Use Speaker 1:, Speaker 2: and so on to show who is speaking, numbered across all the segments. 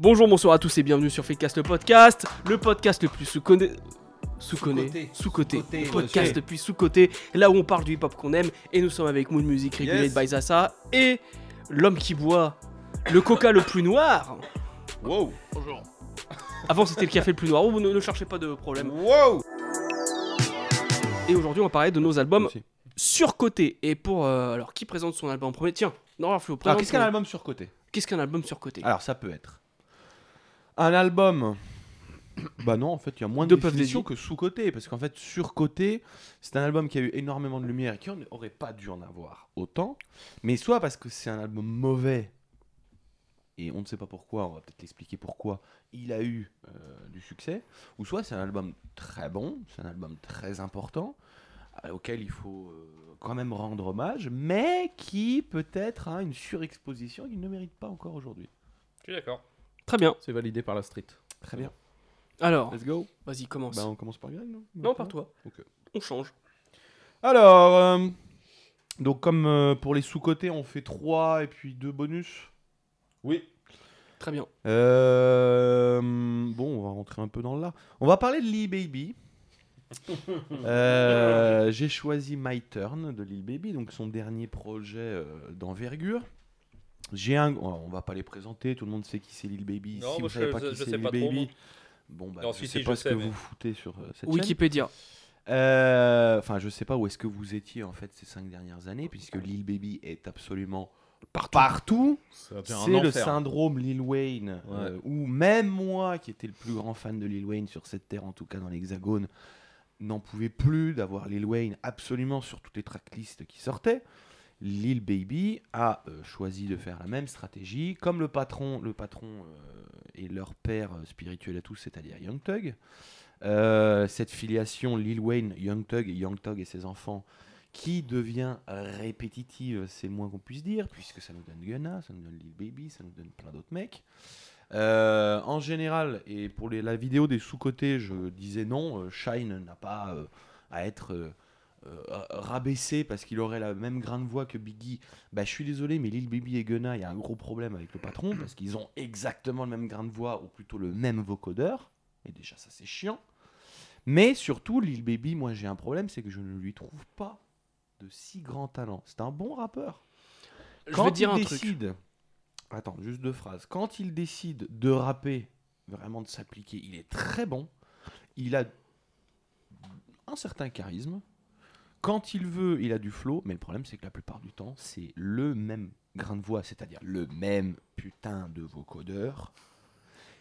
Speaker 1: Bonjour, bonsoir à tous et bienvenue sur Fitcast le podcast, le podcast le plus sous-côté, sous-côté,
Speaker 2: Sous-coté.
Speaker 1: sous-côté,
Speaker 2: Sous-coté,
Speaker 1: le
Speaker 2: ouais,
Speaker 1: podcast
Speaker 2: ok.
Speaker 1: depuis sous-côté, là où on parle du hip-hop qu'on aime et nous sommes avec Moon Music Regulated
Speaker 2: Yes.
Speaker 1: by Zaza et l'homme qui boit le coca le plus noir.
Speaker 2: Wow.
Speaker 3: Bonjour.
Speaker 1: Avant c'était le café le plus noir, oh, ne, ne cherchez pas de problème.
Speaker 2: Wow.
Speaker 1: Et aujourd'hui on va parler de nos albums surcotés. Et pour, euh, alors qui présente son album en premier Tiens, non, Flo,
Speaker 2: Alors,
Speaker 1: présente
Speaker 2: qu'est-ce qu'un Ah.
Speaker 1: ton-
Speaker 2: album surcoté
Speaker 1: qu'est-ce qu'un album surcoté
Speaker 2: Alors, ça peut être un album. Bah non, en fait, il y a moins de
Speaker 1: Deux peuvent
Speaker 2: définition
Speaker 1: les
Speaker 2: que sous-côté, parce qu'en fait, surcoté, c'est un album qui a eu énormément de lumière et qui n'aurait pas dû en avoir autant, mais soit parce que c'est un album mauvais, et on ne sait pas pourquoi, on va peut-être expliquer pourquoi il a eu euh, du succès, ou soit c'est un album très bon, c'est un album très important, euh, auquel il faut euh, quand même rendre hommage, mais qui peut-être a une surexposition qu'il ne mérite pas encore aujourd'hui.
Speaker 3: Je suis d'accord.
Speaker 1: Très bien.
Speaker 4: C'est validé par la street.
Speaker 2: Très bien,
Speaker 1: Alors,
Speaker 2: let's go.
Speaker 1: vas-y commence.
Speaker 2: Euh, Bah, on commence par Greg, non
Speaker 1: non, par toi.
Speaker 2: Ok.
Speaker 1: On change.
Speaker 2: Alors, euh, donc comme euh, pour les sous-côtés, on fait 3 et puis 2 bonus.
Speaker 4: Oui.
Speaker 1: Très bien.
Speaker 2: Euh, bon, on va rentrer un peu dans le là. On va parler de Lil Baby. Euh, J'ai choisi My Turn de Lil Baby, donc son dernier projet euh, d'envergure. J'ai un, oh, on va pas les présenter, tout le monde sait qui c'est Lil Baby.
Speaker 3: Non,
Speaker 2: si
Speaker 3: moi,
Speaker 2: vous savez
Speaker 3: je-
Speaker 2: pas
Speaker 3: je-
Speaker 2: qui
Speaker 3: je
Speaker 2: c'est
Speaker 3: sais
Speaker 2: Lil
Speaker 3: pas trop,
Speaker 2: Baby,
Speaker 3: moi.
Speaker 2: bon bah
Speaker 3: Non,
Speaker 2: je
Speaker 3: si,
Speaker 2: sais
Speaker 3: si,
Speaker 2: pas
Speaker 3: je
Speaker 2: ce
Speaker 3: sais,
Speaker 2: que
Speaker 3: mais-
Speaker 2: vous foutez sur euh, cette chaîne.
Speaker 1: Wikipédia.
Speaker 2: Euh, Enfin, je sais pas où est-ce que vous étiez en fait ces cinq dernières années, puisque Lil Baby est absolument partout. C'est le syndrome Lil Wayne, euh, où même moi, qui était le plus grand fan de Lil Wayne sur cette terre, en tout cas dans l'Hexagone, n'en pouvais plus d'avoir Lil Wayne absolument sur toutes les tracklists qui sortaient. Lil Baby a euh, choisi de faire la même stratégie, comme le patron, le patron euh, et leur père euh, spirituel à tous, c'est-à-dire Young Thug. Euh, cette filiation Lil Wayne, Young Thug, Young Thug et ses enfants, qui devient euh, répétitive, c'est le moins qu'on puisse dire, puisque ça nous donne Gunna, ça nous donne Lil Baby, ça nous donne plein d'autres mecs. Euh, en général, et pour les- la vidéo des sous-côtés, je disais non, euh, Shine n'a pas euh, à être euh, euh, ra- rabaissé parce qu'il aurait la même grain de voix que Biggie. Bah, je suis désolé, mais Lil Baby et Gunna, il y a un gros problème avec le patron parce qu'ils ont exactement le même grain de voix ou plutôt le même vocodeur. Et déjà, ça c'est chiant. Mais surtout, Lil Baby, moi j'ai un problème, c'est que je ne lui trouve pas de si grand talent. C'est un bon rappeur
Speaker 1: Je
Speaker 2: quand
Speaker 1: vais te dire
Speaker 2: il
Speaker 1: un truc.
Speaker 2: décide... Attends, juste deux phrases. Quand il décide de rapper, vraiment de s'appliquer, il est très bon. Il a un certain charisme. Quand il veut, il a du flow. Mais le problème, c'est que la plupart du temps, c'est le même grain de voix, c'est-à-dire le même putain de vocodeur.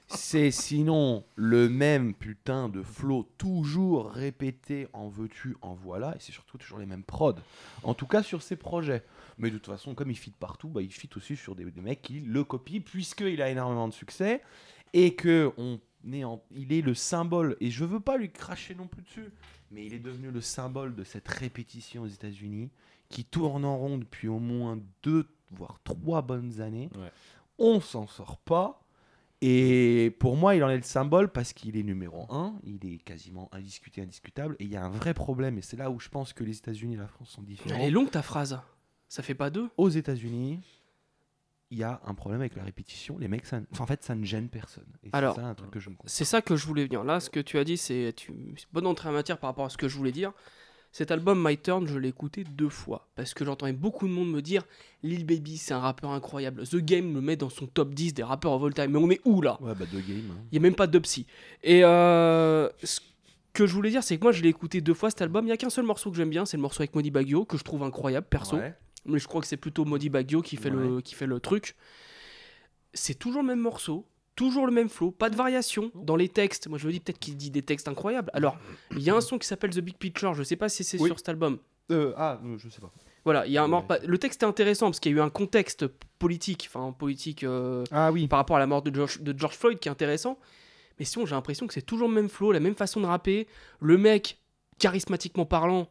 Speaker 2: C'est sinon le même putain de flow toujours répété en veux-tu, en voilà, et c'est surtout toujours les mêmes prods. En tout cas sur ses projets. Mais de toute façon, comme il fit partout, bah, il fit aussi sur des, des mecs qui le copient, puisqu'il a énormément de succès, et que on est en- il est le symbole, et je veux pas lui cracher non plus dessus, mais il est devenu le symbole de cette répétition aux États-Unis, qui tourne en rond depuis au moins deux, voire trois bonnes années.
Speaker 4: Ouais.
Speaker 2: On s'en sort pas. Et pour moi, il en est le symbole parce qu'il est numéro un, il est quasiment indiscuté, indiscutable, et il y a un vrai problème, et c'est là où je pense que les États-Unis et la France sont différents
Speaker 1: Elle est longue ta phrase. Ça fait pas deux.
Speaker 2: aux États-Unis, il y a un problème avec la répétition. Les mecs, ça, enfin, en fait, ça ne gêne personne. Et c'est
Speaker 1: Alors-
Speaker 2: ça un truc que je me comprends.
Speaker 1: C'est ça que je voulais dire. Là, ce que tu as dit, c'est tu- c'est bonne entrée en matière par rapport à ce que je voulais dire. Cet album My Turn, je l'ai écouté deux fois parce que j'entendais beaucoup de monde me dire Lil Baby, c'est un rappeur incroyable. The Game le met dans son top 10 des rappeurs of all time. Mais on est où là
Speaker 2: Ouais, bah, deux games. hein.
Speaker 1: Il n'y a même pas de psy. Et euh, ce que je voulais dire, c'est que moi, je l'ai écouté deux fois cet album. Il n'y a qu'un seul morceau que j'aime bien, c'est le morceau avec Modi Baggio, que je trouve incroyable, perso.
Speaker 2: Ouais.
Speaker 1: mais je crois que c'est plutôt Modi Baggio qui fait, le, qui fait le truc. C'est toujours le même morceau, toujours le même flow, pas de variation dans les textes. Moi, je me dis peut-être qu'il dit des textes incroyables. Alors, il y a un son qui s'appelle The Big Picture, je sais pas si c'est
Speaker 2: Oui.
Speaker 1: sur cet album.
Speaker 2: Euh, ah, euh, je sais pas.
Speaker 1: Voilà, il y a un mort.
Speaker 2: Ouais.
Speaker 1: pas- Le texte est intéressant parce qu'il y a eu un contexte politique, enfin politique euh,
Speaker 2: Ah oui.
Speaker 1: par rapport à la mort de George, de George Floyd qui est intéressant. Mais sinon, j'ai l'impression que c'est toujours le même flow, la même façon de rapper. Le mec, charismatiquement parlant,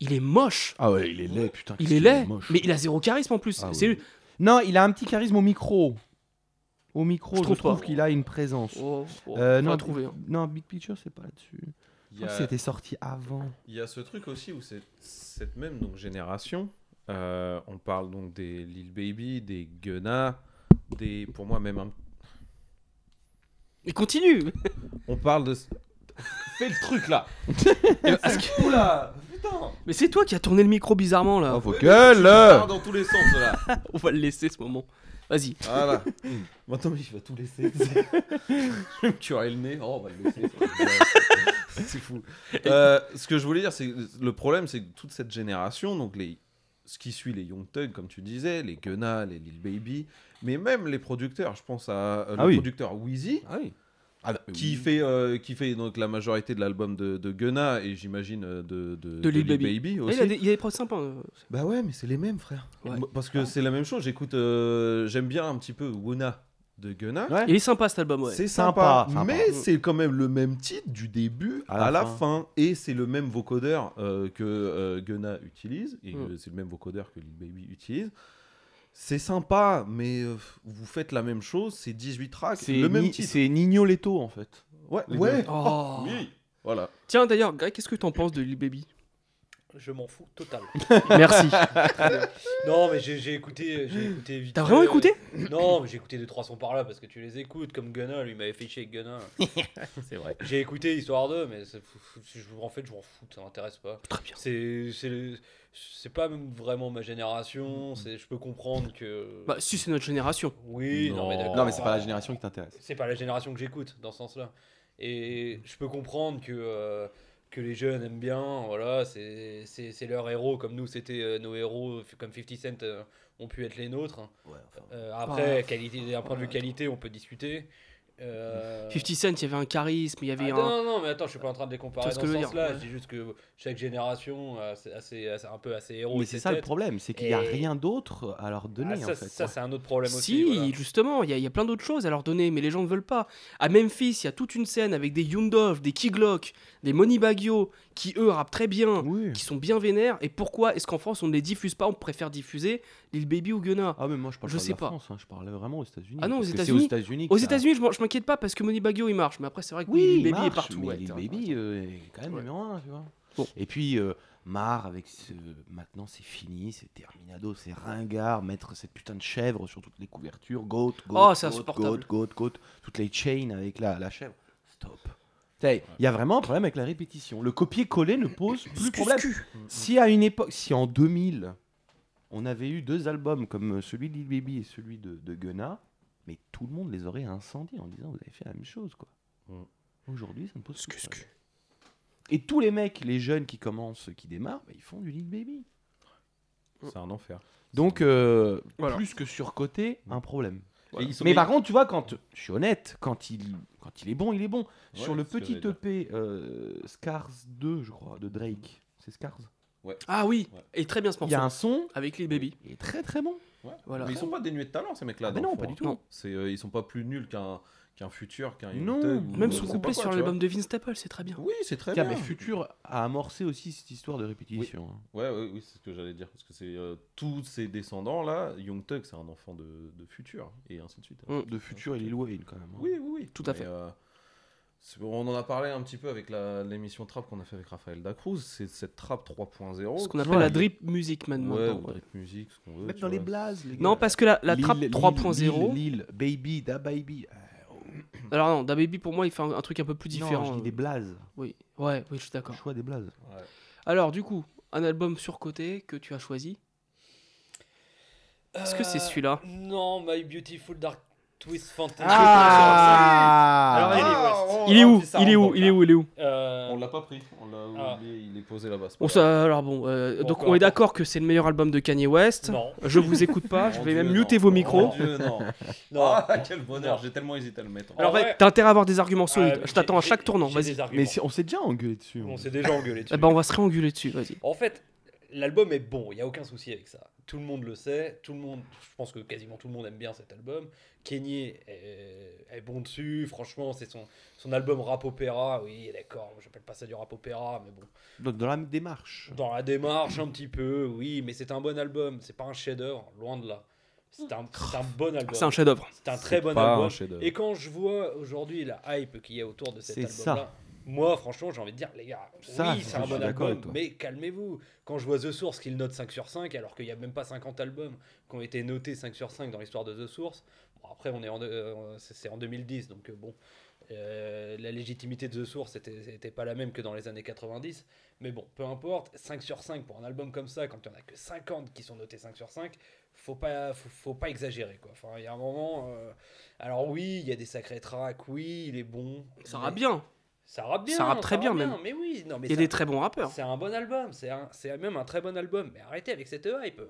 Speaker 1: il est moche.
Speaker 2: Ah ouais, il est laid, putain.
Speaker 1: Il
Speaker 2: qu'est-ce
Speaker 1: est
Speaker 2: qu'il
Speaker 1: laid,
Speaker 2: moche.
Speaker 1: mais il a zéro charisme en plus.
Speaker 2: Ah
Speaker 1: c'est
Speaker 2: oui. Non, il a un petit charisme au micro. Au micro,
Speaker 1: Je
Speaker 2: je,
Speaker 1: trouve
Speaker 2: trouve
Speaker 1: pas.
Speaker 2: qu'il a une présence.
Speaker 1: Oh, oh,
Speaker 2: Euh,
Speaker 1: faudra
Speaker 2: non,
Speaker 1: trouver. hein.
Speaker 2: non, Big Picture, c'est pas là-dessus. Je
Speaker 4: Il y,
Speaker 2: crois que
Speaker 4: a,
Speaker 2: c'était sorti avant.
Speaker 4: il y a ce truc aussi où c'est- cette même donc, génération, euh, on parle donc des Lil Baby, des Gunna, des, pour moi même un,
Speaker 1: Mais continue
Speaker 4: On parle de.
Speaker 2: Fais le truc là
Speaker 1: Parce que-
Speaker 2: Oula Putain
Speaker 1: Mais c'est toi qui as tourné le micro bizarrement là.
Speaker 2: Oh, vos gueules
Speaker 4: dans tous les sens là.
Speaker 1: On va le laisser ce moment. Vas-y.
Speaker 4: Voilà. Maintenant, mais il va tout laisser. tu sais. je vais me curer le nez. Oh, on va le laisser. c'est fou. Euh, ce que je voulais dire, c'est que le problème, c'est que toute cette génération, donc les, ce qui suit les Young Thug, comme tu disais, les Gunna, les Lil Baby, mais même les producteurs, je pense à euh, le
Speaker 2: Ah oui.
Speaker 4: producteur Wheezy,
Speaker 2: Ah oui
Speaker 4: qui fait, euh, qui fait donc la majorité de l'album de, de Gunna et j'imagine euh, de, de,
Speaker 1: De Lil Baby. Ah,
Speaker 4: aussi.
Speaker 1: il, a des, il y a des prods sympas. euh.
Speaker 4: Bah ouais, mais c'est les mêmes, frère.
Speaker 1: Ouais.
Speaker 4: Moi, Parce que c'est la même chose. J'écoute, euh, j'aime bien un petit peu Wona de Gunna.
Speaker 2: Ouais.
Speaker 1: Il est sympa cet album, ouais.
Speaker 4: C'est
Speaker 2: Sympa,
Speaker 4: sympa,
Speaker 2: sympa.
Speaker 4: mais
Speaker 1: Mm.
Speaker 4: c'est quand même le même titre du début à la, fin. et c'est le même vocodeur euh, que euh, Gunna utilise et
Speaker 1: Mm.
Speaker 4: que c'est le même vocodeur que Lil Baby utilise. C'est sympa, mais euh, vous faites la même chose, c'est 18 tracks,
Speaker 2: C'est
Speaker 4: le même
Speaker 2: Ni-
Speaker 4: titre.
Speaker 2: C'est Nino Leto en fait.
Speaker 4: Ouais,
Speaker 2: les
Speaker 4: ouais.
Speaker 2: deux.
Speaker 1: Oh.
Speaker 4: oui. Voilà.
Speaker 1: Tiens d'ailleurs, Greg, qu'est-ce que t'en penses de Lil Baby
Speaker 3: Je m'en fous total.
Speaker 1: Merci.
Speaker 3: non, mais j'ai j'ai écouté, j'ai écouté vite.
Speaker 1: T'as vraiment
Speaker 3: fait.
Speaker 1: écouté
Speaker 3: Non, mais j'ai écouté deux trois sons par là parce que tu les écoutes comme Gunna, lui il m'avait fait chier avec Gunna.
Speaker 4: C'est vrai.
Speaker 3: J'ai écouté Histoire 2, mais c'est- fou- fou- si je vous- en fait, je m'en fous, ça m'intéresse pas.
Speaker 1: Très bien.
Speaker 3: C'est c'est- c'est pas même vraiment ma génération, c'est- je peux comprendre que.
Speaker 1: Bah si c'est notre génération.
Speaker 3: oui, non, mais
Speaker 4: Non.
Speaker 3: d'accord.
Speaker 2: Non, mais c'est pas la génération qui t'intéresse.
Speaker 3: C'est pas la génération que j'écoute dans ce sens-là. Et je peux comprendre que, euh, que les jeunes aiment bien, voilà, c'est c'est- c'est leur héros, comme nous c'était euh, nos héros, comme 50 Cent euh, ont pu être les nôtres. Euh, après, qualité, d'un point de vue qualité, on peut discuter. Euh,
Speaker 1: 50 Cent, il y avait un charisme, il y
Speaker 3: ah,
Speaker 1: avait
Speaker 3: non,
Speaker 1: un...
Speaker 3: non, non, mais attends, je suis pas en train de les comparer
Speaker 1: Tu vois
Speaker 3: dans
Speaker 1: ce
Speaker 3: ce
Speaker 1: que je veux
Speaker 3: sens-là.
Speaker 1: dire,
Speaker 3: Je dis juste que chaque génération a, ses- a ses- a ses- un peu à ses héros.
Speaker 2: Mais
Speaker 3: et
Speaker 2: c'est
Speaker 3: ses
Speaker 2: ça le
Speaker 3: têtes.
Speaker 2: problème, c'est qu'il n'y a
Speaker 3: Et-
Speaker 2: rien d'autre à leur donner
Speaker 3: Ah, ça,
Speaker 2: en fait.
Speaker 3: ça, c'est un autre problème
Speaker 1: Si,
Speaker 3: aussi. voilà.
Speaker 1: justement, il y, a- il y a plein d'autres choses à leur donner, mais les gens ne veulent pas. À Memphis, il y a toute une scène avec des Young Dove, des Key Glock, des Money Baggio, qui eux rappent très bien,
Speaker 2: Oui.
Speaker 1: qui sont bien vénères. Et pourquoi est-ce qu'en France on ne les diffuse pas On préfère diffuser Lil Baby ou Gunna
Speaker 2: Ah mais moi je parle
Speaker 1: Je
Speaker 2: pas de
Speaker 1: sais
Speaker 2: la
Speaker 1: pas.
Speaker 2: France, hein, je parlais vraiment aux États-Unis.
Speaker 1: Ah non, aux
Speaker 2: parce que c'est
Speaker 1: États-Unis.
Speaker 2: États-Unis.
Speaker 1: Aux
Speaker 2: que ça-
Speaker 1: États-Unis, je m'en- je m'inquiète pas parce que Money Baggio il marche, mais après c'est vrai que
Speaker 2: Oui,
Speaker 1: Lil Baby
Speaker 2: il marche,
Speaker 1: est partout.
Speaker 2: Mais
Speaker 1: ouais,
Speaker 2: Lil
Speaker 1: t'as-
Speaker 2: Baby euh, est quand même
Speaker 1: Ouais.
Speaker 2: numéro un, tu vois.
Speaker 1: Bon.
Speaker 2: Et puis euh, marre avec ce. Maintenant c'est fini, c'est terminado, c'est ringard, mettre cette putain de chèvre sur toutes les couvertures, goat, goat,
Speaker 1: Oh, c'est
Speaker 2: goat, goat,
Speaker 1: insupportable.
Speaker 2: goat, goat, toutes les chains avec la, la chèvre. Stop. Tu sais, Il y a vraiment un problème avec la répétition. Le copier-coller ne pose plus de problème. Si à une époque, si en 2000, on avait eu deux albums comme euh, celui de Lil Baby et celui de, de Gunna, mais tout le monde les aurait incendiés en disant vous avez fait la même chose quoi.
Speaker 4: Mm.
Speaker 2: Aujourd'hui, ça ne pose
Speaker 1: Scu,
Speaker 2: plus. de
Speaker 1: scu.
Speaker 2: problème. Et tous les mecs, les jeunes qui commencent, qui démarrent, bah, ils font du Lil Baby.
Speaker 4: C'est Mm. un enfer.
Speaker 2: Donc euh,
Speaker 1: Voilà.
Speaker 2: plus que surcoté, un problème.
Speaker 1: Voilà.
Speaker 4: Et ils sont-
Speaker 2: Mais par contre, tu vois, quand je suis honnête, quand il, quand il est bon, il est bon.
Speaker 4: Ouais,
Speaker 2: Sur le
Speaker 4: c'est ce que
Speaker 2: petit
Speaker 4: j'allais
Speaker 2: EP euh, Scars 2, je crois, de Drake, c'est Scars.
Speaker 1: Ah oui,
Speaker 4: Ouais.
Speaker 1: et très bien ce
Speaker 2: Il y a
Speaker 1: morceau
Speaker 2: un son,
Speaker 1: avec Lil Baby.
Speaker 2: il est très très bon.
Speaker 4: Ouais.
Speaker 1: Voilà.
Speaker 4: Mais ils sont pas dénués de talent ces mecs-là.
Speaker 2: Ah, mais
Speaker 4: dans
Speaker 2: non,
Speaker 4: le
Speaker 2: pas
Speaker 4: fond,
Speaker 2: du tout.
Speaker 4: hein. C'est, euh, ils sont pas plus nuls qu'un qu'un futur, qu'un Young
Speaker 2: Non.
Speaker 4: Thug ou-
Speaker 1: Même
Speaker 4: je
Speaker 1: son
Speaker 4: sais
Speaker 1: couplet
Speaker 4: pas quoi,
Speaker 1: sur
Speaker 4: tu
Speaker 1: l'album de Vince Staples, c'est très bien.
Speaker 4: vois. Oui, c'est très
Speaker 2: Tiens,
Speaker 4: bien.
Speaker 2: mais Futur a amorcé aussi cette histoire de répétition. hein.
Speaker 4: Ouais, ouais, oui, c'est ce que j'allais dire. Parce que c'est euh, tous ces descendants-là, Young Thug, c'est un enfant de, de futur, et ainsi de suite.
Speaker 1: Mm.
Speaker 2: De Futur et Lil Wayne, quand même. hein.
Speaker 4: Oui, oui, oui.
Speaker 1: Tout à
Speaker 4: Mais,
Speaker 1: fait.
Speaker 4: euh, c'est- on en a parlé un petit peu avec la- l'émission Trap qu'on a fait avec Raphaël Dacruz. C'est cette Trap 3.0.
Speaker 1: Ce qu'on
Speaker 2: Ouais.
Speaker 1: appelle la drip music
Speaker 4: Ouais,
Speaker 1: maintenant.
Speaker 4: ou
Speaker 1: ouais.
Speaker 4: Drake Music, ce qu'on veut.
Speaker 2: Mettre
Speaker 4: tu
Speaker 2: dans les
Speaker 4: vois.
Speaker 2: blazes, les gars.
Speaker 1: Non, parce que la, la
Speaker 2: Lil,
Speaker 1: trappe
Speaker 2: Lil,
Speaker 1: 3.0.
Speaker 2: Lil, Lil, Baby, Da Baby. Euh,
Speaker 1: Alors non, Da Baby pour moi il fait un, un truc un peu plus
Speaker 2: non,
Speaker 1: différent. euh,
Speaker 2: je dis des blazes.
Speaker 1: Oui, ouais, oui, je suis
Speaker 2: Le
Speaker 1: d'accord.
Speaker 2: choix des blazes.
Speaker 4: Ouais.
Speaker 1: Alors du coup, un album surcoté que tu as choisi. Est-ce que c'est
Speaker 3: Euh,
Speaker 1: celui-là
Speaker 3: Non, My Beautiful Dark Twist Fantasy.
Speaker 1: Ah, Alors, il est-
Speaker 4: Ah, oh,
Speaker 1: Il est
Speaker 4: oh,
Speaker 1: où
Speaker 4: puis ça
Speaker 1: Il est où
Speaker 4: remonte,
Speaker 1: Il est
Speaker 4: là.
Speaker 1: où Il est où
Speaker 3: Euh,
Speaker 4: On l'a pas pris. On l'a
Speaker 3: Ah.
Speaker 4: oublié. Il est posé là-bas. c'est
Speaker 1: Bon,
Speaker 4: pas grave.
Speaker 1: ça, alors bon, euh,
Speaker 3: Bon,
Speaker 1: donc
Speaker 3: peu
Speaker 1: on est
Speaker 3: importe.
Speaker 1: d'accord que c'est le meilleur album de Kanye West.
Speaker 3: Non,
Speaker 1: Je vous écoute pas, je
Speaker 4: Mon
Speaker 1: vais même
Speaker 4: Dieu,
Speaker 1: muter
Speaker 4: non.
Speaker 1: vos
Speaker 4: Mon
Speaker 1: micros.
Speaker 4: Dieu, non.
Speaker 3: non.
Speaker 4: Ah, quel bonheur. J'ai tellement hésité à le mettre. hein.
Speaker 1: Alors
Speaker 3: En vrai-
Speaker 1: ouais, t'as intérêt à avoir des arguments
Speaker 3: Ah,
Speaker 1: solides.
Speaker 3: mais
Speaker 1: je t'attends à
Speaker 3: j'ai-
Speaker 1: chaque
Speaker 3: j'ai-
Speaker 1: tournant,
Speaker 3: j'ai
Speaker 1: vas-y.
Speaker 3: des arguments.
Speaker 2: Mais si- on s'est déjà engueulé dessus.
Speaker 3: On
Speaker 2: hein.
Speaker 3: s'est déjà engueulé dessus.
Speaker 1: Eh ben, on va se réenguler dessus, vas-y.
Speaker 3: En fait, l'album est bon, il n'y a aucun souci avec ça. Tout le monde le sait, tout le monde, je pense que quasiment tout le monde aime bien cet album. Kenny est, est bon dessus, franchement, c'est son, son album rap opéra, oui, d'accord, j'appelle pas ça du rap opéra, mais bon.
Speaker 2: Donc, dans la démarche.
Speaker 3: Dans la démarche un petit peu, oui, mais c'est un bon album, c'est pas un chef-d'œuvre, loin de là. C'est un, c'est un bon album.
Speaker 1: C'est un chef-d'œuvre.
Speaker 3: C'est un très bon
Speaker 4: pas
Speaker 3: album.
Speaker 4: un chef-d'œuvre.
Speaker 3: Et quand je vois aujourd'hui la hype qu'il y a autour de cet
Speaker 2: C'est
Speaker 3: album-là,
Speaker 2: ça.
Speaker 3: moi, franchement, j'ai envie de dire, les gars,
Speaker 2: Ça,
Speaker 3: oui,
Speaker 2: je
Speaker 3: c'est un
Speaker 2: suis
Speaker 3: bon
Speaker 2: d'accord
Speaker 3: album,
Speaker 2: avec toi.
Speaker 3: mais calmez-vous. Quand je vois The Source qu'il note 5 sur 5, alors qu'il n'y a même pas 50 albums qui ont été notés 5 sur 5 dans l'histoire de The Source, Bon, après, on est en, euh, c'est c'est en 2010, donc euh, bon, euh, la légitimité de The Source n'était pas la même que dans les années 90. Mais bon, peu importe, 5 sur 5 pour un album comme ça, quand il n'y en a que 50 qui sont notés 5 sur 5, faut pas, faut, faut pas exagérer, quoi. Enfin, il y a un moment... euh, Alors oui, il y a des sacrés tracks, oui, il est bon.
Speaker 1: Ça
Speaker 3: mais-
Speaker 1: rappe bien.
Speaker 3: Ça rappe bien.
Speaker 1: Ça rappe très bien, même.
Speaker 3: Mais oui, non, mais
Speaker 1: Il y a
Speaker 3: ça-
Speaker 1: des très bons rappeurs.
Speaker 3: c'est un bon album, c'est un- c'est même un très bon album, mais arrêtez avec cette hype.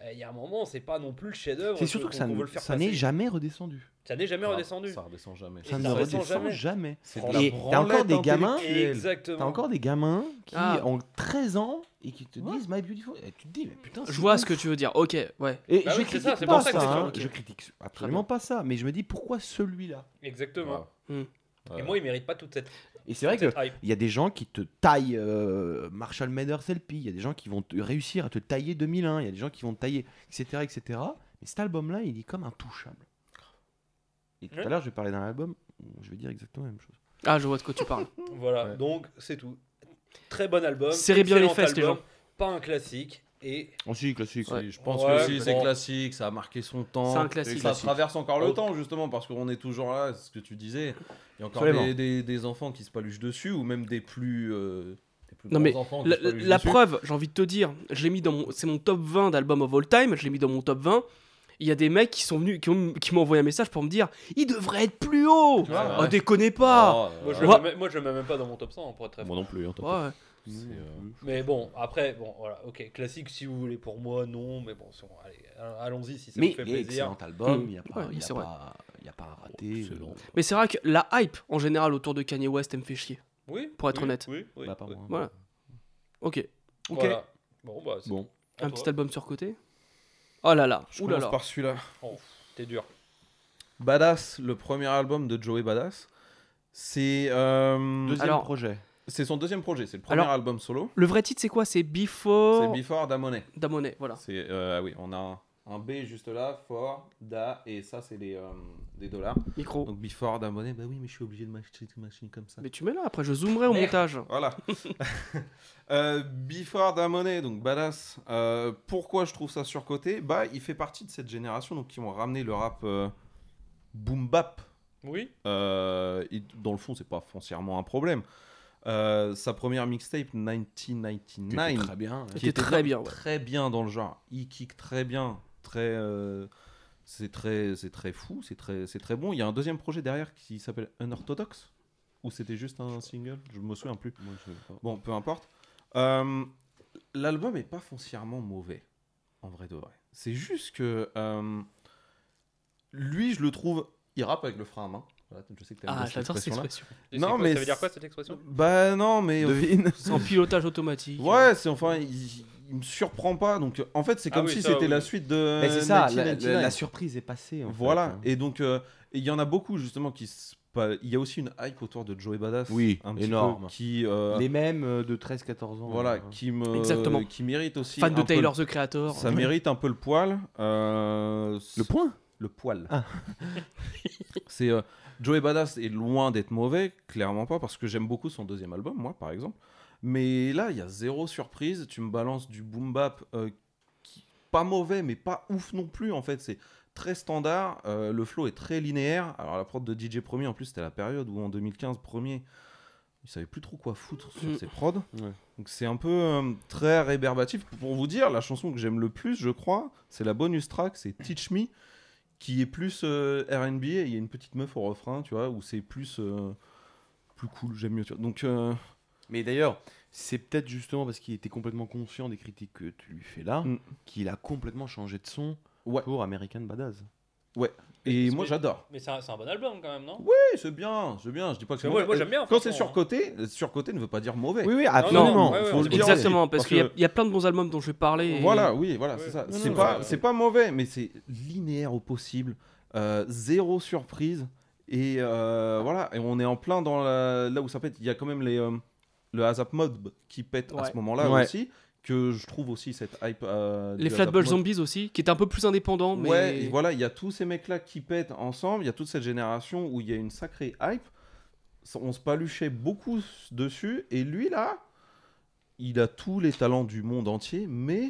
Speaker 3: Euh, Il y a un moment, c'est pas non plus le chef-d'œuvre.
Speaker 2: C'est surtout que ça
Speaker 3: qu'on
Speaker 2: ne-
Speaker 3: veut le faire
Speaker 2: ça n'est
Speaker 3: passer.
Speaker 2: jamais redescendu.
Speaker 3: Ça n'est jamais redescendu.
Speaker 4: Ah, Ça redescend jamais.
Speaker 3: Et
Speaker 2: Ça
Speaker 3: ça
Speaker 2: ne
Speaker 3: redescend
Speaker 2: redescend
Speaker 3: jamais.
Speaker 2: jamais.
Speaker 4: C'est
Speaker 3: Et
Speaker 4: de la
Speaker 2: t'as
Speaker 4: branlette
Speaker 2: encore des gamins
Speaker 4: intellectuelle.
Speaker 2: T'as
Speaker 3: Exactement.
Speaker 2: encore des gamins qui
Speaker 1: Ah.
Speaker 2: ont 13 ans et qui te
Speaker 1: Ouais.
Speaker 2: disent My Beautiful. Et tu te dis, mais putain, c'est
Speaker 1: Je vois
Speaker 2: ouf.
Speaker 1: ce que tu veux dire. Ok, ouais.
Speaker 2: Et
Speaker 3: Bah
Speaker 2: je
Speaker 3: oui, c'est
Speaker 2: critique
Speaker 3: ça, c'est
Speaker 2: pas
Speaker 3: pour
Speaker 2: ça,
Speaker 3: ça que c'est
Speaker 2: hein,
Speaker 3: sur-
Speaker 2: je critique absolument pas ça, mais je me dis pourquoi celui-là
Speaker 3: Exactement.
Speaker 4: Ouais.
Speaker 1: Hmm.
Speaker 4: Ah. Ouais.
Speaker 3: Et moi, il mérite pas toute cette,
Speaker 2: Et c'est vrai que
Speaker 3: cette hype.
Speaker 2: il y a des gens qui te taillent euh, Marshall Mathers LP, il y a des gens qui vont te- réussir à te tailler 2001, il y a des gens qui vont te tailler, etc., etc. Mais cet album-là, il est comme intouchable. Et tout
Speaker 3: Ouais.
Speaker 2: à l'heure, je vais parler d'un album, où je vais dire exactement la même chose.
Speaker 1: Ah, je vois de quoi tu parles.
Speaker 3: Voilà,
Speaker 4: Ouais.
Speaker 3: donc c'est tout. Très bon album.
Speaker 1: Serrez bien les
Speaker 3: excellent
Speaker 1: fesses, les
Speaker 3: album, Pas un classique. Et
Speaker 2: Ensuite, classique.
Speaker 1: Ouais.
Speaker 4: Si, Je pense
Speaker 3: Ouais,
Speaker 4: que si,
Speaker 3: mais
Speaker 4: c'est
Speaker 3: bon.
Speaker 4: classique, ça a marqué son temps.
Speaker 1: C'est un classique.
Speaker 4: Ça
Speaker 1: Classique.
Speaker 4: traverse encore le
Speaker 3: Oh.
Speaker 4: temps, justement, parce qu'on est toujours là, c'est ce que tu disais. Il y a encore
Speaker 2: Absolument.
Speaker 4: des, des- des enfants qui se paluchent dessus, ou même des plus. euh, des plus
Speaker 1: Non,
Speaker 4: grands
Speaker 1: mais
Speaker 4: enfants qui
Speaker 1: La,
Speaker 4: se paluchent
Speaker 1: la
Speaker 4: dessus.
Speaker 1: preuve, j'ai envie de te dire, je l'ai mis dans mon, c'est mon top 20 d'albums of all time, je l'ai mis dans mon top 20. Il y a des mecs qui sont venus, qui, ont- qui m'ont envoyé un message pour me dire, il devrait être plus haut.
Speaker 4: Ouais,
Speaker 1: Oh,
Speaker 4: ouais.
Speaker 1: déconnez pas.
Speaker 4: Oh,
Speaker 3: moi, je,
Speaker 4: euh,
Speaker 1: Ouais.
Speaker 3: le mets, moi, je le mets même pas dans mon top 100, pour être très franc.
Speaker 4: Moi non plus, hein, top.
Speaker 1: Ouais.
Speaker 4: C'est, euh,
Speaker 3: Mais bon, après, bon, voilà, ok, classique si vous voulez pour moi, non, mais bon, si on- allez, allons-y si ça
Speaker 2: Mais
Speaker 3: vous fait
Speaker 2: il est
Speaker 3: plaisir.
Speaker 2: excellent album,
Speaker 1: Mm.
Speaker 2: il n'y a, pas-
Speaker 1: Ouais,
Speaker 2: il y a
Speaker 1: c'est vrai.
Speaker 2: pas- il y a pas à rater.
Speaker 4: c'est long.
Speaker 1: Mais c'est vrai que la hype en général autour de Kanye West elle me fait chier.
Speaker 3: Oui,
Speaker 1: Pour être
Speaker 3: oui,
Speaker 1: honnête.
Speaker 3: Oui, oui,
Speaker 2: Bah, pas
Speaker 3: oui.
Speaker 2: moi.
Speaker 1: Voilà. Ok,
Speaker 2: Ok.
Speaker 3: Voilà. Bon, bah, c'est
Speaker 4: Bon,
Speaker 3: à
Speaker 1: un
Speaker 3: toi.
Speaker 1: petit album surcoté. Oh là là,
Speaker 4: je
Speaker 1: ouh là
Speaker 4: commence
Speaker 1: là.
Speaker 4: par celui-là.
Speaker 3: T'es dur.
Speaker 4: Badass, le premier album de Joey Badass. C'est euh,
Speaker 2: Deuxième
Speaker 1: Alors-
Speaker 2: projet.
Speaker 4: c'est son deuxième projet, c'est le premier
Speaker 1: Alors- oh.
Speaker 4: album solo.
Speaker 1: Le vrai titre c'est quoi C'est
Speaker 4: C'est
Speaker 1: Before
Speaker 4: Before Damonet.
Speaker 1: Damonet, voilà.
Speaker 4: C'est euh, ah oui, on a un, un B juste là, for da et ça c'est des, euh, des dollars.
Speaker 1: Micro.
Speaker 4: Donc Before Damonet, bah oui, mais je suis obligé de m'acheter une machine comme ça.
Speaker 1: Mais tu mets là, après je zoomerai au
Speaker 3: Merde.
Speaker 1: montage. Ah,
Speaker 4: Voilà. Euh, Before Damonet, donc badass. Euh, pourquoi je trouve ça surcoté Bah, il fait partie de cette génération donc qui vont ramener le rap euh, boom bap
Speaker 3: Oui,
Speaker 4: Euh, et dans le fond, c'est pas foncièrement un problème. Euh, sa première mixtape, 1999,
Speaker 2: Très bien.
Speaker 1: Qui était très bien, ouais.
Speaker 4: très bien dans le genre. Il kick très bien, très. euh, c'est très, c'est très fou, c'est très, c'est très bon. Il y a un deuxième projet derrière qui s'appelle Unorthodox, ou c'était juste un single, je me souviens plus. Bon, peu importe. Euh, L'album est pas foncièrement mauvais, en vrai de vrai. C'est juste que euh, lui, je le trouve, il rappe avec le frein à main. Voilà, je sais que t'aimes bien
Speaker 1: Ah,
Speaker 4: cette
Speaker 1: j'adore cette
Speaker 4: expression-là.
Speaker 1: expression.
Speaker 3: Et
Speaker 4: Non,
Speaker 3: c'est quoi-
Speaker 4: mais
Speaker 3: ça veut dire
Speaker 4: c'est-
Speaker 3: quoi cette expression
Speaker 4: Bah non, mais
Speaker 2: Devine.
Speaker 1: En pilotage automatique.
Speaker 4: ouais, c'est enfin, il, il me surprend pas. Donc euh, en fait, c'est
Speaker 3: Ah
Speaker 4: comme
Speaker 3: oui,
Speaker 4: si
Speaker 3: ça,
Speaker 4: c'était
Speaker 3: oui.
Speaker 4: la suite de.
Speaker 2: Mais Ben, c'est ça, la,
Speaker 4: 1999.
Speaker 2: la- la surprise est passée. en fait,
Speaker 4: voilà.
Speaker 2: hein.
Speaker 4: Et donc euh, et il y en a beaucoup justement qui. se pa- Il y a aussi une hype autour de Joey Badass.
Speaker 2: Oui,
Speaker 4: un petit
Speaker 2: énorme.
Speaker 4: peu, qui euh,
Speaker 2: Les mêmes euh, de 13-14 ans.
Speaker 4: voilà,
Speaker 2: hein.
Speaker 4: qui me
Speaker 1: Exactement.
Speaker 4: qui mérite aussi.
Speaker 1: Fan de
Speaker 4: un peu-
Speaker 1: Taylor the Creator.
Speaker 4: Ça mérite un peu le poil. euh,
Speaker 2: Le point
Speaker 4: le poil.
Speaker 2: Ah.
Speaker 4: c'est euh, Joey Badass est loin d'être mauvais, clairement pas, parce que j'aime beaucoup son deuxième album, moi par exemple. Mais là, il y a zéro surprise. Tu me balances du boom bap, euh, qui- pas mauvais, mais pas ouf non plus. En fait, c'est très standard. euh, le flow est très linéaire. Alors la prod de DJ Premier, en plus, c'était la période où en 2015, Premier, il savait plus trop quoi foutre sur
Speaker 1: Mm.
Speaker 4: ses prods.
Speaker 2: Ouais.
Speaker 4: Donc c'est un peu euh, très réverbatif. Pour vous dire, la chanson que j'aime le plus, je crois, c'est la bonus track, c'est Teach Me, qui est plus euh, R&B. et Il y a une petite meuf au refrain, tu vois, où c'est plus euh, plus cool. J'aime mieux. tu vois. Donc euh,
Speaker 2: Mais d'ailleurs, c'est peut-être justement parce qu'il était complètement conscient des critiques que tu lui fais là,
Speaker 4: Mm.
Speaker 2: qu'il a complètement changé de son
Speaker 4: Ouais.
Speaker 2: pour American Badass.
Speaker 4: et
Speaker 3: Parce
Speaker 4: moi
Speaker 3: que-
Speaker 4: j'adore.
Speaker 3: Mais c'est un, c'est un bon album quand même, non
Speaker 4: Oui, c'est bien, c'est bien. Je dis pas que
Speaker 3: Parce que moi, moi, j'aime bien.
Speaker 4: Quand c'est
Speaker 3: franchement,
Speaker 4: surcoté, euh, surcoté ne veut pas dire mauvais.
Speaker 2: oui,
Speaker 3: absolument.
Speaker 2: Non,
Speaker 3: ouais,
Speaker 4: faut
Speaker 3: ouais,
Speaker 4: le dire.
Speaker 1: Exactement, parce,
Speaker 4: Parce
Speaker 1: qu'il y a-
Speaker 4: que-
Speaker 1: il y, a plein de bons albums dont je vais parler. et-
Speaker 4: Voilà, oui, voilà,
Speaker 3: Ouais.
Speaker 4: c'est ça.
Speaker 3: Non, euh,
Speaker 4: C'est
Speaker 2: non,
Speaker 4: pas,
Speaker 2: ouais.
Speaker 4: c'est pas mauvais, mais c'est linéaire au possible, euh, zéro surprise, et euh, voilà, et on est en plein dans la- là où ça pète. Il y a quand même les, euh, le ASAP Mob qui pète à
Speaker 1: Ouais.
Speaker 4: ce moment-là
Speaker 2: Ouais.
Speaker 4: aussi, que je trouve aussi cette hype. euh,
Speaker 1: Les
Speaker 4: du
Speaker 1: Flatbush
Speaker 4: ASAP Mob.
Speaker 1: Zombies aussi, qui est un peu plus indépendant, mais
Speaker 4: Ouais, et voilà, il y a tous ces mecs-là qui pètent ensemble, il y a toute cette génération où il y a une sacrée hype. Ça- On se paluchait beaucoup s- dessus, et lui là, il a tous les talents du monde entier, mais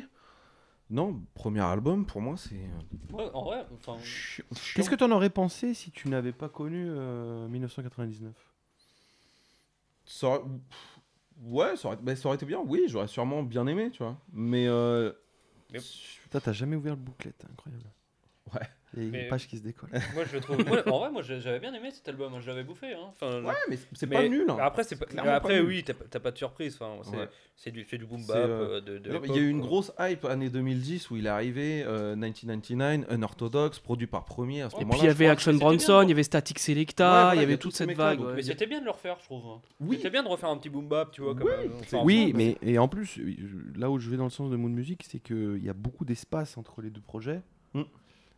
Speaker 4: Non, premier album, pour moi, c'est.
Speaker 3: Ouais, en vrai, enfin,
Speaker 2: Qu'est-ce que t'en aurais pensé si tu n'avais pas connu euh, 1999
Speaker 4: Ça aurait- pff, Ouais, ça aurait... bah, ça aurait été bien. Oui, j'aurais sûrement bien aimé, tu vois. Mais. euh,
Speaker 3: Yep.
Speaker 2: Putain, t'as jamais ouvert le bouclette, c'est incroyable.
Speaker 4: Ouais.
Speaker 2: Il y a une
Speaker 3: Mais-
Speaker 2: page qui se décolle.
Speaker 3: moi je le trouve. moi, en vrai, moi je- j'avais bien aimé cet album, je l'avais bouffé. Hein. Enfin,
Speaker 4: Ouais, mais c'est
Speaker 3: mais
Speaker 4: pas nul. hein.
Speaker 3: Après, c'est pas-
Speaker 4: clairement pas
Speaker 3: après
Speaker 4: nul.
Speaker 3: oui, t'as pas- t'as pas de surprise. Enfin, c'est
Speaker 4: Ouais.
Speaker 3: c'est du, c'est du boom
Speaker 4: C'est,
Speaker 3: bap.
Speaker 4: euh,
Speaker 3: euh, de, de
Speaker 4: Non, mais Il y
Speaker 3: l'époque,
Speaker 4: a eu une
Speaker 3: quoi.
Speaker 4: grosse hype année 2010 où il est arrivé, euh, 1999, unorthodoxe, produit par Premier. À ce
Speaker 1: Et
Speaker 4: moment-là,
Speaker 1: Oh, puis il y
Speaker 4: je
Speaker 1: avait
Speaker 4: crois.
Speaker 1: Action
Speaker 3: c'était bien,
Speaker 1: Bronson,
Speaker 3: quoi.
Speaker 1: il y avait Static
Speaker 4: Ouais,
Speaker 1: Selecta,
Speaker 4: voilà,
Speaker 1: il y
Speaker 4: il y
Speaker 1: avait
Speaker 4: a
Speaker 1: toute
Speaker 4: tous ces
Speaker 1: cette
Speaker 4: mecs-là,
Speaker 1: vague.
Speaker 4: donc,
Speaker 1: ouais.
Speaker 3: Mais c'était bien de le refaire, je trouve. hein.
Speaker 4: Oui.
Speaker 3: C'était bien de refaire un petit boom bap, tu vois. Comme, euh, enfin,
Speaker 2: Oui, mais et en plus, euh, là où je vais dans le sens de Moon Music, c'est qu'il y a beaucoup d'espace entre les deux projets.
Speaker 4: Mm.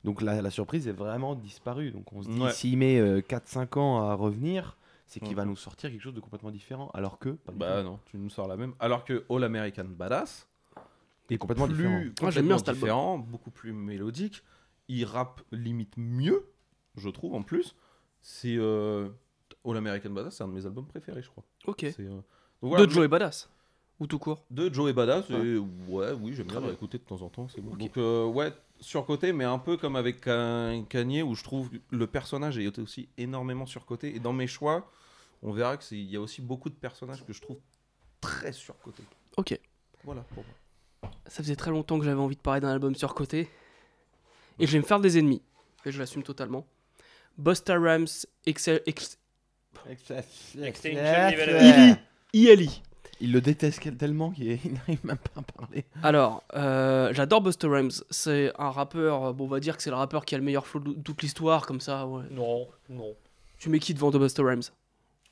Speaker 2: Donc la, la surprise est vraiment disparue. Donc on se dit,
Speaker 4: Ouais.
Speaker 2: s'il met euh, 4-5 ans à revenir, c'est qu'il
Speaker 4: Ouais.
Speaker 2: va nous sortir quelque chose de complètement différent. Alors que. pas du
Speaker 4: Bah
Speaker 2: tout.
Speaker 4: non, tu nous sors la même. Alors que All American Badass
Speaker 2: Il est complètement
Speaker 4: plus
Speaker 2: différent.
Speaker 4: complètement
Speaker 1: Moi, Ah, j'aime bien cet album.
Speaker 4: différent, beaucoup plus mélodique. Il rappe limite mieux, je trouve en plus. C'est euh, All American Badass, c'est un de mes albums préférés, je crois.
Speaker 1: Ok.
Speaker 4: C'est, euh, donc voilà,
Speaker 1: De Joey Badass. Ou tout court.
Speaker 4: de Joey Badass.
Speaker 2: Ouais.
Speaker 4: et ouais, oui, j'aime bien
Speaker 2: bien.
Speaker 4: l'écouter de temps en temps. C'est bon.
Speaker 1: Ok.
Speaker 4: Donc, euh, ouais, surcoté, mais un peu comme avec Ka- Kanye, où je trouve que le personnage est aussi énormément surcoté. Et dans mes choix, on verra qu'il y a aussi beaucoup de personnages que je trouve très surcotés.
Speaker 1: Ok.
Speaker 4: Voilà pour moi.
Speaker 1: Ça faisait très longtemps que j'avais envie de parler d'un album surcoté. Et je vais me faire des ennemis. Et je l'assume totalement. Busta Rams, Excel, Ex-
Speaker 3: Extinction
Speaker 1: Illy. ILI.
Speaker 2: Il le déteste quel- tellement qu'il est- il n'arrive même pas à parler.
Speaker 1: Alors, euh, j'adore Busta Rhymes. C'est un rappeur, euh, bon, on va dire que c'est le rappeur qui a le meilleur flow de toute l'histoire, comme ça. ouais.
Speaker 3: Non, non.
Speaker 1: Tu mets qui devant de Busta Rhymes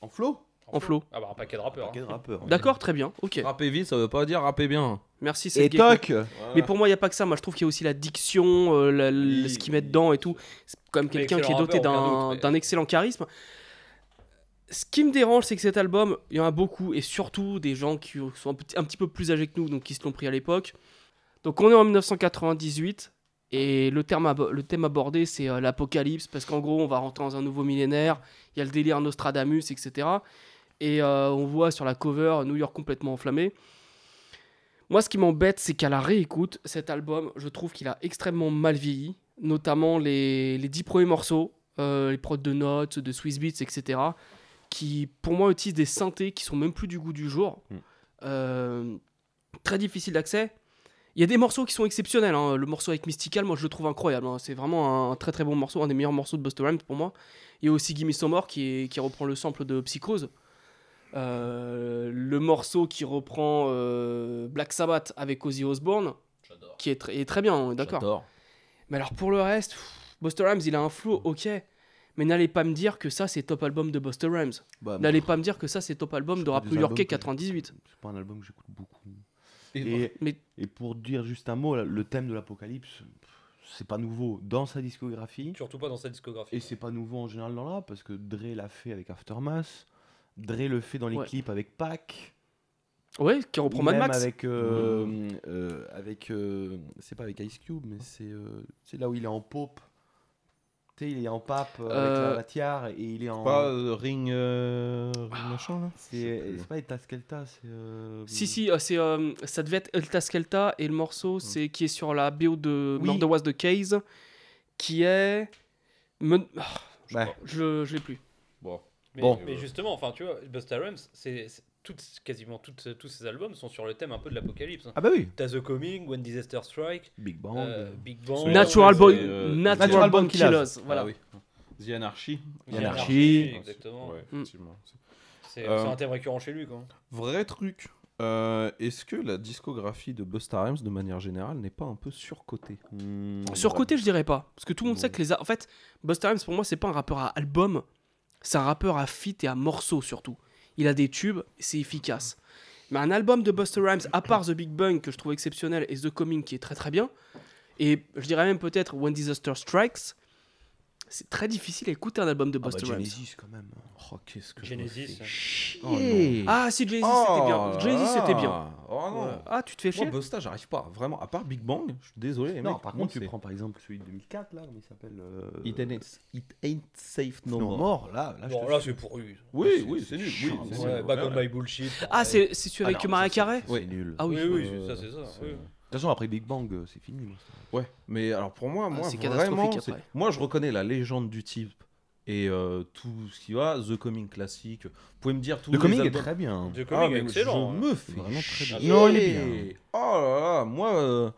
Speaker 4: En flow
Speaker 1: En flow.
Speaker 3: Ah bah un paquet de rappeurs. hein.
Speaker 2: rappeur.
Speaker 1: D'accord, très bien, ok.
Speaker 4: Rapper vite, ça veut pas dire rapper bien.
Speaker 1: Merci, c'est
Speaker 2: Et toc
Speaker 1: Mais pour moi, il n'y a pas que ça. Moi, je trouve qu'il y a aussi la diction, euh, la- la- ce qu'il met dedans et tout. C'est quand même
Speaker 3: Mais
Speaker 1: quelqu'un qui est
Speaker 3: excellent
Speaker 1: doté
Speaker 3: rappeur, aucun
Speaker 1: d'un
Speaker 3: doute, mais-
Speaker 1: d'un excellent charisme. Ce qui me dérange, c'est que cet album, il y en a beaucoup, et surtout des gens qui sont un petit, un petit peu plus âgés que nous, donc qui se l'ont pris à l'époque. Donc on est en 1998, et le, terme abo- le thème abordé, c'est euh, l'apocalypse, parce qu'en gros, on va rentrer dans un nouveau millénaire, il y a le délire Nostradamus, etc. Et euh, on voit sur la cover New York complètement enflammé. Moi, ce qui m'embête, c'est qu'à la réécoute, cet album, je trouve qu'il a extrêmement mal vieilli, notamment les, les dix premiers morceaux, euh, les prods de notes, de Swiss Beats, etc., qui, pour moi, utilisent des synthés qui sont même plus du goût du jour.
Speaker 4: Mm.
Speaker 1: Euh, très difficile d'accès. Il y a des morceaux qui sont exceptionnels. hein. Le morceau avec Mystical, moi, je le trouve incroyable. hein. C'est vraiment un, très très bon morceau, un des meilleurs morceaux de Busta Rhymes pour moi. Il y a aussi Gimme Some More qui, est- qui reprend le sample de Psychose. Euh, le morceau qui reprend euh, Black Sabbath avec Ozzy Osbourne,
Speaker 3: J'adore.
Speaker 1: qui est, tr- est très bien, on est d'accord.
Speaker 4: J'adore.
Speaker 1: Mais alors pour le reste, pff, Busta Rhymes, il a un flow, ok. Mais n'allez pas me dire que ça, c'est top album de Busta Rhymes.
Speaker 2: Bah,
Speaker 1: N'allez pas me dire que ça, c'est top album
Speaker 2: c'est
Speaker 1: de
Speaker 2: pas
Speaker 1: rap
Speaker 2: des
Speaker 1: new-yorkais
Speaker 2: albums que-
Speaker 1: 98.
Speaker 2: C'est pas un album que j'écoute beaucoup.
Speaker 4: Et-
Speaker 2: Et,
Speaker 1: Mais-
Speaker 2: et pour dire juste un mot, là, le thème de l'apocalypse, pff, c'est pas nouveau dans sa discographie.
Speaker 3: Surtout pas dans sa discographie.
Speaker 2: Et c'est pas nouveau en général dans là, parce que Dre l'a fait avec Aftermath. Dre le fait dans les
Speaker 1: Ouais.
Speaker 2: clips avec Pac.
Speaker 1: Ouais, qui
Speaker 2: ou
Speaker 1: reprend Mad
Speaker 2: même
Speaker 1: Max.
Speaker 2: Avec. euh,
Speaker 4: Mmh.
Speaker 2: euh, avec euh, c'est pas avec Ice Cube, mais c'est euh, c'est là où il est en pop. Tu sais, il est en pape euh, avec
Speaker 1: Euh,
Speaker 2: la, la tiare et il est en.
Speaker 4: Pas euh, Ring, euh, Ring machin là
Speaker 2: C'est c'est pas Eta Skelta, c'est. euh,
Speaker 1: Si, si, euh, c'est, euh, ça devait être Elta Skelta et le morceau c'est qui est sur la BO de
Speaker 2: Mm. Oui.
Speaker 1: Murder Was the Case qui est. Me- Ah,
Speaker 3: je
Speaker 2: ouais.
Speaker 3: crois.
Speaker 1: Je, je l'ai plus.
Speaker 4: Bon.
Speaker 3: Mais,
Speaker 2: Bon.
Speaker 3: mais justement, enfin tu vois, Busta Rhymes, c'est c'est- toutes- quasiment toutes- tous ses albums sont sur le thème un peu de l'apocalypse. hein.
Speaker 2: Ah bah oui
Speaker 3: T'as The Coming, When Disaster Strike,
Speaker 2: Big Bang.
Speaker 3: euh,
Speaker 2: euh,
Speaker 3: Big Bang,
Speaker 4: Ouais,
Speaker 1: Natural
Speaker 4: c'est,
Speaker 1: Born
Speaker 4: euh,
Speaker 1: Natural
Speaker 2: Natural
Speaker 1: Born
Speaker 2: Born Killers.
Speaker 1: Killers, Voilà.
Speaker 4: Ah oui. The Anarchy.
Speaker 3: The
Speaker 2: Anarchy.
Speaker 3: exactement.
Speaker 4: Ouais,
Speaker 1: Mm.
Speaker 4: effectivement.
Speaker 3: C'est
Speaker 4: Euh,
Speaker 3: c'est un thème récurrent chez lui, quoi. hein.
Speaker 4: Vrai truc. euh, Est-ce que la discographie de Busta Rhymes, de manière générale, n'est pas un peu surcotée
Speaker 2: hmm,
Speaker 1: Surcoté, je dirais pas. Parce que tout le monde sait
Speaker 4: Non.
Speaker 1: que les. a- En fait, Busta Rhymes, pour moi, c'est pas un rappeur à album. C'est un rappeur à feat et à morceaux surtout. Il a des tubes, c'est efficace. Mais un album de Busta Rhymes, à part The Big Bang, que je trouve exceptionnel, et The Coming, qui est très très bien, et je dirais même peut-être When Disaster Strikes, c'est très difficile à écouter un album de
Speaker 2: ah bah,
Speaker 1: Busta Rhymes.
Speaker 2: Genesis quand même.
Speaker 4: Oh, qu'est-ce que
Speaker 3: Genesis. hein.
Speaker 4: Chier.
Speaker 1: Ah, si, Jay-Z, c'était bien. Jay-Z, c'était bien.
Speaker 4: Eh. Oh bah, non.
Speaker 1: Ah, tu te fais chier
Speaker 4: Moi, Busta, j'arrive pas. Vraiment, à part Big Bang, je suis désolé. les
Speaker 2: Non,
Speaker 4: mecs,
Speaker 2: par
Speaker 4: moi,
Speaker 2: contre, tu
Speaker 4: c'est-
Speaker 2: prends par exemple celui de 2004, là, mais il s'appelle. euh,
Speaker 4: It ain't, it ain't safe no,
Speaker 2: Non,
Speaker 4: more.
Speaker 2: mort, là. là je
Speaker 3: Bon,
Speaker 2: te
Speaker 3: là,
Speaker 2: suis.
Speaker 3: c'est pourri.
Speaker 4: Oui,
Speaker 2: C'est-
Speaker 4: oui,
Speaker 2: c'est
Speaker 4: c'est nul.
Speaker 2: chiant,
Speaker 4: oui, Ah, c'est
Speaker 2: ouais.
Speaker 4: nul.
Speaker 3: Ouais, Back on My Bullshit.
Speaker 1: Ah,
Speaker 3: pareil.
Speaker 1: c'est c'est celui
Speaker 2: Ah
Speaker 1: avec
Speaker 2: non,
Speaker 1: Maria
Speaker 2: ça,
Speaker 1: Carré
Speaker 2: c'est-
Speaker 4: Ouais.
Speaker 2: C'est nul.
Speaker 1: Ah oui.
Speaker 3: Oui, oui, c'est ça, c'est ça.
Speaker 4: C'est-
Speaker 3: oui.
Speaker 2: toute façon, après Big Bang, euh, c'est fini. moi.
Speaker 4: Ouais, mais alors pour moi, moi,
Speaker 1: Ah, c'est
Speaker 4: vraiment,
Speaker 1: catastrophique
Speaker 4: c'est-
Speaker 1: après.
Speaker 4: moi je reconnais la légende du type et euh, tout ce qui va, The Coming classique. Vous pouvez me dire tout
Speaker 2: Le comic est très bien.
Speaker 3: The Coming est
Speaker 4: Ah, mais
Speaker 3: excellent.
Speaker 4: Je
Speaker 3: hein.
Speaker 4: me fais
Speaker 2: Vraiment très bien.
Speaker 4: chier.
Speaker 2: Non, il est bien.
Speaker 4: Oh là là, moi, euh,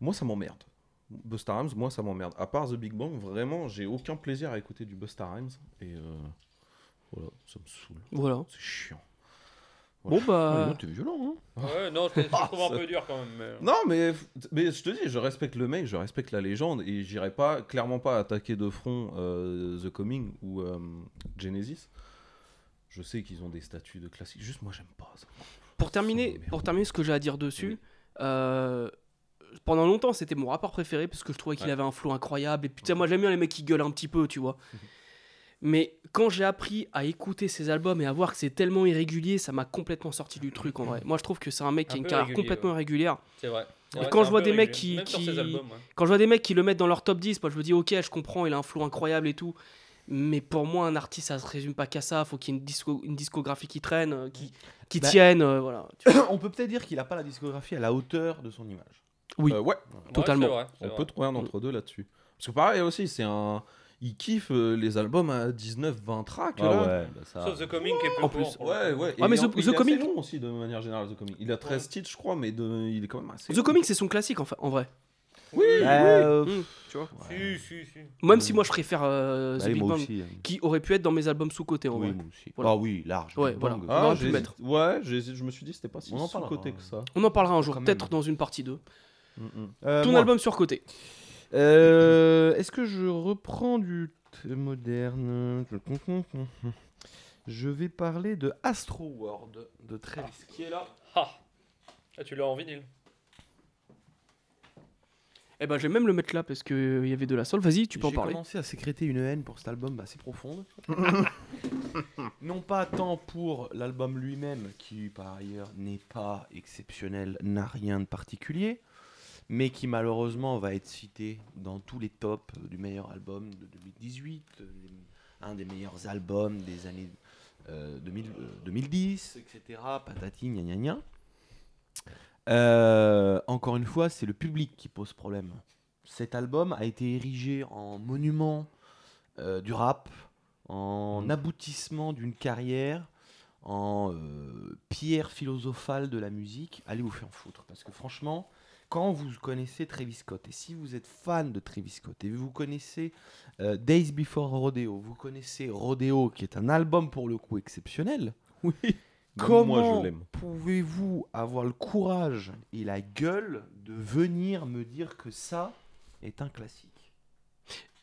Speaker 4: moi ça m'emmerde. Busta Rhymes, moi ça m'emmerde. À part The Big Bang, vraiment, j'ai aucun plaisir à écouter du Busta Rhymes. Et euh, voilà, ça me saoule.
Speaker 1: Voilà.
Speaker 4: C'est chiant.
Speaker 1: Bon,
Speaker 2: Ah, non,
Speaker 1: bah.
Speaker 2: t'es violent, hein.
Speaker 3: Ouais, non, je je
Speaker 4: Ah,
Speaker 3: trouve un
Speaker 4: ça-
Speaker 3: peu dur quand même. mais-
Speaker 4: Non, mais, mais je te dis, je respecte le mec, je respecte la légende et j'irai pas, clairement pas attaquer de front euh, The Coming ou euh, Genesis. Je sais qu'ils ont des statuts de classique, juste moi j'aime pas ça.
Speaker 1: Pour terminer,
Speaker 4: Merde.
Speaker 1: pour terminer ce que j'ai à dire dessus, euh, pendant longtemps c'était mon rapport préféré parce que je trouvais qu'il
Speaker 4: Ouais.
Speaker 1: avait un flow incroyable. Et putain, moi j'aime bien les mecs qui gueulent un petit peu, tu vois. Mais quand j'ai appris à écouter ses albums et à voir que c'est tellement irrégulier, ça m'a complètement sorti du truc en vrai. Moi je trouve que c'est un mec qui
Speaker 3: Un
Speaker 1: a une
Speaker 3: peu
Speaker 1: carrière
Speaker 3: irrégulier,
Speaker 1: complètement
Speaker 3: ouais.
Speaker 1: irrégulière.
Speaker 3: C'est vrai. C'est
Speaker 1: Et
Speaker 3: vrai,
Speaker 1: quand
Speaker 3: c'est
Speaker 1: je
Speaker 3: un
Speaker 1: vois
Speaker 3: peu
Speaker 1: des mecs
Speaker 3: régulier.
Speaker 1: qui-
Speaker 3: Même sur
Speaker 1: qui-
Speaker 3: ses albums, ouais.
Speaker 1: Quand je vois des mecs qui le mettent dans leur top 10, moi je me dis ok, je comprends, il a un flow incroyable et tout. Mais pour moi, un artiste, ça se résume pas qu'à ça. Faut qu'il y ait une, disco- une discographie qui traîne, euh, qui, qui
Speaker 2: Bah-
Speaker 1: tienne, euh, voilà. Tu vois.
Speaker 2: On peut peut-être dire qu'il a pas la discographie à la hauteur de son image.
Speaker 1: Oui.
Speaker 4: Euh, ouais,
Speaker 3: Ouais,
Speaker 1: Totalement.
Speaker 3: c'est vrai, c'est
Speaker 4: on
Speaker 3: vrai.
Speaker 4: peut trouver un entre-deux là-dessus. Parce que pareil aussi, c'est un. Il kiffe euh, les albums à 19-20 tracks là.
Speaker 2: ouais, bah ça.
Speaker 3: Ah Sauf The Coming qui est plus
Speaker 1: En
Speaker 3: court,
Speaker 1: plus.
Speaker 3: pour le
Speaker 4: Ouais, ouais.
Speaker 1: Ah, mais
Speaker 4: il est-
Speaker 1: The-
Speaker 4: il
Speaker 1: The
Speaker 4: est assez
Speaker 1: Coming-
Speaker 4: long aussi de manière générale, The Coming. Il a 13 titres, je crois, mais de- il est quand même assez.
Speaker 1: The
Speaker 4: long.
Speaker 1: Comic, c'est son classique en, fa- en vrai.
Speaker 3: Oui,
Speaker 2: Euh,
Speaker 1: Mm, tu vois.
Speaker 3: oui. Si, si, si.
Speaker 1: Même
Speaker 2: Mm.
Speaker 1: si moi je préfère euh, The
Speaker 2: allez,
Speaker 1: Big
Speaker 2: moi
Speaker 1: Bang,
Speaker 2: aussi. hein.
Speaker 1: qui aurait pu être dans mes albums sous-côtés en
Speaker 2: Oui,
Speaker 1: vrai.
Speaker 2: moi aussi.
Speaker 1: Voilà.
Speaker 2: Ah oui, large.
Speaker 1: Ouais,
Speaker 2: Big
Speaker 1: voilà.
Speaker 2: Bang.
Speaker 1: On
Speaker 4: Ah,
Speaker 1: aurait pu
Speaker 4: j'hésite-
Speaker 1: mettre.
Speaker 4: Ouais, j'hésite- je me suis dit, c'était pas si
Speaker 2: On en parlera.
Speaker 4: sous-côté que ça.
Speaker 1: On en parlera un jour,
Speaker 2: Quand
Speaker 1: peut-être
Speaker 2: même.
Speaker 1: dans une partie 2.
Speaker 3: Mm,
Speaker 2: Euh,
Speaker 1: Ton
Speaker 2: moi.
Speaker 1: album surcoté.
Speaker 2: Euh, Est-ce que je reprends du t- moderne Je vais parler de Astro World de Travis Scott.
Speaker 3: Qui est là Ah Ah, tu l'as en vinyle
Speaker 1: Eh ben, je vais même le mettre là parce qu'il y avait de la sol. Vas-y, tu peux en
Speaker 2: J'ai
Speaker 1: parler.
Speaker 2: commencé à sécréter une haine pour cet album assez profonde. non pas tant pour l'album lui-même, qui par ailleurs n'est pas exceptionnel, n'a rien de particulier, mais qui malheureusement va être cité dans tous les tops du meilleur album de 2018, euh, un des meilleurs albums des années euh, 2000, euh, 2010, etc. Patati, gna gna gna. Euh, encore une fois, c'est le public qui pose problème cet album a été érigé en monument euh, du rap, en aboutissement d'une carrière, en euh, pierre philosophale de la musique. Allez vous faire foutre, parce que franchement, quand vous connaissez Travis Scott, et si vous êtes fan de Travis Scott, et vous connaissez euh, Days Before Rodeo, vous connaissez Rodeo, qui est un album pour le coup exceptionnel,
Speaker 4: Oui. Même
Speaker 2: comment
Speaker 4: moi, je l'aime.
Speaker 2: pouvez-vous avoir le courage et la gueule de venir me dire que ça est un classique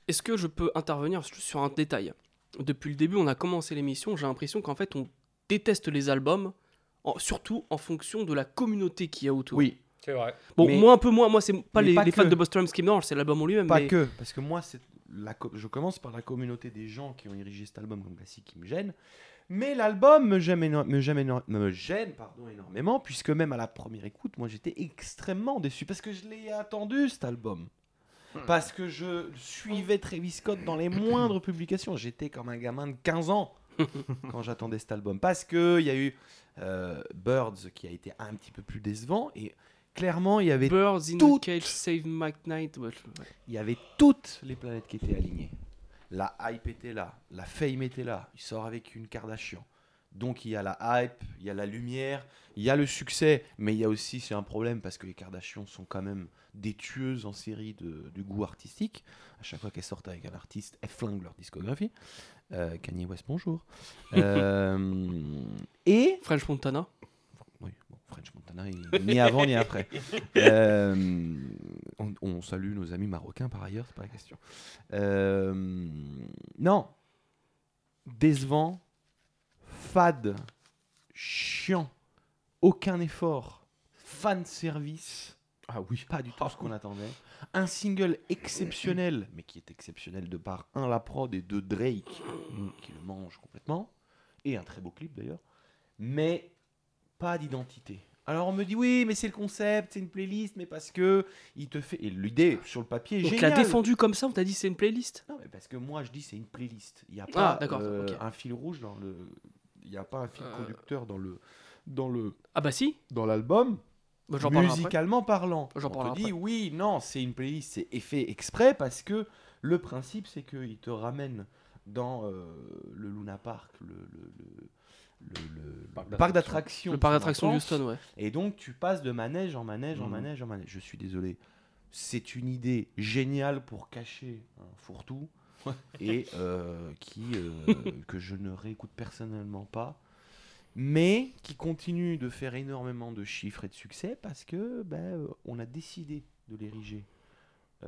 Speaker 1: Est-ce que je peux intervenir juste sur un détail Depuis le début, on a commencé l'émission, j'ai l'impression qu'en fait, on déteste les albums, en- surtout en fonction de la communauté qu'il y a autour.
Speaker 2: Oui,
Speaker 3: C'est vrai.
Speaker 1: Bon,
Speaker 2: mais-
Speaker 1: moi un peu moins, moi c'est pas
Speaker 2: mais
Speaker 1: les,
Speaker 2: pas
Speaker 1: les fans
Speaker 2: que.
Speaker 1: de Buster Rhymes qui me dérangent, c'est l'album en lui-même.
Speaker 2: pas
Speaker 1: mais-
Speaker 2: que, parce que moi, c'est la co- je commence par la communauté des gens qui ont érigé cet album comme classique qui me gêne, mais l'album me gêne, éno- me gêne, éno- me gêne pardon, énormément, puisque même à la première écoute, moi j'étais extrêmement déçu, parce que je l'ai attendu cet album. Parce que je suivais Travis Scott dans les moindres publications. J'étais comme un gamin de 15 ans quand j'attendais cet album. Parce qu'il y a eu euh, Birds qui a été un petit peu plus décevant. Et clairement, il y avait
Speaker 1: Birds in
Speaker 2: Toutes-
Speaker 1: a Cage, Save McKnight. ouais, je- ouais.
Speaker 2: il y avait toutes les planètes qui étaient alignées. La hype était là, la fame était là, il sort avec une Kardashian. Donc il y a la hype, il y a la lumière, il y a le succès, mais il y a aussi, c'est un problème parce que les Kardashians sont quand même des tueuses en série de, du goût artistique. À chaque fois qu'elles sortent avec un artiste, elles flinguent leur discographie. Euh, Kanye West, bonjour. Euh, et
Speaker 1: French Montana.
Speaker 2: oui, bon, French Montana, il- ni avant ni après. Euh, on, on salue nos amis marocains par ailleurs, c'est pas la question. Euh, non, décevant, fade, chiant, aucun effort, fan service. Ah oui, pas du tout ce qu'on attendait. Un single exceptionnel, mais qui est exceptionnel de par un la prod et deux Drake qui le mange complètement et un très beau clip d'ailleurs. Mais pas d'identité. Alors on me dit oui, mais c'est le concept, c'est une playlist, mais parce que il te fait et l'idée sur le papier est
Speaker 1: Donc
Speaker 2: géniale.
Speaker 1: l'a défendu comme ça, on t'a dit c'est une playlist
Speaker 2: Non, mais parce que moi je dis c'est une playlist. Il n'y a pas
Speaker 1: Ah, d'accord,
Speaker 2: euh,
Speaker 1: ok.
Speaker 2: un fil rouge dans le, il n'y a pas un fil
Speaker 1: Euh.
Speaker 2: conducteur dans le, dans le,
Speaker 1: Ah bah si
Speaker 2: dans l'album.
Speaker 1: Bah, j'en parlerai après.
Speaker 2: musicalement parlant.
Speaker 1: J'en
Speaker 2: on
Speaker 1: parlerai
Speaker 2: te dit
Speaker 1: après.
Speaker 2: oui, non, c'est une playlist, c'est effet exprès parce que le principe c'est qu'il te ramène dans euh, le Luna Park, le, le- le- le- le- le
Speaker 4: Parc
Speaker 2: parc d'attractions.
Speaker 4: d'attraction.
Speaker 1: Le
Speaker 2: de
Speaker 1: parc
Speaker 2: son
Speaker 1: d'attraction
Speaker 2: enfance.
Speaker 1: Houston, ouais.
Speaker 2: Et donc tu passes de manège en manège en
Speaker 4: Mhm.
Speaker 2: manège en manège. Je suis désolé. C'est une idée géniale pour cacher un fourre-tout et euh, qui euh, que je ne réécoute personnellement pas, mais qui continue de faire énormément de chiffres et de succès parce que ben, euh, on a décidé de l'ériger euh,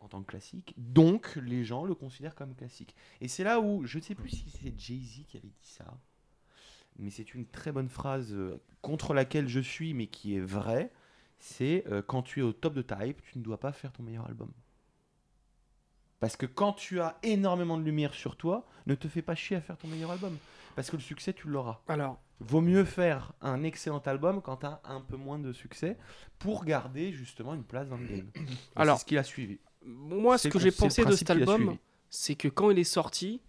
Speaker 2: en tant que classique. Donc les gens le considèrent comme classique. Et c'est là où je ne sais plus si c'est Jay-Z qui avait dit ça, mais c'est une très bonne phrase euh, contre laquelle je suis, mais qui est vraie. C'est euh, quand tu es au top de ta hype, tu ne dois pas faire ton meilleur album. Parce que quand tu as énormément de lumière sur toi, ne te fais pas chier à faire ton meilleur album. Parce que le succès, tu l'auras.
Speaker 1: Alors,
Speaker 2: Vaut mieux faire un excellent album quand tu as un peu moins de succès pour garder justement une place dans le game. Et
Speaker 1: Alors,
Speaker 2: c'est ce qu'il a suivi.
Speaker 1: moi, ce
Speaker 2: C'est
Speaker 1: que
Speaker 2: le-
Speaker 1: j'ai
Speaker 2: c'est le
Speaker 1: pensé de
Speaker 2: principe
Speaker 1: cet
Speaker 2: qu'il a
Speaker 1: album,
Speaker 2: suivi.
Speaker 1: c'est que quand il est sorti,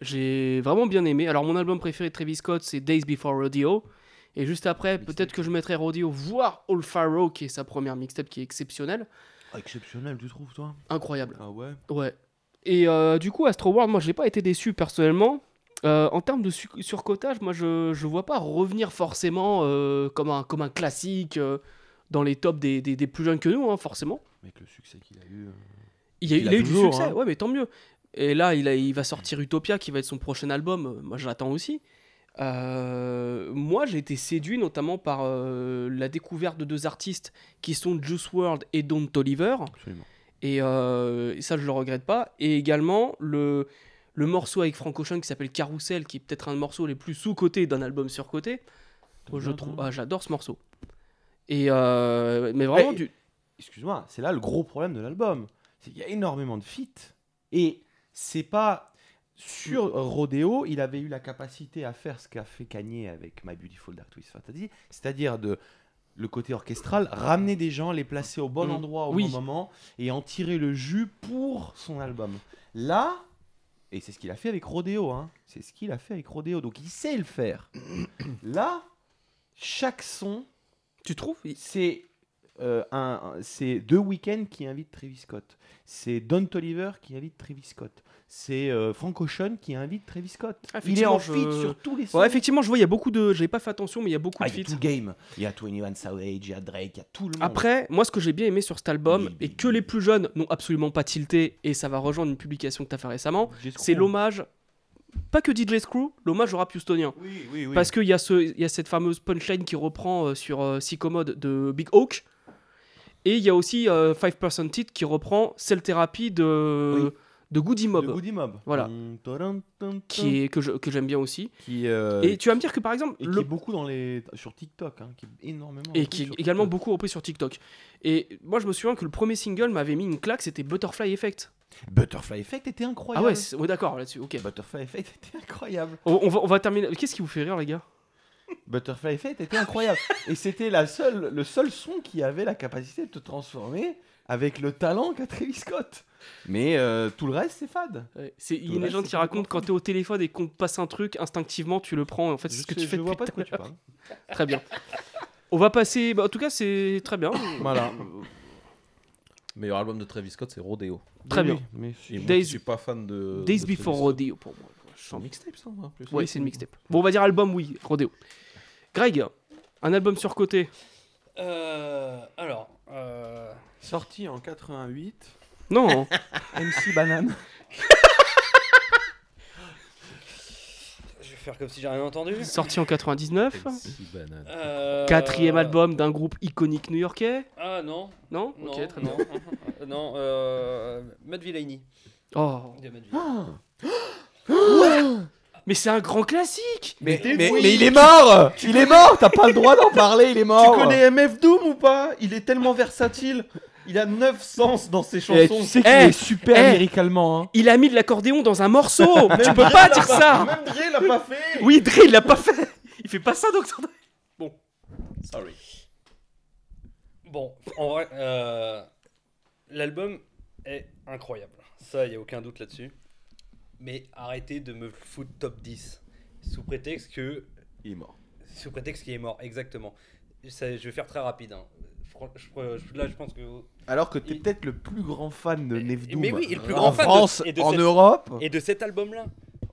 Speaker 1: j'ai vraiment bien aimé. Alors, mon album préféré de Travis Scott, c'est Days Before Rodeo. Et juste après,
Speaker 2: Mixtape.
Speaker 1: peut-être que je mettrai Rodeo, voire All Pharaoh, qui est sa première mixtape qui est exceptionnelle.
Speaker 2: exceptionnel, tu trouves, toi
Speaker 1: Incroyable.
Speaker 2: Ah ouais
Speaker 1: Ouais. Et euh, du coup, Astro World, moi, j'ai pas été déçu personnellement. Euh, en termes de su- surcotage, moi, je, je vois pas revenir forcément euh, comme, un, comme un classique euh, dans les tops des, des- des plus jeunes que nous, hein, forcément.
Speaker 2: Avec le succès qu'il a eu. euh,
Speaker 1: Il, y a,
Speaker 2: Il
Speaker 1: il
Speaker 2: a
Speaker 1: a eu du
Speaker 2: toujours,
Speaker 1: succès,
Speaker 2: hein.
Speaker 1: ouais, mais tant mieux. Et là, il, a- il va sortir Utopia, qui va être son prochain album. Euh, Moi, je l'attends aussi. Euh, moi, j'ai été séduit notamment par euh, la découverte de deux artistes qui sont Juice World et Don Toliver.
Speaker 2: Absolument.
Speaker 1: Et, euh, et ça, je le regrette pas. Et également, le, le morceau avec Frank Ocean qui s'appelle Carousel, qui est peut-être un des morceaux les plus sous-cotés d'un album sur-coté. Moi, je
Speaker 2: bien, hein.
Speaker 1: trouve,
Speaker 2: toi
Speaker 1: ah, j'adore ce morceau. Et euh, mais vraiment,
Speaker 2: Eh,
Speaker 1: du,
Speaker 2: excuse-moi, c'est là le gros problème de l'album. C'est qu'il y a énormément de feats. Et c'est pas. Sur Rodeo, il avait eu la capacité à faire ce qu'a fait Kanye avec My Beautiful Dark Twist Fantasy, c'est-à-dire de le côté orchestral, ramener des gens, les placer au bon
Speaker 1: Mm.
Speaker 2: endroit au
Speaker 1: Oui.
Speaker 2: bon moment et en tirer le jus pour son album. Là, et c'est ce qu'il a fait avec Rodeo, hein. c'est ce qu'il a fait avec Rodeo, donc il sait le faire. Là, chaque son
Speaker 1: tu trouves
Speaker 2: c'est euh, un, un- c'est The Weeknd qui invite Travis Scott. C'est Don Toliver qui invite Travis Scott. C'est euh, Frank Ocean qui invite Travis Scott.
Speaker 1: Ah,
Speaker 2: Il est en
Speaker 1: effectivement,
Speaker 2: feat
Speaker 1: je-
Speaker 2: sur tous les sons.
Speaker 1: Ouais, effectivement, je vois, il y a beaucoup de. J'avais pas fait attention, mais il y a beaucoup
Speaker 2: Ah,
Speaker 1: de
Speaker 2: il y a
Speaker 1: feats.
Speaker 2: tout le game. Il y a 21 Savage, il y a Drake, il y a tout le monde.
Speaker 1: Après, moi, ce que j'ai bien aimé sur cet album,
Speaker 2: Oui,
Speaker 1: et
Speaker 2: oui,
Speaker 1: que
Speaker 2: oui.
Speaker 1: les plus jeunes n'ont absolument pas tilté, et ça va rejoindre une publication que t'as fait récemment,
Speaker 2: J. Screw.
Speaker 1: c'est l'hommage. Pas que DJ Screw, l'hommage au rap houstonien.
Speaker 2: Oui, oui, oui.
Speaker 1: Parce qu'il y, a ce- il y a cette fameuse punchline qui reprend euh, sur euh, Psychomode de Big Hawk. Et il y a aussi euh, 5% Tit qui reprend Cell Therapy de,
Speaker 2: Oui.
Speaker 1: de Goody
Speaker 2: De
Speaker 1: Mob,
Speaker 2: Goody Mob.
Speaker 1: Voilà.
Speaker 2: Tum, tadam, tum, tum.
Speaker 1: qui est, que je- que j'aime bien aussi.
Speaker 2: Qui, euh,
Speaker 1: et tu vas me dire que par exemple.
Speaker 2: et qui
Speaker 1: le-
Speaker 2: est beaucoup dans les... sur TikTok. hein, qui est énormément.
Speaker 1: et
Speaker 2: repris
Speaker 1: qui est
Speaker 2: sur
Speaker 1: également
Speaker 2: TikTok.
Speaker 1: beaucoup repris sur TikTok. Et moi, je me souviens que le premier single m'avait mis une claque, c'était Butterfly Effect.
Speaker 2: Butterfly Effect était
Speaker 1: Ah
Speaker 2: incroyable.
Speaker 1: ouais, c'est- ouais, d'accord là-dessus, ok.
Speaker 2: Butterfly Effect était incroyable.
Speaker 1: On, on va, on va terminer. Qu'est-ce qui vous fait rire, les gars
Speaker 2: Butterfly Effect était incroyable. Et c'était la seule, le seul son qui avait la capacité de te transformer avec le talent qu'a Travis Scott. Mais euh, tout le reste, c'est fade.
Speaker 1: Ouais, c'est- Il y a
Speaker 2: Ouais, Bah,
Speaker 1: une légende
Speaker 2: c'est
Speaker 1: qui raconte
Speaker 2: complètement
Speaker 1: quand t'es au téléphone et qu'on te passe un truc, instinctivement, tu le prends. En fait, c'est
Speaker 2: Je
Speaker 1: ce que
Speaker 2: sais-
Speaker 1: tu fais
Speaker 2: je vois
Speaker 1: depuis
Speaker 2: pas de
Speaker 1: tout à
Speaker 2: quoi tu parles.
Speaker 1: l'heure. Très bien. On va passer. bah, en tout cas, c'est très bien. euh,
Speaker 2: Voilà.
Speaker 4: Meilleur album de Travis Scott, c'est Rodeo.
Speaker 1: Très
Speaker 2: Mais
Speaker 1: bien.
Speaker 2: oui, mais
Speaker 4: Et
Speaker 2: si-
Speaker 4: moi
Speaker 1: Days-
Speaker 4: qui suis pas fan de. de
Speaker 1: Days
Speaker 4: Travis
Speaker 1: Before
Speaker 4: Scott.
Speaker 1: Rodeo pour moi. Je
Speaker 4: C'est un
Speaker 1: sens- Mm.
Speaker 4: mixtape, ça, en plus.
Speaker 1: Ouais, c'est une mixtape. Bon, on va dire album, oui, Rodeo. Greg, un album surcoté.
Speaker 3: Euh, alors, euh,
Speaker 2: Sorti en 88,
Speaker 1: Non, hein.
Speaker 2: MC Banane.
Speaker 3: je vais faire comme si j'ai rien entendu.
Speaker 1: sorti en 99.
Speaker 4: Si banane.
Speaker 3: Euh,
Speaker 1: Quatrième album d'un groupe iconique new-yorkais.
Speaker 3: Ah non,
Speaker 1: Non,
Speaker 3: non,
Speaker 1: Ok, très bien.
Speaker 3: non, euh, non, euh, Matt Villainy.
Speaker 1: Oh.
Speaker 3: Il y a Matt Villainy.
Speaker 1: Mais c'est un grand classique
Speaker 2: Mais, mais- mais il est mort Il est mort T'as pas le droit d'en parler, il est
Speaker 4: Tu
Speaker 3: Oh.
Speaker 2: mort
Speaker 4: connais MF Doom ou pas Il est tellement versatile. Il a 9 sens dans ses
Speaker 2: Eh,
Speaker 4: chansons.
Speaker 2: Tu sais qu'il
Speaker 1: Eh,
Speaker 2: est super
Speaker 1: eh.
Speaker 2: lyriquement. hein.
Speaker 1: Il a mis de l'accordéon dans un morceau Tu peux pas dire ça
Speaker 4: Même Dre l'a pas fait.
Speaker 1: Oui, Dre, il l'a pas fait Il fait pas ça, Docteur Dre
Speaker 4: Sorry.
Speaker 3: Bon, en vrai, euh, l'album est incroyable. Ça, il n'y a aucun doute là-dessus. Mais arrêtez de me foutre top 10. Sous prétexte que.
Speaker 2: Il est mort.
Speaker 3: Sous prétexte qu'il est mort, exactement. ça- je vais faire très rapide. hein. Fran- je- je- là, je pense que.
Speaker 2: Alors que t'es
Speaker 3: Il-
Speaker 2: peut-être le plus grand fan de
Speaker 1: Eh,
Speaker 3: Mais-
Speaker 2: Neve Doom
Speaker 3: mais oui, et le plus
Speaker 2: en
Speaker 3: grand fan de-
Speaker 2: France,
Speaker 3: et de
Speaker 2: en
Speaker 3: cette-
Speaker 2: Europe. Et,
Speaker 3: Et de cet album-là.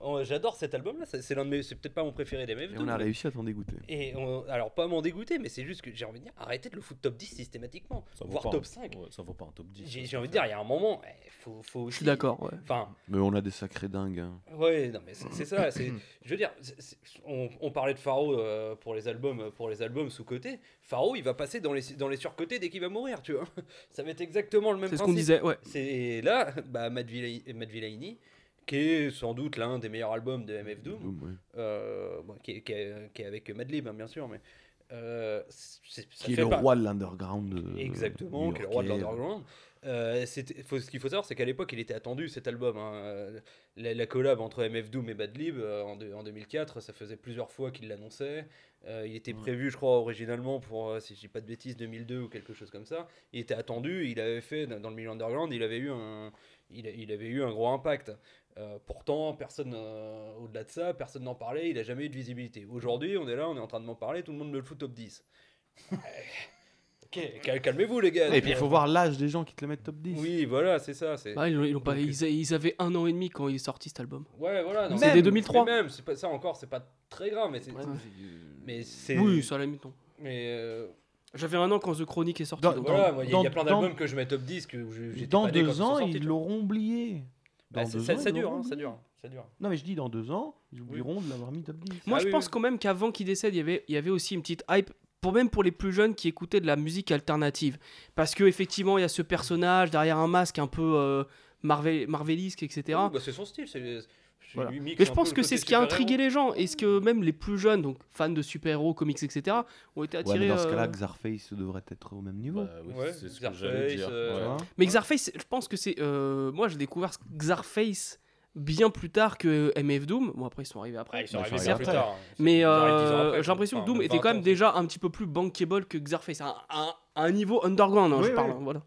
Speaker 3: Oh, J'adore cet album-là. C'est c'est l'un de mes. C'est peut-être pas mon préféré des Mev
Speaker 2: on a
Speaker 3: Doom,
Speaker 2: réussi à t'en dégoûter.
Speaker 3: Et on- alors, pas m'en dégoûter, mais c'est juste que j'ai envie de dire, arrêtez de le foutre top 10 systématiquement,
Speaker 5: Ça vaut
Speaker 3: voire
Speaker 5: pas un-
Speaker 4: hein.
Speaker 3: top 5.
Speaker 5: Ouais, ça vaut pas un top 10.
Speaker 3: J'ai
Speaker 5: ça,
Speaker 3: j'ai envie de
Speaker 5: c'est
Speaker 3: dire, il y a un moment, eh, faut, faut
Speaker 1: Je
Speaker 3: aussi-
Speaker 1: suis d'accord, ouais.
Speaker 3: Enfin,
Speaker 2: Mais on a des sacrés dingues. hein.
Speaker 3: ouais, non, mais c'est c'est ça. c'est- Je veux dire, c'est- c'est- on, on parlait de Faro euh, pour les albums, pour les albums sous-cotés. Faro, il va passer dans les, dans les surcotés dès qu'il va mourir, tu vois. Ça va être exactement le même
Speaker 1: C'est
Speaker 3: principe.
Speaker 1: ce qu'on disait, ouais.
Speaker 3: C'est là, bah, Matt, Vila- Matt Villaini, qui est sans doute l'un des meilleurs albums de MF Doom, euh, bon, qui, est, qui est- qui est avec Madlib, hein, bien sûr, mais. euh, c'est- ça
Speaker 2: Qui est
Speaker 3: fait
Speaker 2: le
Speaker 3: pas-
Speaker 2: roi de l'underground. euh,
Speaker 3: Exactement, qui est le roi de
Speaker 2: new-yorkais.
Speaker 3: l'underground. Euh, c'était- faut- ce qu'il faut savoir, c'est qu'à l'époque, il était attendu cet album. hein. Euh, La, la collab entre MF Doom et Madlib euh, en, deux- en 2004, ça faisait plusieurs fois qu'il l'annonçait. Euh, il était prévu, je crois, originalement pour, euh, si je dis pas de bêtises, 2002 ou quelque chose comme ça. Il était attendu, il avait fait, dans dans le milieu underground, il avait eu un, il, a- il avait eu un gros impact. Euh, pourtant, personne, euh, au-delà de ça, personne n'en parlait, il n'a jamais eu de visibilité. Aujourd'hui, on est là, on est en train de m'en parler, tout le monde me le fout top 10. Euh, ok, cal- calmez-vous les gars.
Speaker 2: Et puis il faut voir l'âge des gens qui te le mettent top 10.
Speaker 3: Oui, voilà, c'est ça. C'est...
Speaker 1: Bah, ils, l'ont- ils l'ont pas-
Speaker 3: Donc,
Speaker 1: ils a- ils avaient un an et demi quand il est sorti cet album.
Speaker 3: Ouais, voilà. non,
Speaker 1: C'est
Speaker 3: mais-
Speaker 1: dès 2003.
Speaker 3: mais même, c'est pas, ça encore, c'est pas très grave, mais c'est. Mais c'est.
Speaker 1: Oui, ça à la limite, non.
Speaker 3: Mais euh,
Speaker 1: J'avais un an quand The Chronic est sorti.
Speaker 2: Dans-
Speaker 1: donc-
Speaker 3: voilà, moi, il y, a- il y a
Speaker 2: dans-
Speaker 3: plein
Speaker 2: dans-
Speaker 3: d'albums que je mets top 10 que je- j'étais
Speaker 2: Dans
Speaker 3: pas né quand
Speaker 2: deux
Speaker 3: sont
Speaker 2: ans,
Speaker 3: sortis,
Speaker 2: ils
Speaker 3: tu
Speaker 2: l'auront oublié.
Speaker 3: vois.
Speaker 2: Dans
Speaker 3: Bah, c'est-
Speaker 2: deux
Speaker 3: ça,
Speaker 2: ans,
Speaker 3: ça
Speaker 2: ils
Speaker 3: dure,
Speaker 2: l'auront
Speaker 3: hein, ça
Speaker 2: oublié.
Speaker 3: dure, ça dure.
Speaker 2: Non, mais je dis dans deux ans, ils oublieront de l'avoir mis top 10.
Speaker 1: Moi,
Speaker 3: Ah
Speaker 1: je
Speaker 3: oui,
Speaker 1: pense
Speaker 3: oui.
Speaker 1: quand même qu'avant qu'il décède, il y avait, il y avait aussi une petite hype, pour même pour les plus jeunes qui écoutaient de la musique alternative. Parce que effectivement, il y a ce personnage derrière un masque un peu euh, Marvel, marvelisque, etc.
Speaker 3: Oui, bah, c'est son style. C'est, c'est-
Speaker 1: Voilà.
Speaker 3: lui mixe
Speaker 1: Mais
Speaker 3: un
Speaker 1: je
Speaker 3: peu
Speaker 1: pense
Speaker 3: le
Speaker 1: que
Speaker 3: côté
Speaker 1: c'est ce qui a
Speaker 3: super-héros.
Speaker 1: intrigué les gens. Et ce que même les plus jeunes, donc fans de super-héros, comics, etc., ont été
Speaker 2: Ouais,
Speaker 1: attirés.
Speaker 2: mais dans ce
Speaker 1: euh,
Speaker 2: cas-là, Xarface devrait être au même
Speaker 5: pas-
Speaker 2: niveau.
Speaker 5: Bah, oui,
Speaker 3: Ouais,
Speaker 5: c'est ce que
Speaker 3: Dark
Speaker 5: j'allais
Speaker 3: Face,
Speaker 5: dire.
Speaker 3: euh,
Speaker 2: tu
Speaker 5: ouais.
Speaker 2: vois.
Speaker 1: Mais Xarface, je pense que c'est. euh, moi, j'ai découvert Xarface bien plus tard que MF Doom. Bon, après, ils sont arrivés après.
Speaker 3: Ouais, ils sont
Speaker 2: Bah, ils
Speaker 3: arrivés
Speaker 2: sont
Speaker 3: bien
Speaker 2: arrivés
Speaker 3: plus tard. hein.
Speaker 1: Mais
Speaker 3: Ils arrivent dix ans
Speaker 1: euh,
Speaker 3: après,
Speaker 1: j'ai l'impression
Speaker 3: enfin,
Speaker 1: que Doom
Speaker 3: même
Speaker 1: était quand
Speaker 3: 20
Speaker 1: même
Speaker 3: ans,
Speaker 1: déjà un petit peu plus bankable que Xarface, à, à- à un niveau underground, hein,
Speaker 2: Oui,
Speaker 1: je parle.
Speaker 2: oui.
Speaker 1: hein, Voilà.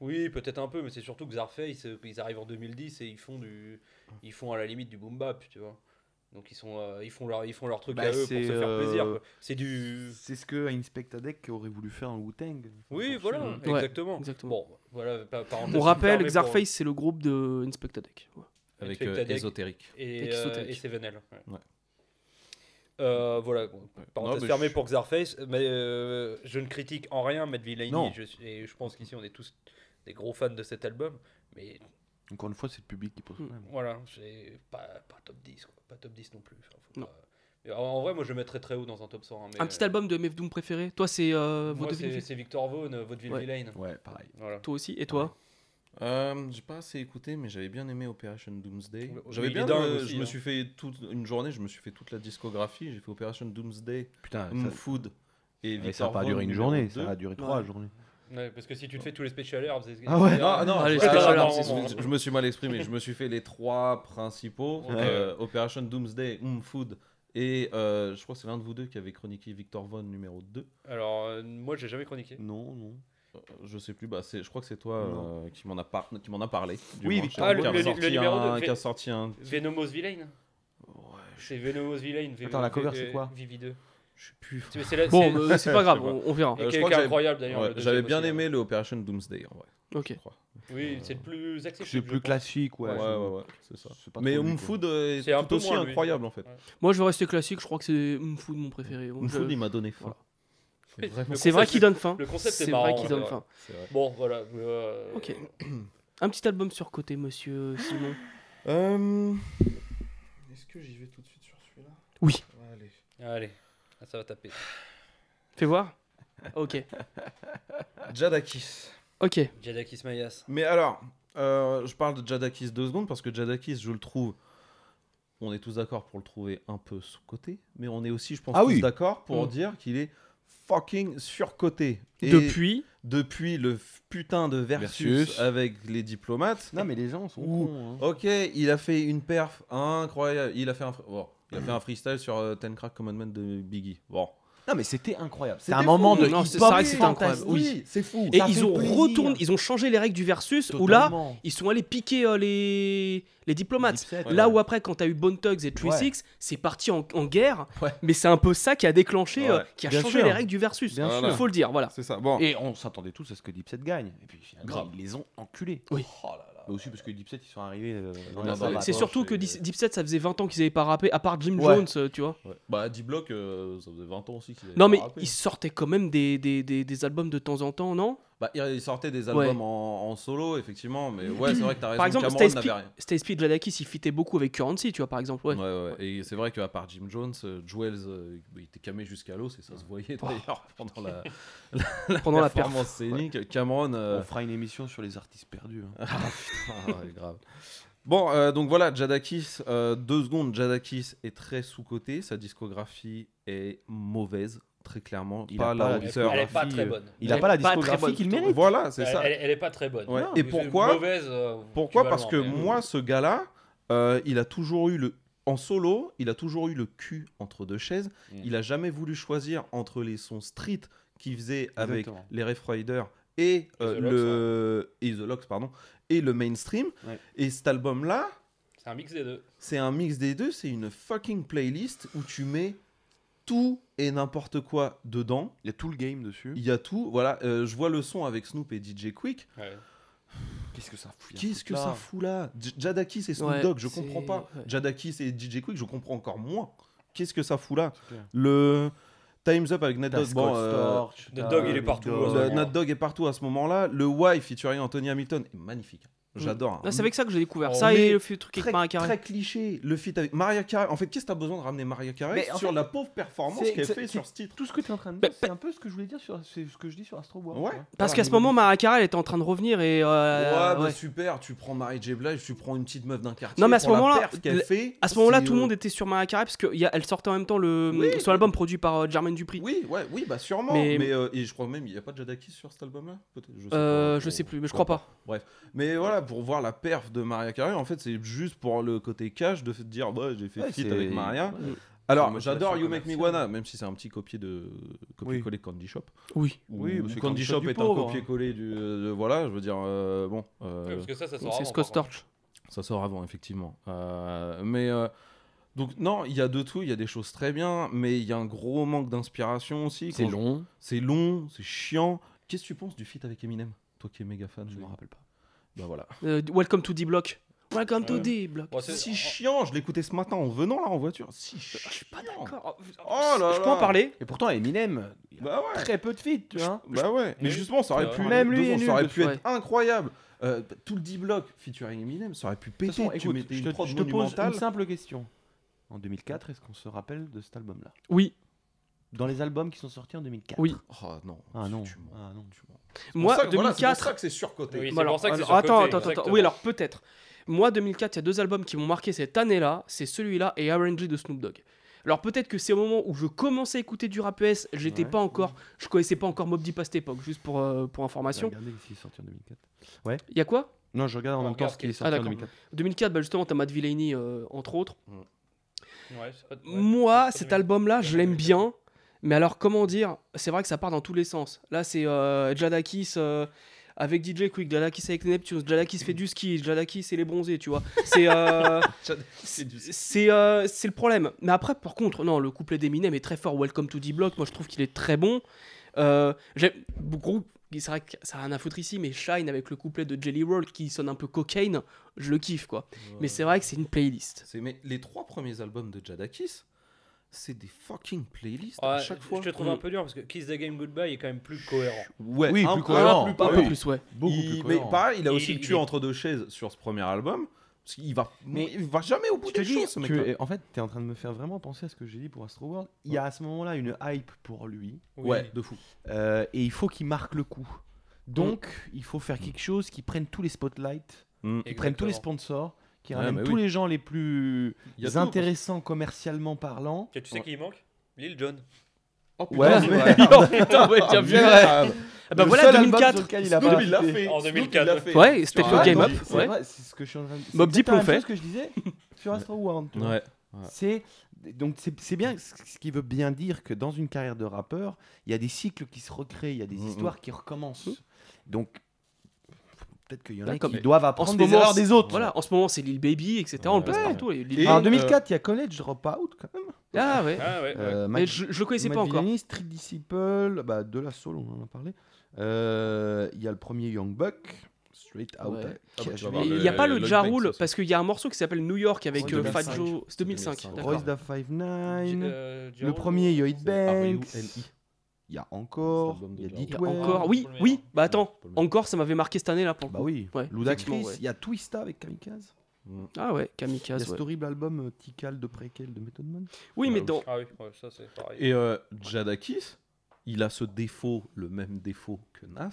Speaker 3: Oui, peut-être un peu, mais c'est surtout que Zarface, euh, ils arrivent en 2010 et ils font du, ils font à la limite du boom bap, tu vois. Donc ils sont, euh, ils font leur, ils font leur truc
Speaker 2: Bah,
Speaker 3: à eux pour se
Speaker 2: c'est,
Speaker 3: faire plaisir.
Speaker 2: euh,
Speaker 3: quoi. C'est du,
Speaker 2: C'est ce que Inspectadec aurait voulu faire en Wu-Tang.
Speaker 3: oui, voilà,
Speaker 1: Ouais,
Speaker 3: exactement.
Speaker 1: exactement.
Speaker 3: Bon, voilà, pa- parenthèse
Speaker 1: On
Speaker 3: qui
Speaker 1: rappelle,
Speaker 3: me permet pour-
Speaker 1: Xarface, c'est le groupe de Inspector Deck. Ouais.
Speaker 5: Avec
Speaker 3: Avec
Speaker 5: euh,
Speaker 3: Tadek.
Speaker 5: Ésotérique.
Speaker 3: et,
Speaker 1: Et qui
Speaker 3: euh,
Speaker 1: saute avec.
Speaker 3: et Sevenel. ouais.
Speaker 2: Ouais.
Speaker 3: Euh, voilà, bon,
Speaker 4: Non,
Speaker 3: parenthèse
Speaker 4: mais
Speaker 3: fermée
Speaker 4: je-
Speaker 3: pour Xarface, mais euh, je ne critique en rien Matt
Speaker 2: Non.
Speaker 3: Villaini, je, suis- et je pense qu'ici on est tous des gros fans de cet album, mais
Speaker 2: Encore une fois, c'est le public qui pose problème.
Speaker 3: voilà, j'ai pas, pas top 10, quoi, pas top 10 non plus. Enfin, faut
Speaker 1: Non.
Speaker 3: pas- Mais en- En vrai, moi je le mettrais très haut dans un top 100. hein, mais-
Speaker 1: Un petit album de MF Doom préféré Toi, c'est euh,
Speaker 3: Moi,
Speaker 1: Vaudeville
Speaker 3: c'est
Speaker 1: Villain.
Speaker 3: c'est Victor Vaughn, euh, Vaudeville
Speaker 1: Ouais.
Speaker 3: Villain.
Speaker 2: Ouais, pareil.
Speaker 3: Voilà.
Speaker 1: Toi aussi Et toi
Speaker 4: Euh, j'ai pas assez écouté, mais j'avais bien aimé Operation Doomsday.
Speaker 3: Oui,
Speaker 4: J'avais
Speaker 3: il est
Speaker 4: bien,
Speaker 3: dingue
Speaker 4: euh,
Speaker 3: aussi,
Speaker 4: je me
Speaker 3: hein.
Speaker 4: suis fait toute une journée, je me suis fait toute la discographie. J'ai fait Operation Doomsday,
Speaker 2: Putain,
Speaker 4: Home
Speaker 2: Ah, ça, Ah,
Speaker 4: Food et
Speaker 2: mais
Speaker 4: Victor
Speaker 2: ça va pas
Speaker 4: Von,
Speaker 2: durer une
Speaker 4: numéro
Speaker 2: journée,
Speaker 4: deux.
Speaker 2: ça va durer trois journées.
Speaker 3: Ouais, parce que si tu te fais tous les special herbs. c'est-
Speaker 2: Ah ouais.
Speaker 3: c'est-
Speaker 4: Non, non,
Speaker 1: Allez,
Speaker 4: je-
Speaker 1: c'est
Speaker 4: ah,
Speaker 1: pas
Speaker 4: non,
Speaker 1: grave,
Speaker 4: non,
Speaker 1: c'est-
Speaker 4: non, je, je me suis mal exprimé. Je me suis fait les trois principaux
Speaker 3: Ouais.
Speaker 4: euh, Operation Doomsday, Home Food et euh, je crois que c'est l'un de vous deux qui avait chroniqué Victor Von numéro 2.
Speaker 3: Alors, euh, moi, j'ai jamais chroniqué.
Speaker 2: Non, non.
Speaker 4: Je sais plus, bah c'est, je crois que c'est toi euh, qui m'en a, par- qui m'en a parlé. du
Speaker 2: Oui,
Speaker 4: moins,
Speaker 2: Victor
Speaker 4: qui a
Speaker 3: Von. Ah, le- le-
Speaker 4: sorti
Speaker 3: le numéro
Speaker 4: un-
Speaker 3: deux,
Speaker 4: Qui a
Speaker 3: fait-
Speaker 4: sorti un.
Speaker 3: Venomous Villain C'est Venomous Villain. V-
Speaker 2: Attends, la
Speaker 3: V-
Speaker 2: cover,
Speaker 3: V-
Speaker 2: c'est quoi
Speaker 3: VV2.
Speaker 4: Je sais plus.
Speaker 3: C'est- C'est la-
Speaker 1: Bon,
Speaker 3: c'est-
Speaker 1: euh, c'est pas grave,
Speaker 4: Je sais
Speaker 1: on, on verra.
Speaker 3: et
Speaker 4: euh,
Speaker 3: qui
Speaker 4: je crois
Speaker 3: est- qui est
Speaker 4: que j'avais-
Speaker 3: incroyable d'ailleurs.
Speaker 4: Ouais,
Speaker 3: le deuxième
Speaker 4: J'avais bien
Speaker 3: aussi,
Speaker 4: aimé le Operation Doomsday en vrai.
Speaker 1: Ok.
Speaker 4: je crois.
Speaker 3: hein. Oui, c'est le plus accessible.
Speaker 2: C'est
Speaker 3: je
Speaker 2: plus
Speaker 3: pense.
Speaker 2: classique, ouais.
Speaker 4: Ouais, ouais,
Speaker 2: c'est-
Speaker 4: ouais, c'est ça.
Speaker 2: c'est pas
Speaker 4: Mais
Speaker 2: trop lui,
Speaker 4: Home
Speaker 2: quoi.
Speaker 4: Food euh, est,
Speaker 3: C'est un
Speaker 4: tout
Speaker 3: peu
Speaker 4: aussi
Speaker 3: moins, lui.
Speaker 4: incroyable en fait.
Speaker 1: Moi, je vais rester classique, je crois que c'est Mfood mon préféré. Bon,
Speaker 4: Home
Speaker 1: je-
Speaker 4: Food, il m'a donné faim.
Speaker 3: Oui, le
Speaker 1: C'est vrai
Speaker 3: concept
Speaker 1: qu'il donne faim.
Speaker 3: le concept est
Speaker 1: C'est
Speaker 3: marrant,
Speaker 1: vrai qu'il
Speaker 3: ouais,
Speaker 1: donne
Speaker 3: ouais.
Speaker 1: faim.
Speaker 4: C'est vrai.
Speaker 3: est- Bon, voilà. euh,
Speaker 1: Ok. Un petit album sur côté, monsieur Simon.
Speaker 4: Euh, Est-ce que j'y vais tout de suite sur celui-là
Speaker 1: Oui.
Speaker 4: Allez.
Speaker 3: Allez, Ah, ça va taper.
Speaker 1: Fais voir Ok.
Speaker 4: Jadakis.
Speaker 1: Ok.
Speaker 3: Jadakis Mayas.
Speaker 4: Mais alors, euh, je parle de Jadakis deux secondes parce que Jadakis, je le trouve. On est tous d'accord pour le trouver un peu sous-côté, mais on est aussi, je pense,
Speaker 2: Ah
Speaker 4: tous
Speaker 2: oui.
Speaker 4: d'accord pour
Speaker 1: Mm.
Speaker 4: dire qu'il est fucking surcoté. Et
Speaker 1: Depuis,
Speaker 4: depuis le f- putain de versus,
Speaker 2: Versus.
Speaker 4: avec les diplomates.
Speaker 2: Non, mais les gens sont
Speaker 4: Ouh.
Speaker 2: cons. hein.
Speaker 4: Ok, il a fait une perf incroyable. Il a fait un, fr- bon, il a fait un freestyle sur euh, Ten Crack Commandment de Biggie. Bon,
Speaker 2: Non, mais c'était incroyable.
Speaker 1: C'était
Speaker 2: C'était un moment
Speaker 1: fou.
Speaker 2: de
Speaker 1: Non,
Speaker 2: hip
Speaker 1: c'est
Speaker 2: hop
Speaker 1: vrai que c'était incroyable, oui.
Speaker 2: fantastique. c'est fou.
Speaker 1: Et
Speaker 2: Ça fait
Speaker 1: ils ont
Speaker 2: plaisir.
Speaker 1: retourné, ils ont changé les règles du versus où là,
Speaker 2: Totalement.
Speaker 1: ils sont allés piquer euh, les les diplomates.
Speaker 2: Dipset,
Speaker 1: Là
Speaker 2: ouais.
Speaker 1: où après, quand t'as eu Bone Thugs et 3 Six, c'est parti en, en guerre,
Speaker 4: Ouais.
Speaker 1: mais c'est un peu ça qui a déclenché, euh,
Speaker 4: Ouais.
Speaker 1: qui a
Speaker 2: Bien
Speaker 1: changé
Speaker 2: sûr.
Speaker 1: les règles du versus.
Speaker 2: Bien
Speaker 1: Il
Speaker 4: sûr.
Speaker 1: faut le dire, voilà.
Speaker 4: Ah, C'est ça. Bon.
Speaker 2: Et on s'attendait tous à ce que Dipset gagne. Et puis finalement,
Speaker 1: Grave.
Speaker 2: ils les ont enculés.
Speaker 1: Oui.
Speaker 4: Oh là là.
Speaker 2: Mais aussi parce que Dipset, ils sont arrivés. euh, dans
Speaker 4: Ouais,
Speaker 2: la
Speaker 4: bah,
Speaker 2: barre.
Speaker 1: C'est
Speaker 4: attends,
Speaker 1: surtout
Speaker 4: c'est-
Speaker 1: que Dis- Deep Set, ça faisait 20 ans qu'ils avaient pas rappé, à part Jim
Speaker 2: Ouais.
Speaker 1: Jones, euh, tu vois.
Speaker 4: Ouais. Bah, D-Block, euh, ça faisait 20 ans aussi qu'il avait
Speaker 1: Non,
Speaker 4: pas
Speaker 1: mais
Speaker 4: rappé.
Speaker 1: ils sortaient quand même des, des, des, des albums de temps en temps, non
Speaker 4: Bah, il sortait des
Speaker 1: Ouais.
Speaker 4: albums en, en solo, effectivement, mais ouais, c'est vrai que t'as raison.
Speaker 1: Par exemple,
Speaker 4: Cameron
Speaker 1: Stay
Speaker 4: n'avait rien.
Speaker 1: Speed Jadakis, il fitait beaucoup avec Currency, tu vois, par exemple. Ouais.
Speaker 4: Ouais, ouais. Et c'est vrai qu'à part Jim Jones, euh, Jewels, euh, il était camé jusqu'à l'os et ça se voyait d'ailleurs pendant la,
Speaker 1: Oh. Pendant la perf.
Speaker 4: performance scénique. Cameron. euh,
Speaker 2: On fera une émission sur les artistes perdus. hein.
Speaker 4: Ah putain, ouais, grave. Bon, euh, donc voilà, Jadakis, euh, deux secondes, Jadakis est très sous-coté, sa discographie est mauvaise, très clairement.
Speaker 2: Il
Speaker 4: pas
Speaker 2: a pas
Speaker 4: Ah, la
Speaker 2: la
Speaker 4: hauteur.
Speaker 3: Elle est pas
Speaker 2: Rafi,
Speaker 3: très
Speaker 2: euh,
Speaker 3: bonne.
Speaker 2: Il
Speaker 1: Elle
Speaker 2: n'a
Speaker 1: est
Speaker 2: pas la
Speaker 1: pas très
Speaker 2: discographie
Speaker 1: bonne,
Speaker 2: qu'il
Speaker 1: putain.
Speaker 2: mérite.
Speaker 4: Voilà, c'est
Speaker 3: Elle,
Speaker 4: ça.
Speaker 3: elle- elle est pas très bonne.
Speaker 4: Ouais.
Speaker 2: Non,
Speaker 4: Et
Speaker 3: C'est
Speaker 4: pourquoi
Speaker 3: mauvaise, euh,
Speaker 4: Pourquoi
Speaker 3: tu vas
Speaker 4: Parce
Speaker 3: le
Speaker 4: que
Speaker 3: voir, mais-
Speaker 4: moi, ce gars-là, euh, il a toujours eu le. En solo, il a toujours eu le cul entre deux chaises.
Speaker 3: Mm.
Speaker 4: Il a jamais voulu choisir entre les sons street qu'il faisait avec
Speaker 2: Exactement.
Speaker 4: les Ref Riders et euh,
Speaker 3: The Lox,
Speaker 4: le et The Lox, pardon et le mainstream.
Speaker 2: Ouais.
Speaker 4: Et cet album-là,
Speaker 3: C'est un mix des deux.
Speaker 4: c'est un mix des deux. C'est une fucking playlist où tu mets tout et n'importe quoi dedans.
Speaker 2: Il y a tout le game dessus.
Speaker 4: Il y a tout. Voilà, euh, je vois le son avec Snoop et DJ Quick.
Speaker 3: Ouais.
Speaker 2: Qu'est-ce que ça fout
Speaker 4: Qu'est-ce que ça fout là J- Jadakis et Snoop
Speaker 1: Ouais,
Speaker 4: Dogg, je
Speaker 1: c'est-
Speaker 4: comprends pas.
Speaker 1: ouais.
Speaker 4: Jadakis et DJ Quick, je comprends encore moins. Qu'est-ce que ça fout là
Speaker 2: C'est clair.
Speaker 4: Le Time's Up avec Nat Dogg, bon, euh,
Speaker 3: The Dog, il est partout.
Speaker 4: le-
Speaker 3: en ce moment.
Speaker 4: Nat Dogg est partout à ce moment-là. Le Why featuring Anthony Hamilton est magnifique. J'adore. hein.
Speaker 1: Ah, c'est avec ça que j'ai découvert.
Speaker 4: On
Speaker 1: ça et
Speaker 4: met
Speaker 1: le f- truc avec
Speaker 4: très,
Speaker 1: Marin Carré.
Speaker 4: très cliché. Le feat avec Maria Carré. En fait, qu'est-ce que t'as besoin de ramener Maria Carré
Speaker 2: Mais en
Speaker 4: sur
Speaker 2: fait,
Speaker 4: la pauvre performance
Speaker 2: c'est-
Speaker 4: qu'elle
Speaker 2: c'est-
Speaker 4: fait sur ce titre
Speaker 2: Tout ce que tu es en train de
Speaker 1: Bah,
Speaker 2: dire, c'est un peu ce que je voulais dire sur c'est ce que je dis sur Astro Boy. hein.
Speaker 4: Ouais.
Speaker 2: tu vois.
Speaker 1: Parce
Speaker 2: Voilà,
Speaker 1: qu'à ce
Speaker 2: niveau
Speaker 1: moment, Marin Carré, elle était en train de revenir et. euh,
Speaker 4: Ah, ouais, bah
Speaker 1: ouais.
Speaker 4: super, tu prends Mary J. Blige, tu prends une petite meuf d'un quartier.
Speaker 1: Non, mais à ce
Speaker 4: pour la
Speaker 1: moment-là,
Speaker 4: perf qu'elle
Speaker 1: le-
Speaker 4: fait,
Speaker 1: À ce moment-là,
Speaker 4: c'est,
Speaker 1: tout le
Speaker 4: euh,
Speaker 1: monde était sur Marin Carré parce qu'elle sortait en même temps le,
Speaker 4: Oui.
Speaker 1: son album produit par euh, Jermaine Dupri.
Speaker 4: Oui, ouais, oui, bah sûrement.
Speaker 1: Mais-
Speaker 4: Mais, euh, et je crois même, il n'y a pas de Jadakis sur cet album-là Peut-être. Je, sais
Speaker 1: Euh,
Speaker 4: pas,
Speaker 1: je
Speaker 4: pour-
Speaker 1: sais plus, mais je crois pas.
Speaker 4: Mais voilà, pour voir la perf de Maria Carré, en fait, c'est juste pour le côté cash de f- dire, bah, j'ai fait
Speaker 2: Ouais,
Speaker 4: feat
Speaker 2: c'est-
Speaker 4: avec Maria.
Speaker 2: ouais.
Speaker 4: Alors,
Speaker 2: une
Speaker 4: j'adore You
Speaker 2: motivation
Speaker 4: Make Me
Speaker 2: commerciale.
Speaker 4: Wanna, même si c'est un petit copier de copier-coller de Candy Shop.
Speaker 1: Oui.
Speaker 2: Oui,
Speaker 4: Ou
Speaker 2: mais c'est
Speaker 4: Candy
Speaker 2: Candy Shop
Speaker 4: Shop
Speaker 2: du
Speaker 4: est un
Speaker 2: pauvre, hein.
Speaker 4: copier-coller du. euh, de- voilà, je veux dire, euh, bon. euh,
Speaker 1: Ah,
Speaker 3: Ouais, parce que ça, ça sort
Speaker 1: C'est
Speaker 3: avant,
Speaker 1: Scott
Speaker 3: par contre.
Speaker 1: Storch.
Speaker 4: Ça sort avant, effectivement. Euh, mais euh, donc, non, il y a de tout, il y a des choses très bien, mais il y a un gros manque d'inspiration aussi. Quand je-
Speaker 2: long.
Speaker 4: C'est long, c'est chiant. Qu'est-ce que tu penses du feat avec Eminem Toi qui es méga fan,
Speaker 2: Je
Speaker 4: je
Speaker 2: m'en
Speaker 4: me
Speaker 2: rappelle
Speaker 4: rappelle.
Speaker 2: pas.
Speaker 4: Bah voilà.
Speaker 1: Euh, Welcome to D-Block. Welcome to
Speaker 3: Ouais.
Speaker 1: D-Block.
Speaker 3: Bon, c'est-
Speaker 4: Si chiant, je l'écoutais ce matin en venant là en voiture. Si chiant.
Speaker 1: Oh, Je suis pas d'accord.
Speaker 4: Oh là
Speaker 1: Je peux en
Speaker 4: là.
Speaker 1: parler
Speaker 2: Et pourtant, Eminem, il a
Speaker 4: Bah ouais.
Speaker 2: très peu de feats, tu vois.
Speaker 4: Bah ouais. Mais
Speaker 3: Oui.
Speaker 4: justement, ça aurait
Speaker 3: Ouais.
Speaker 4: pu.
Speaker 2: Même lui
Speaker 4: deux
Speaker 2: est
Speaker 4: ans,
Speaker 2: nul
Speaker 4: ça aurait
Speaker 2: dessus,
Speaker 4: pu être incroyable. Euh, bah, tout le D-Block featuring Eminem, ça aurait pu
Speaker 2: De
Speaker 4: péter.
Speaker 2: toute façon,
Speaker 4: tu
Speaker 2: écoute,
Speaker 4: mettais
Speaker 2: je
Speaker 4: une
Speaker 2: te,
Speaker 4: prod
Speaker 2: je te pose
Speaker 4: monumentale.
Speaker 2: une simple question. En 2004, est-ce qu'on se rappelle de cet album-là
Speaker 1: Oui.
Speaker 2: Dans les albums qui sont sortis en 2004
Speaker 1: Oui.
Speaker 4: Oh non.
Speaker 2: Ah
Speaker 4: tu-
Speaker 2: non.
Speaker 4: Tu mens.
Speaker 2: Ah non.
Speaker 4: Tu mens.
Speaker 1: Moi,
Speaker 4: C'est pour ça que- voilà,
Speaker 1: 2004.
Speaker 4: c'est pour ça que c'est surcoté.
Speaker 3: Oui,
Speaker 1: Bon,
Speaker 3: c'est
Speaker 1: alors-
Speaker 3: pour ça que c'est
Speaker 1: alors- Ah, attends,
Speaker 3: surcoté,
Speaker 1: attends, attends,
Speaker 3: exactement.
Speaker 1: Oui, alors peut-être. Moi, 2004, il y a deux albums qui m'ont marqué cette année-là. C'est celui-là et RNG de Snoop Dogg. Alors peut-être que c'est au moment où je commençais à écouter du rap US, j'étais
Speaker 2: Ouais.
Speaker 1: pas encore, je connaissais pas encore Mob Deep à cette époque, juste pour, euh, pour information.
Speaker 2: Regardez s'il est sorti en 2004.
Speaker 1: Il y a quoi
Speaker 2: Non, je regarde en
Speaker 3: On
Speaker 2: même temps
Speaker 3: regarde
Speaker 2: ce qui est
Speaker 1: Ah,
Speaker 2: sorti en
Speaker 1: d'accord.
Speaker 2: 2004.
Speaker 1: 2004, bah, justement, t'as Matt Villainy, euh, entre autres.
Speaker 3: Ouais, c'est pas- ouais.
Speaker 1: Moi,
Speaker 3: C'est
Speaker 1: cet
Speaker 3: pas
Speaker 1: album-là, je l'aime
Speaker 3: Ouais.
Speaker 1: bien. Mais alors, comment dire C'est vrai que ça part dans tous les sens. Là, c'est euh, Jadakis euh, avec DJ Quick, Jadakis avec Neptune, Jadakis fait du ski, Jadakis et les bronzés, tu vois. C'est euh, c'est c'est, euh, c'est le problème. Mais après, par contre, non, le couplet d'Eminem est très fort. Welcome to D-Block, moi je trouve qu'il est très bon. Euh, j'aime- groupe, c'est vrai que ça a rien à foutre ici, mais Shine avec le couplet de Jelly Roll qui sonne un peu cocaine, je le kiffe quoi. Mais c'est vrai que c'est une playlist.
Speaker 4: C'est- mais les trois premiers albums de Jadakis, c'est des fucking playlists
Speaker 3: Ouais,
Speaker 4: à chaque fois.
Speaker 3: Je te trouve un peu dur parce que Kiss the Game Goodbye est quand même plus cohérent.
Speaker 4: Ouais,
Speaker 2: Oui,
Speaker 4: un
Speaker 2: plus
Speaker 4: peu-
Speaker 2: cohérent.
Speaker 4: un peu
Speaker 1: Pas
Speaker 4: plus-
Speaker 1: plus, ouais.
Speaker 2: Beaucoup
Speaker 4: Il-
Speaker 2: plus
Speaker 4: mais
Speaker 2: cohérent.
Speaker 4: pareil, il a
Speaker 3: Et
Speaker 4: aussi
Speaker 3: il-
Speaker 4: le
Speaker 3: il
Speaker 4: cul
Speaker 3: est-
Speaker 4: entre deux chaises sur ce premier album. Parce qu'il va,
Speaker 2: Mais-
Speaker 4: il va jamais au bout
Speaker 2: Je te
Speaker 4: des
Speaker 2: dis,
Speaker 4: choses, ce
Speaker 2: tu-
Speaker 4: mec-là.
Speaker 2: en fait, t'es en train de me faire vraiment penser à ce que j'ai dit pour Astro World. Il y a à ce moment-là une hype pour lui.
Speaker 3: Oui.
Speaker 4: Ouais, de fou.
Speaker 2: Euh, et il faut qu'il marque le coup. Donc,
Speaker 4: Mm.
Speaker 2: il faut faire quelque chose qui prenne tous les spotlights, qui prenne tous les
Speaker 3: Exactement.
Speaker 2: sponsors, qui
Speaker 4: Ouais,
Speaker 2: ramène
Speaker 4: bah
Speaker 2: tous
Speaker 4: oui.
Speaker 2: les gens les plus
Speaker 4: Il y a tout,
Speaker 2: intéressants commercialement parlant.
Speaker 3: Tu sais qui il manque Lil John.
Speaker 4: Oh, putain,
Speaker 2: Ouais, mais-
Speaker 4: c'est vrai.
Speaker 1: Oh, putain, ouais, bien vu.
Speaker 4: Merde.
Speaker 1: Ah bah
Speaker 2: Le
Speaker 1: voilà,
Speaker 2: seul album sur
Speaker 1: 2004.
Speaker 2: lequel il a
Speaker 4: Snoop,
Speaker 2: pas
Speaker 4: il l'a
Speaker 2: raté.
Speaker 4: fait.
Speaker 3: En
Speaker 4: Snoop, il
Speaker 3: 2004.
Speaker 4: l'a fait.
Speaker 1: Ouais, c'était
Speaker 4: Ah,
Speaker 1: le game
Speaker 4: non,
Speaker 1: up.
Speaker 4: mais
Speaker 2: C'est
Speaker 1: Ouais.
Speaker 2: vrai, c'est ce que je suis en train de
Speaker 1: Mobb Deep
Speaker 2: exactement
Speaker 1: l'ont
Speaker 2: la même
Speaker 1: fait.
Speaker 2: chose que je disais sur Astro World. tu vois.
Speaker 4: Ouais.
Speaker 2: C'est donc c'est c'est bien ce ce qui veut bien dire que dans une carrière de rappeur, il y a des cycles qui se recréent, il y a des
Speaker 4: Mhm.
Speaker 2: histoires qui recommencent. Donc peut-être qu'il y en
Speaker 1: Là,
Speaker 2: a
Speaker 1: comme-
Speaker 2: qui doivent
Speaker 1: En
Speaker 2: apprendre
Speaker 1: ce
Speaker 2: des
Speaker 1: moment,
Speaker 2: erreurs
Speaker 1: c'est-
Speaker 2: des autres.
Speaker 1: Voilà, en ce moment, c'est Lil Baby, etc. On le place
Speaker 2: Ouais.
Speaker 1: partout. les- Lil
Speaker 4: Et-
Speaker 1: Baby.
Speaker 2: En 2004, il y a College Dropout quand même.
Speaker 1: Ah ouais.
Speaker 3: Ah ouais.
Speaker 2: Euh,
Speaker 1: Mais
Speaker 2: Mac-
Speaker 1: je, je le connaissais
Speaker 2: Matt
Speaker 1: pas encore.
Speaker 2: Villani, Street Disciple, bah, de la soul, on en a parlé. Euh, Il y a le premier Young Buck, Straight Out.
Speaker 1: Ouais.
Speaker 4: Ah bah, tu vas
Speaker 1: Et
Speaker 4: voir
Speaker 1: Il n'y a
Speaker 4: le-
Speaker 1: pas le
Speaker 4: le
Speaker 1: Ja
Speaker 4: Lloyd Banks
Speaker 1: Rule,
Speaker 4: aussi.
Speaker 1: parce qu'il y a un morceau qui s'appelle New York avec
Speaker 2: Ouais,
Speaker 1: euh, Fat
Speaker 2: 2005.
Speaker 1: Joe. C'est 2005,
Speaker 4: 2005.
Speaker 1: d'accord.
Speaker 2: Royce da Five
Speaker 1: Ah,
Speaker 2: Nine.
Speaker 3: Le
Speaker 2: Le premier Yo It
Speaker 4: Ben,
Speaker 2: Banks.
Speaker 4: R.U.L.I..
Speaker 2: Il y a
Speaker 4: C'est
Speaker 2: encore.
Speaker 4: l'album
Speaker 2: Il
Speaker 4: de
Speaker 2: y a
Speaker 4: Ja
Speaker 1: Il y a
Speaker 2: Deep Web.
Speaker 1: encore. Oui,
Speaker 3: Pour le
Speaker 1: oui.
Speaker 3: meilleur.
Speaker 1: Bah attends,
Speaker 4: Ouais, pour le meilleur.
Speaker 1: encore, ça m'avait marqué cette année là pour le
Speaker 2: Bah
Speaker 1: coup.
Speaker 2: oui.
Speaker 1: Ouais,
Speaker 2: Ludacris.
Speaker 1: effectivement, ouais.
Speaker 2: Il y a Twista avec Kamikaze.
Speaker 1: Ah ouais,
Speaker 2: Il y a
Speaker 1: Kamikaze.
Speaker 2: cet
Speaker 1: ouais.
Speaker 2: horrible album euh, Tical de préquel de Method Man.
Speaker 1: Bah, Oui, mais
Speaker 4: Ah,
Speaker 1: dans.
Speaker 3: Ah oui, ouais, ça c'est pareil.
Speaker 4: Et euh, Jadakis, il a ce défaut, le même défaut que Nas,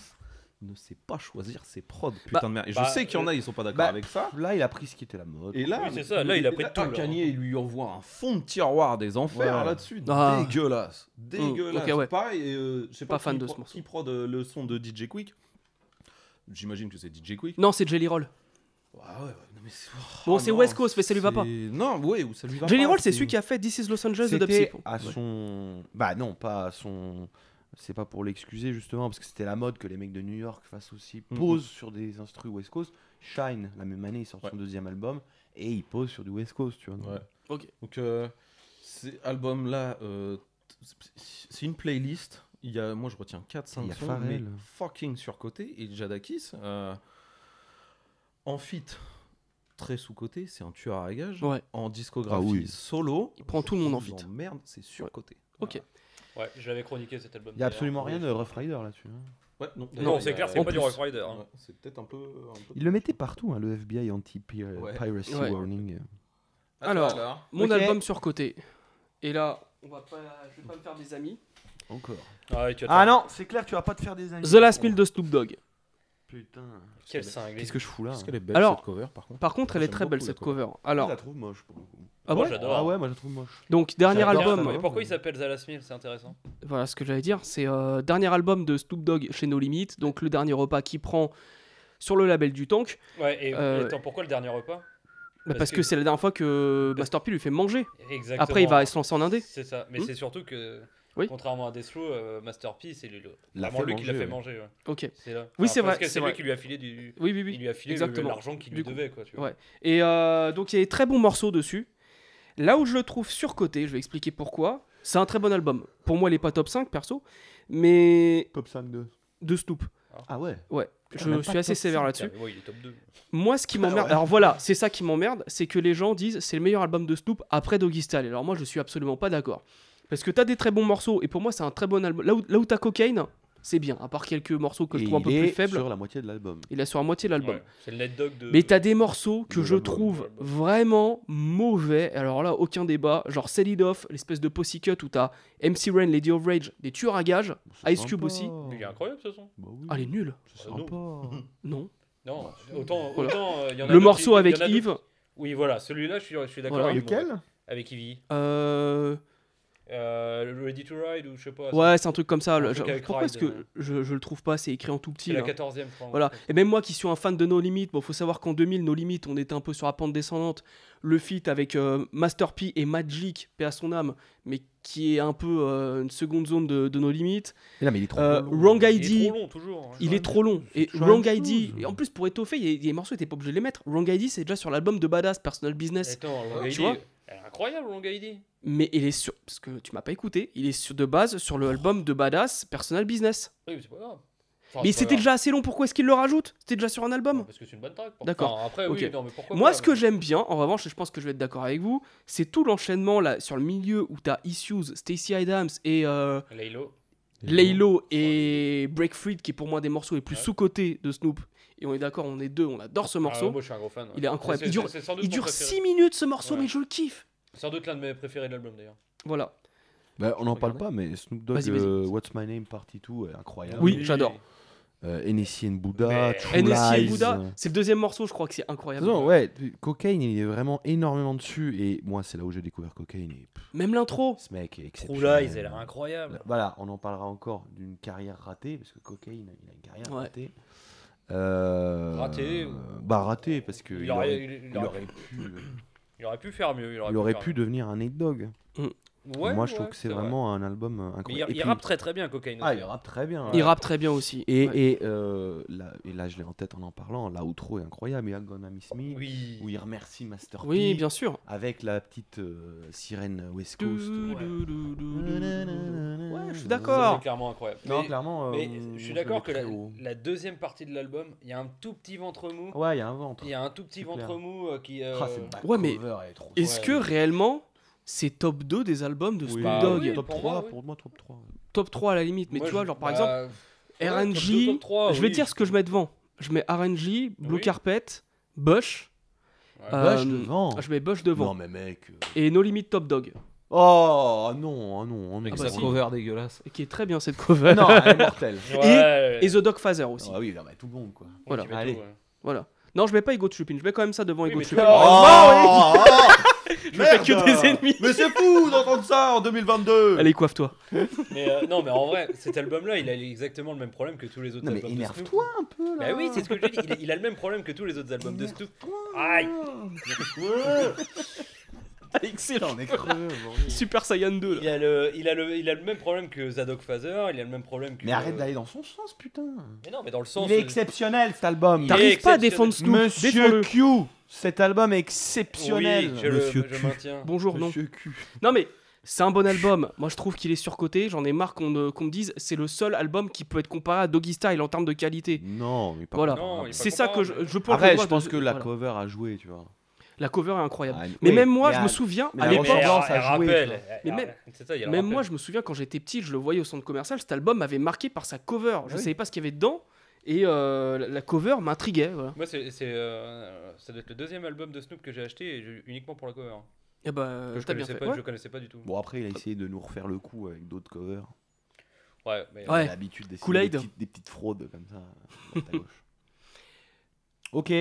Speaker 4: ne sait pas choisir ses prods. Putain de merde. Et je
Speaker 3: bah,
Speaker 4: sais qu'il y en a, ils sont pas d'accord
Speaker 2: bah,
Speaker 4: avec ça.
Speaker 2: Là, il a pris ce qui était la mode.
Speaker 4: Et là,
Speaker 3: Oui, c'est ça, là, il a pris
Speaker 4: là,
Speaker 3: tout, là.
Speaker 4: Kanye, il lui envoie un fond de tiroir des enfers
Speaker 2: Ouais.
Speaker 4: là-dessus.
Speaker 1: Ah.
Speaker 4: Dégueulasse. Dégueulasse.
Speaker 1: ok, ouais.
Speaker 4: Pareil, et, euh, je sais
Speaker 1: Pas
Speaker 4: pas,
Speaker 1: fan
Speaker 4: qui
Speaker 1: de
Speaker 4: pro-
Speaker 1: ce morceau.
Speaker 4: Qui prod euh, le son de DJ Quick J'imagine que c'est DJ Quick.
Speaker 1: Non, c'est Jelly Roll.
Speaker 4: Ah ouais, ouais, non, mais c'est-
Speaker 1: Bon,
Speaker 4: Ah
Speaker 1: c'est
Speaker 4: non,
Speaker 1: West Coast, mais ça lui va pas.
Speaker 4: c'est- Non, ouais, ou ça lui va
Speaker 1: Jelly
Speaker 4: pas,
Speaker 1: Roll, c'est celui qui a fait This is Los Angeles de
Speaker 2: C'était
Speaker 1: Dubsy.
Speaker 2: à son. Bah non, pas à son. C'est pas pour l'excuser justement, parce que c'était la mode que les mecs de New York fassent aussi.
Speaker 4: Mhm.
Speaker 2: Pose sur des instrus West Coast. Shine, la même année, il sort
Speaker 4: Ouais.
Speaker 2: son deuxième album. Et il pose sur du West Coast, tu vois. donc.
Speaker 4: Ouais.
Speaker 1: Ok.
Speaker 4: Donc, euh, ces albums-là, euh, t- c'est une playlist. Il y a, moi, je retiens 4-5
Speaker 2: Il y a
Speaker 4: sons,
Speaker 2: Pharrell.
Speaker 4: mais fucking surcoté. Et Jadakis, euh, en fit très sous-coté, c'est un tueur à gages.
Speaker 1: Ouais.
Speaker 4: En discographie
Speaker 2: Ah oui.
Speaker 4: solo,
Speaker 1: Il prend tout le monde en feat.
Speaker 4: Merde, c'est surcoté.
Speaker 1: Ok.
Speaker 3: Ouais, je l'avais chroniqué cet album.
Speaker 2: Il y a
Speaker 3: d'ailleurs.
Speaker 2: absolument rien
Speaker 3: Oui.
Speaker 2: de Rough Rider là-dessus. hein.
Speaker 4: Ouais, non,
Speaker 3: Non, c'est
Speaker 4: il y a-
Speaker 3: clair, c'est
Speaker 4: en
Speaker 3: pas du
Speaker 4: plus-
Speaker 3: Rough Rider, hein.
Speaker 4: Ouais, c'est peut-être un peu. un peu-
Speaker 2: Il le mettait partout, hein, le FBI anti-piracy
Speaker 4: Ouais.
Speaker 1: Ouais.
Speaker 2: warning.
Speaker 4: À toi,
Speaker 1: Alors.
Speaker 4: Lars.
Speaker 1: Mon
Speaker 2: Ok.
Speaker 1: album surcoté. Et là, on va pas, je vais pas me faire des amis.
Speaker 2: Encore.
Speaker 3: Ah, ouais, tu as
Speaker 2: Ah non, c'est clair, tu vas pas te faire des amis. Oh,
Speaker 1: The Last Meal de Snoop Dogg.
Speaker 2: Putain.
Speaker 3: Quel cinglé.
Speaker 2: Qu'est-ce que je fous là
Speaker 4: Est-ce
Speaker 2: hein
Speaker 4: qu'elle est belle
Speaker 1: Alors,
Speaker 4: cette cover par contre
Speaker 1: Par contre, elle est
Speaker 4: J'aime
Speaker 1: très belle
Speaker 4: beaucoup
Speaker 1: cette
Speaker 4: la cover.
Speaker 1: cover. Alors,
Speaker 2: Je la trouve moche pour le coup.
Speaker 1: ah
Speaker 3: Moi,
Speaker 1: ouais
Speaker 3: j'adore.
Speaker 2: Ah ouais, moi je la trouve moche.
Speaker 1: Donc dernier
Speaker 3: J'adore
Speaker 1: album.
Speaker 3: ça. hein.
Speaker 2: ouais.
Speaker 3: Mais pourquoi il s'appelle Zalas Mill C'est intéressant.
Speaker 1: Voilà ce que j'allais dire, c'est euh, dernier album de Snoop Dogg chez No Limit, donc le dernier repas qu'il prend sur le label du Tank,
Speaker 3: Ouais, et
Speaker 1: Euh,
Speaker 3: attends, pourquoi le dernier repas
Speaker 1: bah, parce,
Speaker 3: Parce
Speaker 1: que,
Speaker 3: que-
Speaker 1: c'est la dernière fois que Master P lui fait manger.
Speaker 3: Exactement.
Speaker 1: Après, il va se lancer en indé.
Speaker 3: C'est ça, mais
Speaker 1: Hmm
Speaker 3: c'est surtout que.
Speaker 1: Oui.
Speaker 3: Contrairement à Deathlow, euh, Master P, c'est lui, le-
Speaker 2: L'a
Speaker 3: vraiment
Speaker 2: fait
Speaker 3: lui qui l'a
Speaker 2: manger,
Speaker 3: fait
Speaker 2: ouais.
Speaker 3: manger. ouais.
Speaker 1: Ok.
Speaker 3: C'est là.
Speaker 1: Oui, c'est vrai,
Speaker 3: Parce que
Speaker 1: c'est
Speaker 3: c'est lui
Speaker 1: vrai.
Speaker 3: qui lui a filé du.
Speaker 1: Oui, oui, oui.
Speaker 3: Il lui a filé le-
Speaker 1: Exactement.
Speaker 3: l'argent qu'il
Speaker 1: Du
Speaker 3: lui
Speaker 1: coup.
Speaker 3: devait, quoi. Tu vois.
Speaker 1: Ouais. Et euh, donc il y a des très bons morceaux dessus. Là où je le trouve surcoté, je vais expliquer pourquoi. C'est un très bon album. Pour moi, il est pas top 5 perso, mais
Speaker 2: Pop 5 2.
Speaker 1: de Snoop.
Speaker 2: Ah ouais.
Speaker 1: Ouais,
Speaker 2: même
Speaker 1: je
Speaker 2: pas Ah
Speaker 1: suis assez
Speaker 2: top
Speaker 1: sévère
Speaker 2: cinq,
Speaker 1: là-dessus.
Speaker 3: Ah, mais ouais, il est top 2.
Speaker 1: Moi, ce qui m'emmerde, alors voilà, c'est ça qui m'emmerde, c'est que les gens disent c'est le meilleur album de Snoop après Doggy Style. Alors moi, je suis absolument pas d'accord. Parce que t'as des très bons morceaux, et pour moi, c'est un très bon album. Là où, là où t'as Cocaine, c'est bien, à part quelques morceaux que je
Speaker 2: Et
Speaker 1: trouve un peu
Speaker 2: il
Speaker 1: plus
Speaker 2: est
Speaker 1: faibles.
Speaker 2: Sur la moitié de l'album.
Speaker 1: Il est sur la moitié de l'album.
Speaker 3: Ouais, Euh, C'est le net dog de.
Speaker 1: Mais t'as des morceaux que
Speaker 2: de
Speaker 1: je
Speaker 2: l'album,
Speaker 1: trouve
Speaker 3: de l'album.
Speaker 1: vraiment mauvais. Alors là, aucun débat. Genre Sell It Off, l'espèce de Pussy Cut où t'as MC Ren, Lady of Rage, des tueurs à gages.
Speaker 2: C'est
Speaker 1: Ice Cube
Speaker 2: sympa.
Speaker 1: aussi.
Speaker 3: Il est incroyable ce son.
Speaker 2: Bah oui.
Speaker 1: Ah, elle est nulle.
Speaker 2: C'est
Speaker 3: Ah non.
Speaker 2: sympa.
Speaker 1: Non.
Speaker 3: Non, autant.
Speaker 1: Voilà.
Speaker 3: autant euh, il y en a
Speaker 1: Le
Speaker 3: d'autres
Speaker 1: morceau
Speaker 3: qui- il y
Speaker 1: avec
Speaker 3: en a d'autres-
Speaker 1: Yves.
Speaker 3: Oui, voilà, celui-là, je suis, je suis d'accord
Speaker 1: Voilà.
Speaker 3: avec vous.
Speaker 2: Lequel
Speaker 3: Avec Ivy.
Speaker 1: Euh.
Speaker 3: Euh, le Ready to Ride ou je sais pas.
Speaker 1: Ouais, c'est un truc comme ça.
Speaker 3: Un
Speaker 1: le-
Speaker 3: truc
Speaker 1: je-
Speaker 3: avec
Speaker 1: pourquoi
Speaker 3: Ride,
Speaker 1: est-ce que
Speaker 3: euh.
Speaker 1: je, je le trouve pas C'est écrit en tout
Speaker 3: C'est
Speaker 1: petit.
Speaker 3: la
Speaker 1: là.
Speaker 3: 14 e je crois.
Speaker 1: hein. Voilà. Et même moi qui suis un fan de No Limit, bon, faut savoir qu'en 2000, No Limit, on était un peu sur la pente descendante. Le feat avec euh, Master P et Magic, paix à son âme, mais qui est un peu euh, une seconde zone de, de No Limit.
Speaker 2: Et là, mais il est trop
Speaker 1: Euh,
Speaker 2: long.
Speaker 1: Wrong
Speaker 3: Il est
Speaker 1: ID,
Speaker 3: trop long toujours. hein.
Speaker 1: il est trop long.
Speaker 2: c'est
Speaker 1: Et
Speaker 2: toujours la
Speaker 1: Wrong
Speaker 2: même
Speaker 1: ID,
Speaker 2: chose.
Speaker 1: et en plus pour étoffer, il y a- il y a des morceaux, t'es pas obligé de les mettre. Wrong ID, c'est déjà sur l'album de Badass, Personal Business.
Speaker 3: Attends, Long
Speaker 1: Tu
Speaker 3: ID,
Speaker 1: vois
Speaker 3: elle est incroyable, Long ID.
Speaker 1: Mais il est sur, parce que tu m'as pas écouté, il est sur, de base sur le album de Badass, Personal Business.
Speaker 3: Oui, mais c'est pas grave. Enfin,
Speaker 1: mais
Speaker 3: c'est pas
Speaker 1: c'était
Speaker 3: grave.
Speaker 1: déjà assez long, pourquoi est-ce qu'il le rajoute C'était déjà sur un album
Speaker 3: Non, Parce que c'est une bonne track. pour-
Speaker 1: D'accord.
Speaker 3: Enfin, après,
Speaker 1: Ok.
Speaker 3: oui, non, mais pourquoi
Speaker 1: Moi,
Speaker 3: pas,
Speaker 1: ce que
Speaker 3: mais-
Speaker 1: j'aime bien, en revanche, et je pense que je vais être d'accord avec vous, c'est tout l'enchaînement là sur le milieu où t'as Issues, Stacy Adams et euh,
Speaker 3: Laylo.
Speaker 4: Ah
Speaker 1: Laylo et Break Free, qui est pour moi des morceaux les plus
Speaker 3: Ouais.
Speaker 1: sous-cotés de Snoop. Et on est d'accord, on est deux, on adore ce morceau.
Speaker 3: Ah, moi, je suis un gros fan. ouais.
Speaker 1: Il est incroyable.
Speaker 3: C'est-
Speaker 1: Il dure-
Speaker 3: c'est- c'est sans doute
Speaker 1: Il
Speaker 3: mon
Speaker 1: dure
Speaker 3: préféré.
Speaker 1: 6 minutes ce morceau,
Speaker 3: Ouais.
Speaker 1: mais je le kiffe.
Speaker 3: C'est sans doute l'un de mes préférés de l'album d'ailleurs.
Speaker 1: Voilà.
Speaker 2: Bah, on n'en parle
Speaker 1: Regardez.
Speaker 2: pas, mais Snoop Dogg,
Speaker 1: Vas-y, vas-y.
Speaker 2: euh, What's My Name Party 2 est incroyable.
Speaker 1: Oui, j'adore.
Speaker 2: Euh, NSC and Buddha,
Speaker 3: Mais-
Speaker 2: True
Speaker 1: NSC et
Speaker 2: Lies.
Speaker 1: Bouddha,
Speaker 2: euh.
Speaker 1: c'est le deuxième morceau, je crois que c'est incroyable.
Speaker 2: Non, ouais, Cocaine, il est vraiment énormément dessus. Et moi, c'est là où j'ai découvert Cocaine. Et pff,
Speaker 1: Même l'intro.
Speaker 2: ce mec est
Speaker 3: True
Speaker 2: exceptionnel.
Speaker 3: Lies, elle est incroyable.
Speaker 2: Voilà, on en parlera encore d'une carrière ratée, parce que Cocaine, il a une carrière
Speaker 1: Ouais.
Speaker 2: ratée. Euh,
Speaker 3: Raté ou-
Speaker 2: Bah, ratée, parce que.
Speaker 3: Il
Speaker 2: il aurait-
Speaker 3: aurait- il
Speaker 2: il
Speaker 3: aurait-
Speaker 2: aurait pu. euh,
Speaker 3: Il aurait pu faire mieux. Il aurait,
Speaker 2: Il aurait
Speaker 3: faire
Speaker 2: pu devenir un Nate Dogg.
Speaker 3: mieux. Ouais,
Speaker 2: Moi, je
Speaker 3: ouais,
Speaker 2: trouve que c'est vraiment un album euh,
Speaker 3: Mais il,
Speaker 2: incroyable. Et
Speaker 3: il
Speaker 2: puis-
Speaker 3: rappe très très bien, hein. Cocaine.
Speaker 2: Ah, il rappe très bien. ouais.
Speaker 1: Il rappe très bien aussi.
Speaker 2: Et,
Speaker 1: Ouais.
Speaker 2: et, euh, là, et là, je l'ai en tête en en parlant. L'outro est incroyable. Il y a Gonna Miss Me,
Speaker 3: Oui.
Speaker 2: où il remercie Master
Speaker 1: Oui,
Speaker 2: P,
Speaker 1: bien sûr.
Speaker 2: avec la petite euh, sirène West Coast.
Speaker 1: Ouais, je suis
Speaker 3: Ça,
Speaker 1: d'accord.
Speaker 3: C'est clairement incroyable.
Speaker 2: Non,
Speaker 3: Mais-
Speaker 2: clairement. euh,
Speaker 3: Mais
Speaker 2: on-
Speaker 3: je suis
Speaker 2: on
Speaker 3: d'accord
Speaker 2: se
Speaker 3: que
Speaker 2: met
Speaker 3: la,
Speaker 2: très haut.
Speaker 3: la deuxième partie de l'album, il y a un tout petit ventre mou.
Speaker 2: Ouais, il y a un ventre.
Speaker 3: Il y a un tout petit
Speaker 2: C'est
Speaker 3: ventre
Speaker 2: clair.
Speaker 3: mou euh, qui.
Speaker 2: Ah,
Speaker 3: euh,
Speaker 2: c'est le back
Speaker 1: Ouais, mais
Speaker 2: cover, elle est trop-
Speaker 1: Est-ce
Speaker 3: Ouais.
Speaker 1: que réellement c'est top 2 des albums de Snoop
Speaker 3: Bah
Speaker 1: Dogg
Speaker 3: oui.
Speaker 2: Top
Speaker 3: pour
Speaker 2: 3,
Speaker 3: moi, oui.
Speaker 2: pour moi, top 3.
Speaker 1: Top 3 à la limite, mais
Speaker 3: moi,
Speaker 1: tu vois,
Speaker 3: je-
Speaker 1: genre par
Speaker 3: bah,
Speaker 1: exemple,
Speaker 3: ouais, top
Speaker 1: RNG,
Speaker 3: deux, top trois,
Speaker 1: je vais
Speaker 3: oui.
Speaker 1: te dire ce que je mets devant. Je mets RNG, Blue
Speaker 3: Oui.
Speaker 1: Carpet, Bush,
Speaker 3: Ouais.
Speaker 1: euh,
Speaker 2: Bush devant.
Speaker 1: je mets Bush devant.
Speaker 2: Non, mais mec. euh.
Speaker 1: Et No Limit Top Dog,
Speaker 2: Oh non, ah non, ah non.
Speaker 1: Ah
Speaker 4: Avec
Speaker 1: bah
Speaker 4: sa
Speaker 1: si.
Speaker 4: cover dégueulasse.
Speaker 1: qui est très bien cette cover.
Speaker 2: Non, elle est mortelle.
Speaker 3: Ouais,
Speaker 1: Et The Dog Father aussi.
Speaker 2: Ah oui, non, mais tout le monde quoi.
Speaker 3: on
Speaker 1: voilà.
Speaker 3: y met
Speaker 2: Allez.
Speaker 3: tout, ouais.
Speaker 1: Voilà. Non, je mets pas Ego Chupin, je mets quand même ça devant
Speaker 3: Oui,
Speaker 1: Ego
Speaker 3: mais tu
Speaker 1: Chupin.
Speaker 3: vois,
Speaker 2: Oh,
Speaker 1: Je me fais que des ennemis.
Speaker 2: Mais c'est fou d'entendre ça en
Speaker 3: oh.
Speaker 2: 2022.
Speaker 1: Allez, coiffe-toi.
Speaker 3: Mais euh, non, mais en vrai, cet album-là, il a exactement le même problème que tous les autres
Speaker 2: Non mais
Speaker 3: albums. de Snoop.
Speaker 2: énerve-toi un peu là.
Speaker 3: Bah oui, c'est ce que je dis. Il, a- il a le même problème que tous les autres albums de Snoop. Aïe.
Speaker 2: Excellent, on est creux. bordel.
Speaker 1: Super Saiyan 2 là.
Speaker 3: Il a le, il a le, il a le même problème que Zadok Father. Il a le même problème que.
Speaker 2: Mais arrête d'aller dans son sens, putain.
Speaker 3: Mais non, mais dans le sens.
Speaker 2: Il est
Speaker 3: euh,
Speaker 2: exceptionnel cet album.
Speaker 3: Il est
Speaker 1: T'arrives pas à
Speaker 3: exceptionnel.
Speaker 1: défendre Snoop, défends-le.
Speaker 2: Monsieur Q, cet album est
Speaker 3: Oui,
Speaker 2: exceptionnel.
Speaker 3: je le,
Speaker 2: Monsieur
Speaker 3: je
Speaker 2: Q.
Speaker 3: maintiens.
Speaker 1: Bonjour, non.
Speaker 2: Monsieur Q.
Speaker 1: Non mais c'est un bon album. Moi je trouve qu'il est surcoté. J'en ai marre qu'on euh, qu'on me dise c'est le seul album qui peut être comparé à Doggy Style en termes de qualité.
Speaker 2: Non, mais pas.
Speaker 1: Voilà.
Speaker 3: Non, il est pas
Speaker 1: C'est ça que je,
Speaker 3: comparable.
Speaker 1: je pense.
Speaker 2: Après,
Speaker 1: qu'on
Speaker 2: je
Speaker 1: doit-
Speaker 2: pense que la
Speaker 1: voilà.
Speaker 2: cover a joué, tu vois.
Speaker 1: La cover est incroyable.
Speaker 2: Ah,
Speaker 1: Mais
Speaker 2: oui.
Speaker 1: même moi
Speaker 2: Mais
Speaker 1: je
Speaker 2: à-
Speaker 1: me souviens
Speaker 2: mais
Speaker 1: à
Speaker 2: la
Speaker 3: Mais
Speaker 1: l'époque.
Speaker 2: ressemblance-
Speaker 3: elle-
Speaker 2: ça
Speaker 3: elle
Speaker 2: a joué,
Speaker 3: rappelle,
Speaker 2: quoi.
Speaker 3: elle-
Speaker 1: Mais
Speaker 3: elle-
Speaker 1: même-
Speaker 3: Eh, c'est ça, il y a le
Speaker 1: Même
Speaker 3: rappel.
Speaker 1: moi je me souviens quand j'étais petit, je le voyais au centre commercial. Cet album m'avait marqué par sa cover. Je
Speaker 2: Ah oui.
Speaker 1: savais pas ce qu'il y avait dedans et euh, la- la cover m'intriguait. Voilà.
Speaker 3: Moi, c'est, c'est, euh, ça doit être le deuxième album de Snoop que j'ai acheté et j'ai- uniquement pour la cover. hein,
Speaker 1: Et bah
Speaker 2: Euh,
Speaker 3: Que je
Speaker 1: t'as bien
Speaker 3: connaissais
Speaker 1: fait.
Speaker 3: pas,
Speaker 1: Ouais.
Speaker 3: je connaissais pas du tout.
Speaker 2: Bon, après, il a essayé de nous refaire le coup avec d'autres covers.
Speaker 3: Ouais, mais
Speaker 1: Ouais.
Speaker 2: On a l'habitude d'essayer
Speaker 1: Kool-Aid.
Speaker 2: des petites, des petites fraudes comme ça, à droite à gauche. ok.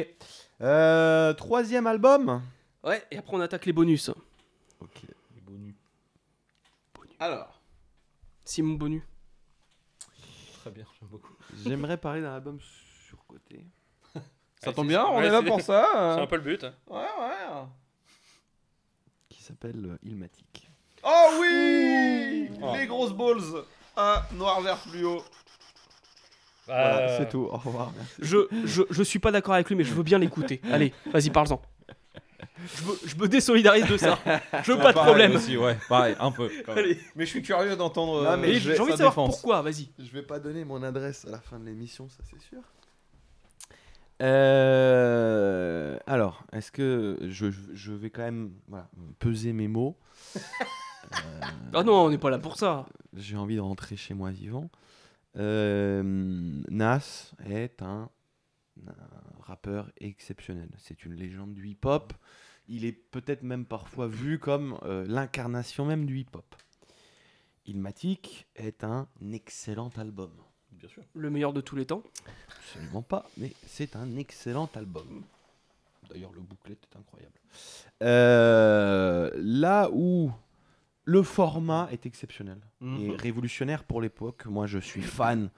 Speaker 2: Euh, troisième album.
Speaker 1: Ouais, Et après on attaque les bonus.
Speaker 2: Ok.
Speaker 4: Alors,
Speaker 1: Simon Bonu.
Speaker 4: très bien, j'aime beaucoup.
Speaker 2: J'aimerais parler d'un album surcoté.
Speaker 4: Ça
Speaker 3: Ouais,
Speaker 4: tombe
Speaker 3: c'est-
Speaker 4: bien, on
Speaker 3: ouais,
Speaker 4: est là
Speaker 3: c'est-
Speaker 4: pour ça.
Speaker 3: c'est
Speaker 4: euh.
Speaker 3: un peu le but. hein.
Speaker 4: Ouais, ouais.
Speaker 2: Qui s'appelle euh, Ilmatic.
Speaker 4: Oh oui
Speaker 3: Ouh.
Speaker 4: Les grosses balls Ah, noir, vert, fluo.
Speaker 2: Voilà,
Speaker 3: Euh,
Speaker 2: c'est tout. Au revoir.
Speaker 1: Je, je, je suis pas d'accord avec lui, mais je veux bien l'écouter. Allez, vas-y, parle-en. Je me, je me désolidarise de ça. Je veux pas de
Speaker 4: Ah, Pareil
Speaker 1: problème.
Speaker 4: aussi, ouais, pareil, un peu. quand même.
Speaker 1: Allez.
Speaker 4: Mais je suis curieux d'entendre.
Speaker 2: Non,
Speaker 4: euh,
Speaker 2: mais
Speaker 1: Et
Speaker 4: je-
Speaker 1: J'ai envie
Speaker 4: sa
Speaker 1: de savoir
Speaker 4: défense.
Speaker 1: pourquoi, vas-y.
Speaker 2: Je vais pas donner mon adresse à la fin de l'émission, ça c'est sûr. Euh, alors, est-ce que je, je vais quand même voilà, peser mes mots
Speaker 1: Ah non, on n'est pas là pour ça.
Speaker 2: j'ai envie de rentrer chez moi vivant. Euh, Nas est un, un rappeur exceptionnel. C'est une légende du hip-hop. Il est peut-être même parfois vu comme euh, l'incarnation même du hip-hop. Ilmatic est un excellent album.
Speaker 4: Bien sûr.
Speaker 1: Le meilleur de tous les temps.
Speaker 2: Absolument pas, mais c'est un excellent album. D'ailleurs, le bouclet est incroyable. Euh, là où le format est exceptionnel
Speaker 4: Mmh. Mhm.
Speaker 2: et révolutionnaire pour l'époque, moi je suis fan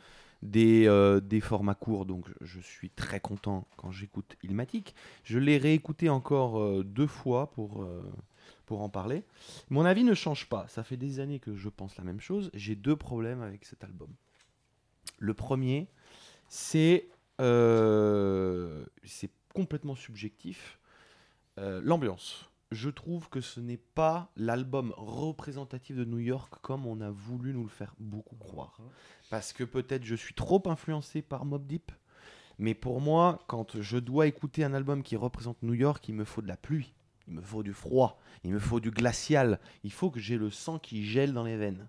Speaker 2: des, euh, des formats courts, donc je suis très content quand j'écoute Ilmatic. Je l'ai réécouté encore euh, deux fois pour, euh, pour en parler. Mon avis ne change pas, ça fait des années que je pense la même chose. J'ai deux problèmes avec cet album. Le premier, c'est euh, c'est complètement subjectif. Euh, L'ambiance. Je trouve que ce n'est pas l'album représentatif de New York comme on a voulu nous le faire beaucoup croire. Parce que peut-être je suis trop influencé par Mob Deep. Mais pour moi, quand je dois écouter un album qui représente New York, il me faut de la pluie, il me faut du froid, il me faut du glacial, il faut que j'ai le sang qui gèle dans les veines.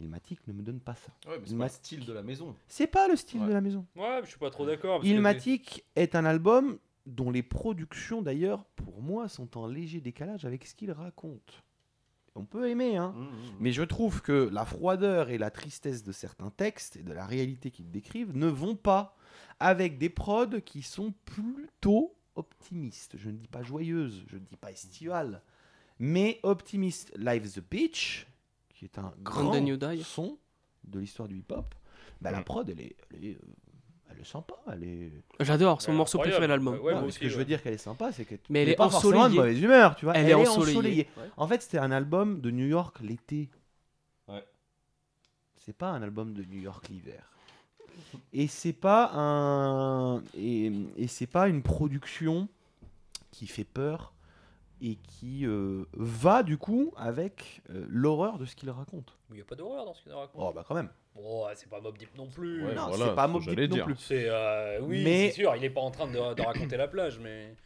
Speaker 2: Ilmatic ne me donne pas ça.
Speaker 4: Ouais, mais c'est
Speaker 2: Ma-
Speaker 4: pas le style de la maison.
Speaker 2: C'est pas le style
Speaker 4: Ouais.
Speaker 2: de la maison.
Speaker 3: Ouais, je suis pas trop d'accord. parce que
Speaker 2: Ilmatic est un album dont les productions, d'ailleurs, pour moi, sont en léger décalage avec ce qu'il raconte. On peut aimer, hein.
Speaker 4: Mmh, Hmm.
Speaker 2: Mais je trouve que la froideur et la tristesse de certains textes et de la réalité qu'ils décrivent ne vont pas avec des prods qui sont plutôt optimistes. Je ne dis pas joyeuses, je ne dis pas estivales, mais optimistes. Live the Beach, qui est un grand
Speaker 1: Then You Die.
Speaker 2: son de l'histoire du hip-hop, bah, la prod, elle est, elle est, euh, elle elle est sympa. Elle est...
Speaker 1: J'adore, c'est mon
Speaker 3: Ouais,
Speaker 1: morceau préféré de
Speaker 3: incroyable. Bah
Speaker 1: l'album.
Speaker 3: Ouais,
Speaker 2: Non,
Speaker 3: moi
Speaker 2: mais
Speaker 3: aussi,
Speaker 2: ce que je
Speaker 3: ouais.
Speaker 2: veux dire qu'elle est sympa, c'est que
Speaker 1: Mais elle est
Speaker 2: pas forcément de
Speaker 1: ensoleillée.
Speaker 2: mauvaise humeur, tu vois.
Speaker 1: Elle est ensoleillée.
Speaker 2: En fait, c'était un album de New York l'été.
Speaker 4: Ouais.
Speaker 2: C'est pas un album de New York l'hiver. Et c'est pas un et, et c'est pas une production qui fait peur et qui euh, va du coup avec euh, l'horreur de ce qu'il raconte.
Speaker 3: Il n'y a pas d'horreur dans ce qu'il raconte.
Speaker 2: Oh bah quand même.
Speaker 3: Bon, ouais, c'est pas Mob Deep non plus.
Speaker 4: Ouais,
Speaker 2: non,
Speaker 4: voilà,
Speaker 2: c'est pas
Speaker 4: ce
Speaker 2: Mob
Speaker 4: que
Speaker 2: Deep
Speaker 4: j'allais
Speaker 2: non
Speaker 4: dire.
Speaker 2: plus.
Speaker 3: C'est euh, oui,
Speaker 2: Mais-
Speaker 3: c'est sûr, il est pas en train de, de raconter la plage, mais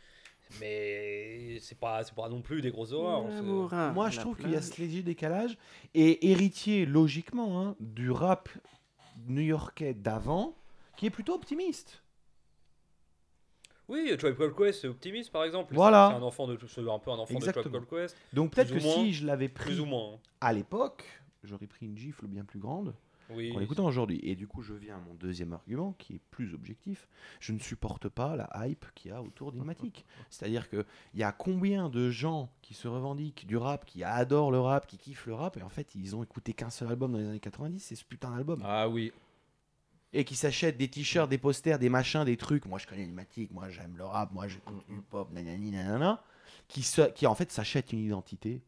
Speaker 3: mais c'est pas c'est pas non plus des grosses horreurs. c'est-
Speaker 1: Ah,
Speaker 2: Moi, je trouve qu'il y a ce léger décalage. Et héritier, logiquement, hein, du rap new-yorkais d'avant, qui est plutôt optimiste.
Speaker 3: Oui, Tribe Called Quest, c'est Optimus par exemple.
Speaker 2: Voilà.
Speaker 3: C'est un enfant de c'est un peu un enfant de
Speaker 2: Exactement.
Speaker 3: Tribe Called Quest,
Speaker 2: Donc peut-être
Speaker 3: Plus
Speaker 2: que
Speaker 3: ou moins.
Speaker 2: si je l'avais
Speaker 3: plus
Speaker 2: pris
Speaker 3: ou moins. hein.
Speaker 2: à l'époque, j'aurais pris une gifle bien plus grande
Speaker 3: Oui.
Speaker 2: en l'écoutant aujourd'hui. Et du coup, je viens à mon deuxième argument, qui est plus objectif. Je ne supporte pas la hype qu'il y a autour d'Hymnatic. C'est-à-dire qu'il y a combien de gens qui se revendiquent du rap, qui adorent le rap, qui kiffent le rap, et en fait, ils ont écouté qu'un seul album dans les années 90, c'est ce putain d'album.
Speaker 4: Ah oui.
Speaker 2: et qui s'achètent des t-shirts, des posters, des machins, des trucs. Moi, je connais le Matic, moi, j'aime le rap, moi, j'écoute du hip-hop, nanani, nanana. Qui, se- qui, en fait, s'achètent une identité.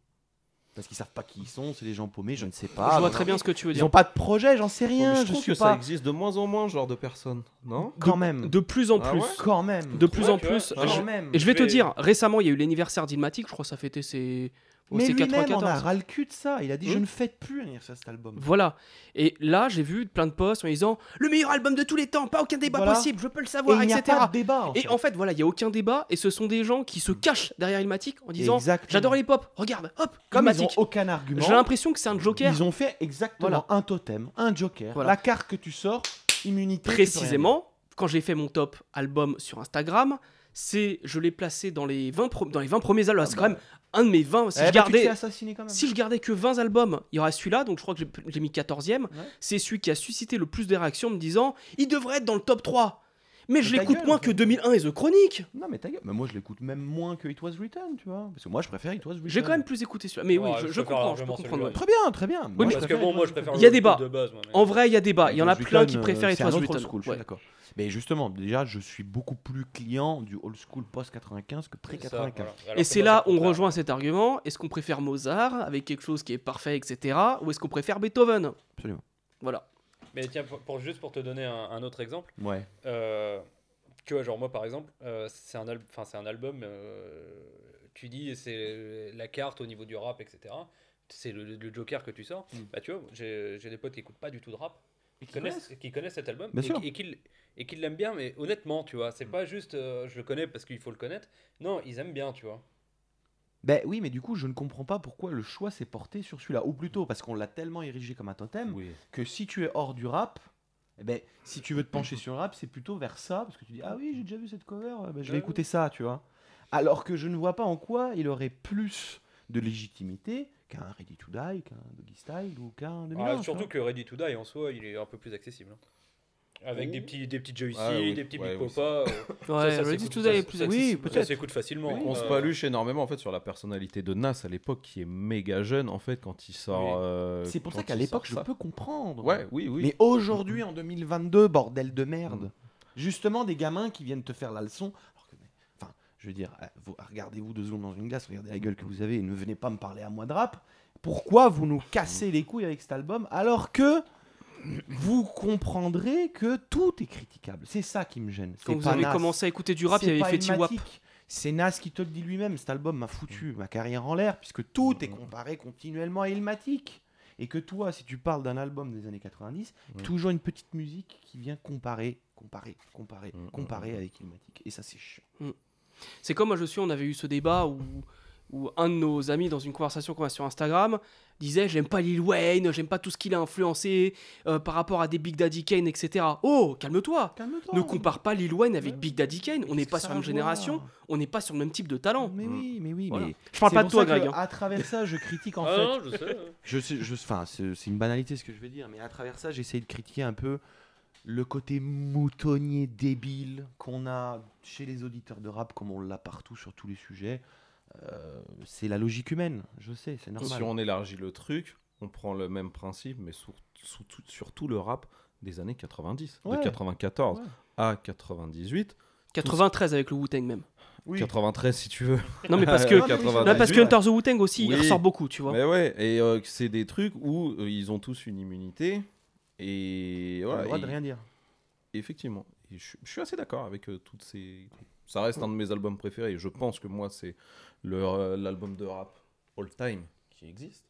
Speaker 2: Parce qu'ils savent pas qui ils sont, c'est des gens paumés, je ne sais pas.
Speaker 1: je
Speaker 4: Ah,
Speaker 1: vois
Speaker 2: Ils
Speaker 1: très bien ce que tu veux
Speaker 2: Ils
Speaker 1: dire.
Speaker 2: n'ont pas de projet, j'en sais rien,
Speaker 4: Mais
Speaker 2: Euh, je,
Speaker 4: trouve
Speaker 2: suis
Speaker 4: que
Speaker 2: pas.
Speaker 4: ça existe de moins en moins, ce genre de personnes, non
Speaker 2: Quand même.
Speaker 1: De plus en
Speaker 4: Ah
Speaker 1: plus.
Speaker 4: ouais
Speaker 2: Quand même.
Speaker 1: De plus
Speaker 3: Ouais,
Speaker 1: en
Speaker 3: tu vois,
Speaker 1: plus.
Speaker 2: Quand
Speaker 1: je-
Speaker 2: même.
Speaker 1: Et je vais te
Speaker 3: Mais-
Speaker 1: dire, récemment, il y a eu l'anniversaire d'Ilmatic, je crois que ça fêtait ses. bon,
Speaker 2: Mais
Speaker 1: ses
Speaker 2: lui-même en a
Speaker 1: 94.
Speaker 2: ras le cul de ça. Il a dit
Speaker 1: Hmm.
Speaker 2: Je ne fête plus à l'anniversaire de cet album.
Speaker 1: Voilà. Et là, j'ai vu plein de posts en disant Le meilleur album de tous les temps, pas aucun débat
Speaker 2: Voilà.
Speaker 1: possible, je peux le
Speaker 2: Et
Speaker 1: savoir,
Speaker 2: il n'y a
Speaker 1: etc.
Speaker 2: pas de débat.
Speaker 1: et en fait, voilà, il n'y a aucun débat, et ce sont des gens qui se cachent derrière Ilmatic en disant
Speaker 2: Exactement.
Speaker 1: J'adore les pop, regarde, hop,
Speaker 2: Comme ils n'ont
Speaker 1: Illmatic.
Speaker 2: aucun argument.
Speaker 1: J'ai l'impression que c'est un joker.
Speaker 2: Ils ont fait exactement
Speaker 1: Voilà.
Speaker 2: un totem, un joker.
Speaker 1: Voilà.
Speaker 2: La carte que tu sors, immunité. tu peux rien
Speaker 1: précisément, quand j'ai fait mon top album sur Instagram, c'est je l'ai placé dans les 20 pro- dans les 20 premiers albums, Ah, c'est quand même un de mes 20 si
Speaker 2: Ah bah.
Speaker 1: je
Speaker 2: Eh ben, tu te fais
Speaker 1: gardais
Speaker 2: assassiner quand même.
Speaker 1: si je gardais que 20 albums, il y aurait celui-là, donc je crois que j'ai- j'ai mis 14e. C'est celui qui a suscité le plus de réactions en me disant il devrait être dans le top 3. Mais je
Speaker 2: ta
Speaker 1: l'écoute
Speaker 2: gueule,
Speaker 1: moins
Speaker 2: en
Speaker 1: que
Speaker 2: fait.
Speaker 1: 2001 et The Chronic.
Speaker 2: Non, mais ta gueule. Mais moi, je l'écoute même moins que It Was Written, tu vois. Parce que moi, je préfère It Was Written.
Speaker 1: J'ai quand même plus écouté celui-là. Mais
Speaker 3: Ouais,
Speaker 2: Oh,
Speaker 1: oui, je,
Speaker 3: je
Speaker 1: je
Speaker 3: préfère
Speaker 1: comprends, je peux
Speaker 3: largement
Speaker 1: comprendre.
Speaker 3: celui-là.
Speaker 1: ouais.
Speaker 2: Très bien, très bien. Moi,
Speaker 1: mais-
Speaker 2: je
Speaker 3: Parce que
Speaker 2: préfère
Speaker 3: bon,
Speaker 2: It
Speaker 3: moi
Speaker 2: Was
Speaker 3: je préfère
Speaker 2: Written.
Speaker 1: Il y a
Speaker 3: le-
Speaker 1: débat.
Speaker 3: le de base. moi, mais-
Speaker 1: En vrai, il y a débat.
Speaker 2: It
Speaker 1: Il y en a
Speaker 2: Was
Speaker 1: plein
Speaker 2: Written,
Speaker 1: qui
Speaker 2: euh,
Speaker 1: préfèrent It
Speaker 2: c'est
Speaker 1: Was
Speaker 2: un autre
Speaker 1: Written.
Speaker 2: old school, je suis
Speaker 1: Ouais.
Speaker 2: d'accord. Mais justement, déjà, je suis beaucoup plus client du old school post-95 que
Speaker 3: C'est ça,
Speaker 2: pré-95.
Speaker 3: voilà. Alors
Speaker 1: Et
Speaker 3: que
Speaker 1: c'est
Speaker 3: moi,
Speaker 1: là
Speaker 3: le
Speaker 1: on
Speaker 3: contraire.
Speaker 1: rejoint cet argument. Est-ce qu'on préfère Mozart avec quelque chose qui est parfait, etc. Ou est-ce qu'on préfère Beethoven
Speaker 2: Absolument.
Speaker 1: Voilà.
Speaker 3: Mais tiens, pour, pour- juste pour te donner un, un autre exemple,
Speaker 2: Ouais.
Speaker 3: euh, tu vois, genre moi par exemple, euh, c'est un, al- enfin, c'est un album, euh, tu dis c'est la carte au niveau du rap, etc. C'est le, le- le Joker que tu sors.
Speaker 1: Hmm.
Speaker 2: Mm.
Speaker 3: Bah tu vois, j'ai j'ai des potes qui écoutent pas du tout de rap,
Speaker 2: Et
Speaker 3: qui connaissent, qui connaissent cet album
Speaker 2: Bien
Speaker 3: et,
Speaker 2: sûr. Mm.
Speaker 3: qui- et qu'ils et qu'ils l'aiment bien, mais honnêtement, tu vois, c'est pas juste euh, je le connais parce qu'il faut le connaître. Non, ils aiment bien, tu vois.
Speaker 2: Ben oui, mais du coup, je ne comprends pas pourquoi le choix s'est porté sur celui-là. Ou plutôt, parce qu'on l'a tellement érigé comme un totem que si tu es hors du rap, eh ben, si tu veux te pencher sur le rap, c'est plutôt vers ça, parce que tu dis ah oui, j'ai déjà vu cette cover, eh ben, je vais
Speaker 3: Ouais.
Speaker 2: écouter ça, tu vois. Alors que je ne vois pas en quoi il aurait plus de légitimité qu'un Ready to Die, qu'un Doggy Style ou qu'un 2001.
Speaker 3: Ah,
Speaker 2: tu
Speaker 3: surtout
Speaker 2: vois.
Speaker 3: que Ready to Die en soi, il est un peu plus accessible. hein. Avec des petits, des petits joysticks,
Speaker 2: Ah,
Speaker 4: Ouais, oui,
Speaker 3: des petits
Speaker 4: ouais,
Speaker 3: big
Speaker 4: oui,
Speaker 3: popa, euh,
Speaker 1: Ouais,
Speaker 3: ça
Speaker 1: Ready
Speaker 3: s'écoute
Speaker 1: to Die est
Speaker 3: facile.
Speaker 1: plus
Speaker 3: Ça
Speaker 2: oui,
Speaker 1: accessible.
Speaker 3: ça
Speaker 2: peut-être.
Speaker 3: s'écoute facilement.
Speaker 2: Oui,
Speaker 4: On se
Speaker 3: Euh,
Speaker 4: paluche énormément en fait sur la personnalité de Nas à l'époque qui est méga jeune en fait quand il sort.
Speaker 3: Oui.
Speaker 4: euh,
Speaker 2: C'est pour
Speaker 4: quand
Speaker 2: ça qu'à
Speaker 4: il
Speaker 2: l'époque, je
Speaker 4: sort ça.
Speaker 2: peux comprendre.
Speaker 4: Ouais, oui, oui.
Speaker 2: Mais aujourd'hui, en 2022, bordel de merde, justement des gamins qui viennent te faire la leçon. alors que, mais, Enfin, je veux dire, euh, vous- regardez-vous deux secondes dans une glace, regardez la gueule que vous avez et ne venez pas me parler à moi de rap. Pourquoi vous nous cassez les couilles avec cet album alors que vous comprendrez que tout est critiquable C'est ça qui me gêne.
Speaker 1: Quand
Speaker 2: C'est
Speaker 1: vous
Speaker 2: pas
Speaker 1: avez
Speaker 2: Nas,
Speaker 1: commencé à écouter du rap,
Speaker 2: c'est
Speaker 1: il y
Speaker 2: pas
Speaker 1: avait Fetty Wap.
Speaker 2: Illmatic, C'est Nas qui te le dit lui-même, cet album m'a foutu ma carrière en l'air, puisque tout est comparé continuellement à Illmatic. Et que toi, si tu parles d'un album des années 90,
Speaker 4: Mm.
Speaker 2: toujours une petite musique qui vient comparer, comparer, comparer,
Speaker 4: Mm, mm,
Speaker 2: comparer avec Illmatic. Et ça, c'est chiant.
Speaker 1: C'est comme moi je suis, on avait eu ce débat où, où un de nos amis, dans une conversation qu'on a sur Instagram, disait J'aime pas Lil Wayne, j'aime pas tout ce qu'il a influencé euh, par rapport à des Big Daddy Kane, etc. Oh, calme-toi hein.
Speaker 2: Calme-toi.
Speaker 1: Ne compare pas Lil Wayne avec
Speaker 2: Ouais.
Speaker 1: Big Daddy Kane, on n'est pas sur une génération, on n'est pas sur le même type de talent.
Speaker 2: euh, Mais
Speaker 4: Mm.
Speaker 2: oui, mais oui,
Speaker 1: Voilà.
Speaker 2: mais.
Speaker 1: euh, Je parle
Speaker 2: C'est
Speaker 1: pas de
Speaker 2: pour
Speaker 1: toi,
Speaker 2: ça que
Speaker 1: Greg. hein.
Speaker 2: À travers ça, je critique en
Speaker 3: ah
Speaker 2: fait
Speaker 3: non, je sais. hein.
Speaker 2: je sais, je, enfin, c'est c'est une banalité ce que je vais dire, mais à travers ça, j'essaye de critiquer un peu le côté moutonnier débile qu'on a chez les auditeurs de rap, comme on l'a partout sur tous les sujets. Euh, c'est la logique humaine, je sais, c'est normal.
Speaker 4: Si on élargit le truc, on prend le même principe, mais sur- sous- tout- surtout le rap des années 90,
Speaker 2: Ouais.
Speaker 4: de 94 à 98,
Speaker 1: 93 avec le Wu-Tang même.
Speaker 2: Oui.
Speaker 4: 93 si tu veux.
Speaker 1: Non, mais parce que, non,
Speaker 4: 98.
Speaker 1: parce que Hunter the Wu-Tang aussi, il
Speaker 4: Oui.
Speaker 1: ressort beaucoup, tu vois.
Speaker 4: Mais ouais, et euh, que c'est des trucs où euh, ils ont tous une immunité et
Speaker 2: T'as
Speaker 4: voilà,
Speaker 2: le droit de
Speaker 4: et-
Speaker 2: rien dire.
Speaker 1: Bah,
Speaker 4: effectivement. Et je, je suis assez d'accord avec euh, toutes ces. Ça reste un de mes albums préférés. et Je pense que moi, c'est leur, euh, l'album de rap all time qui existe.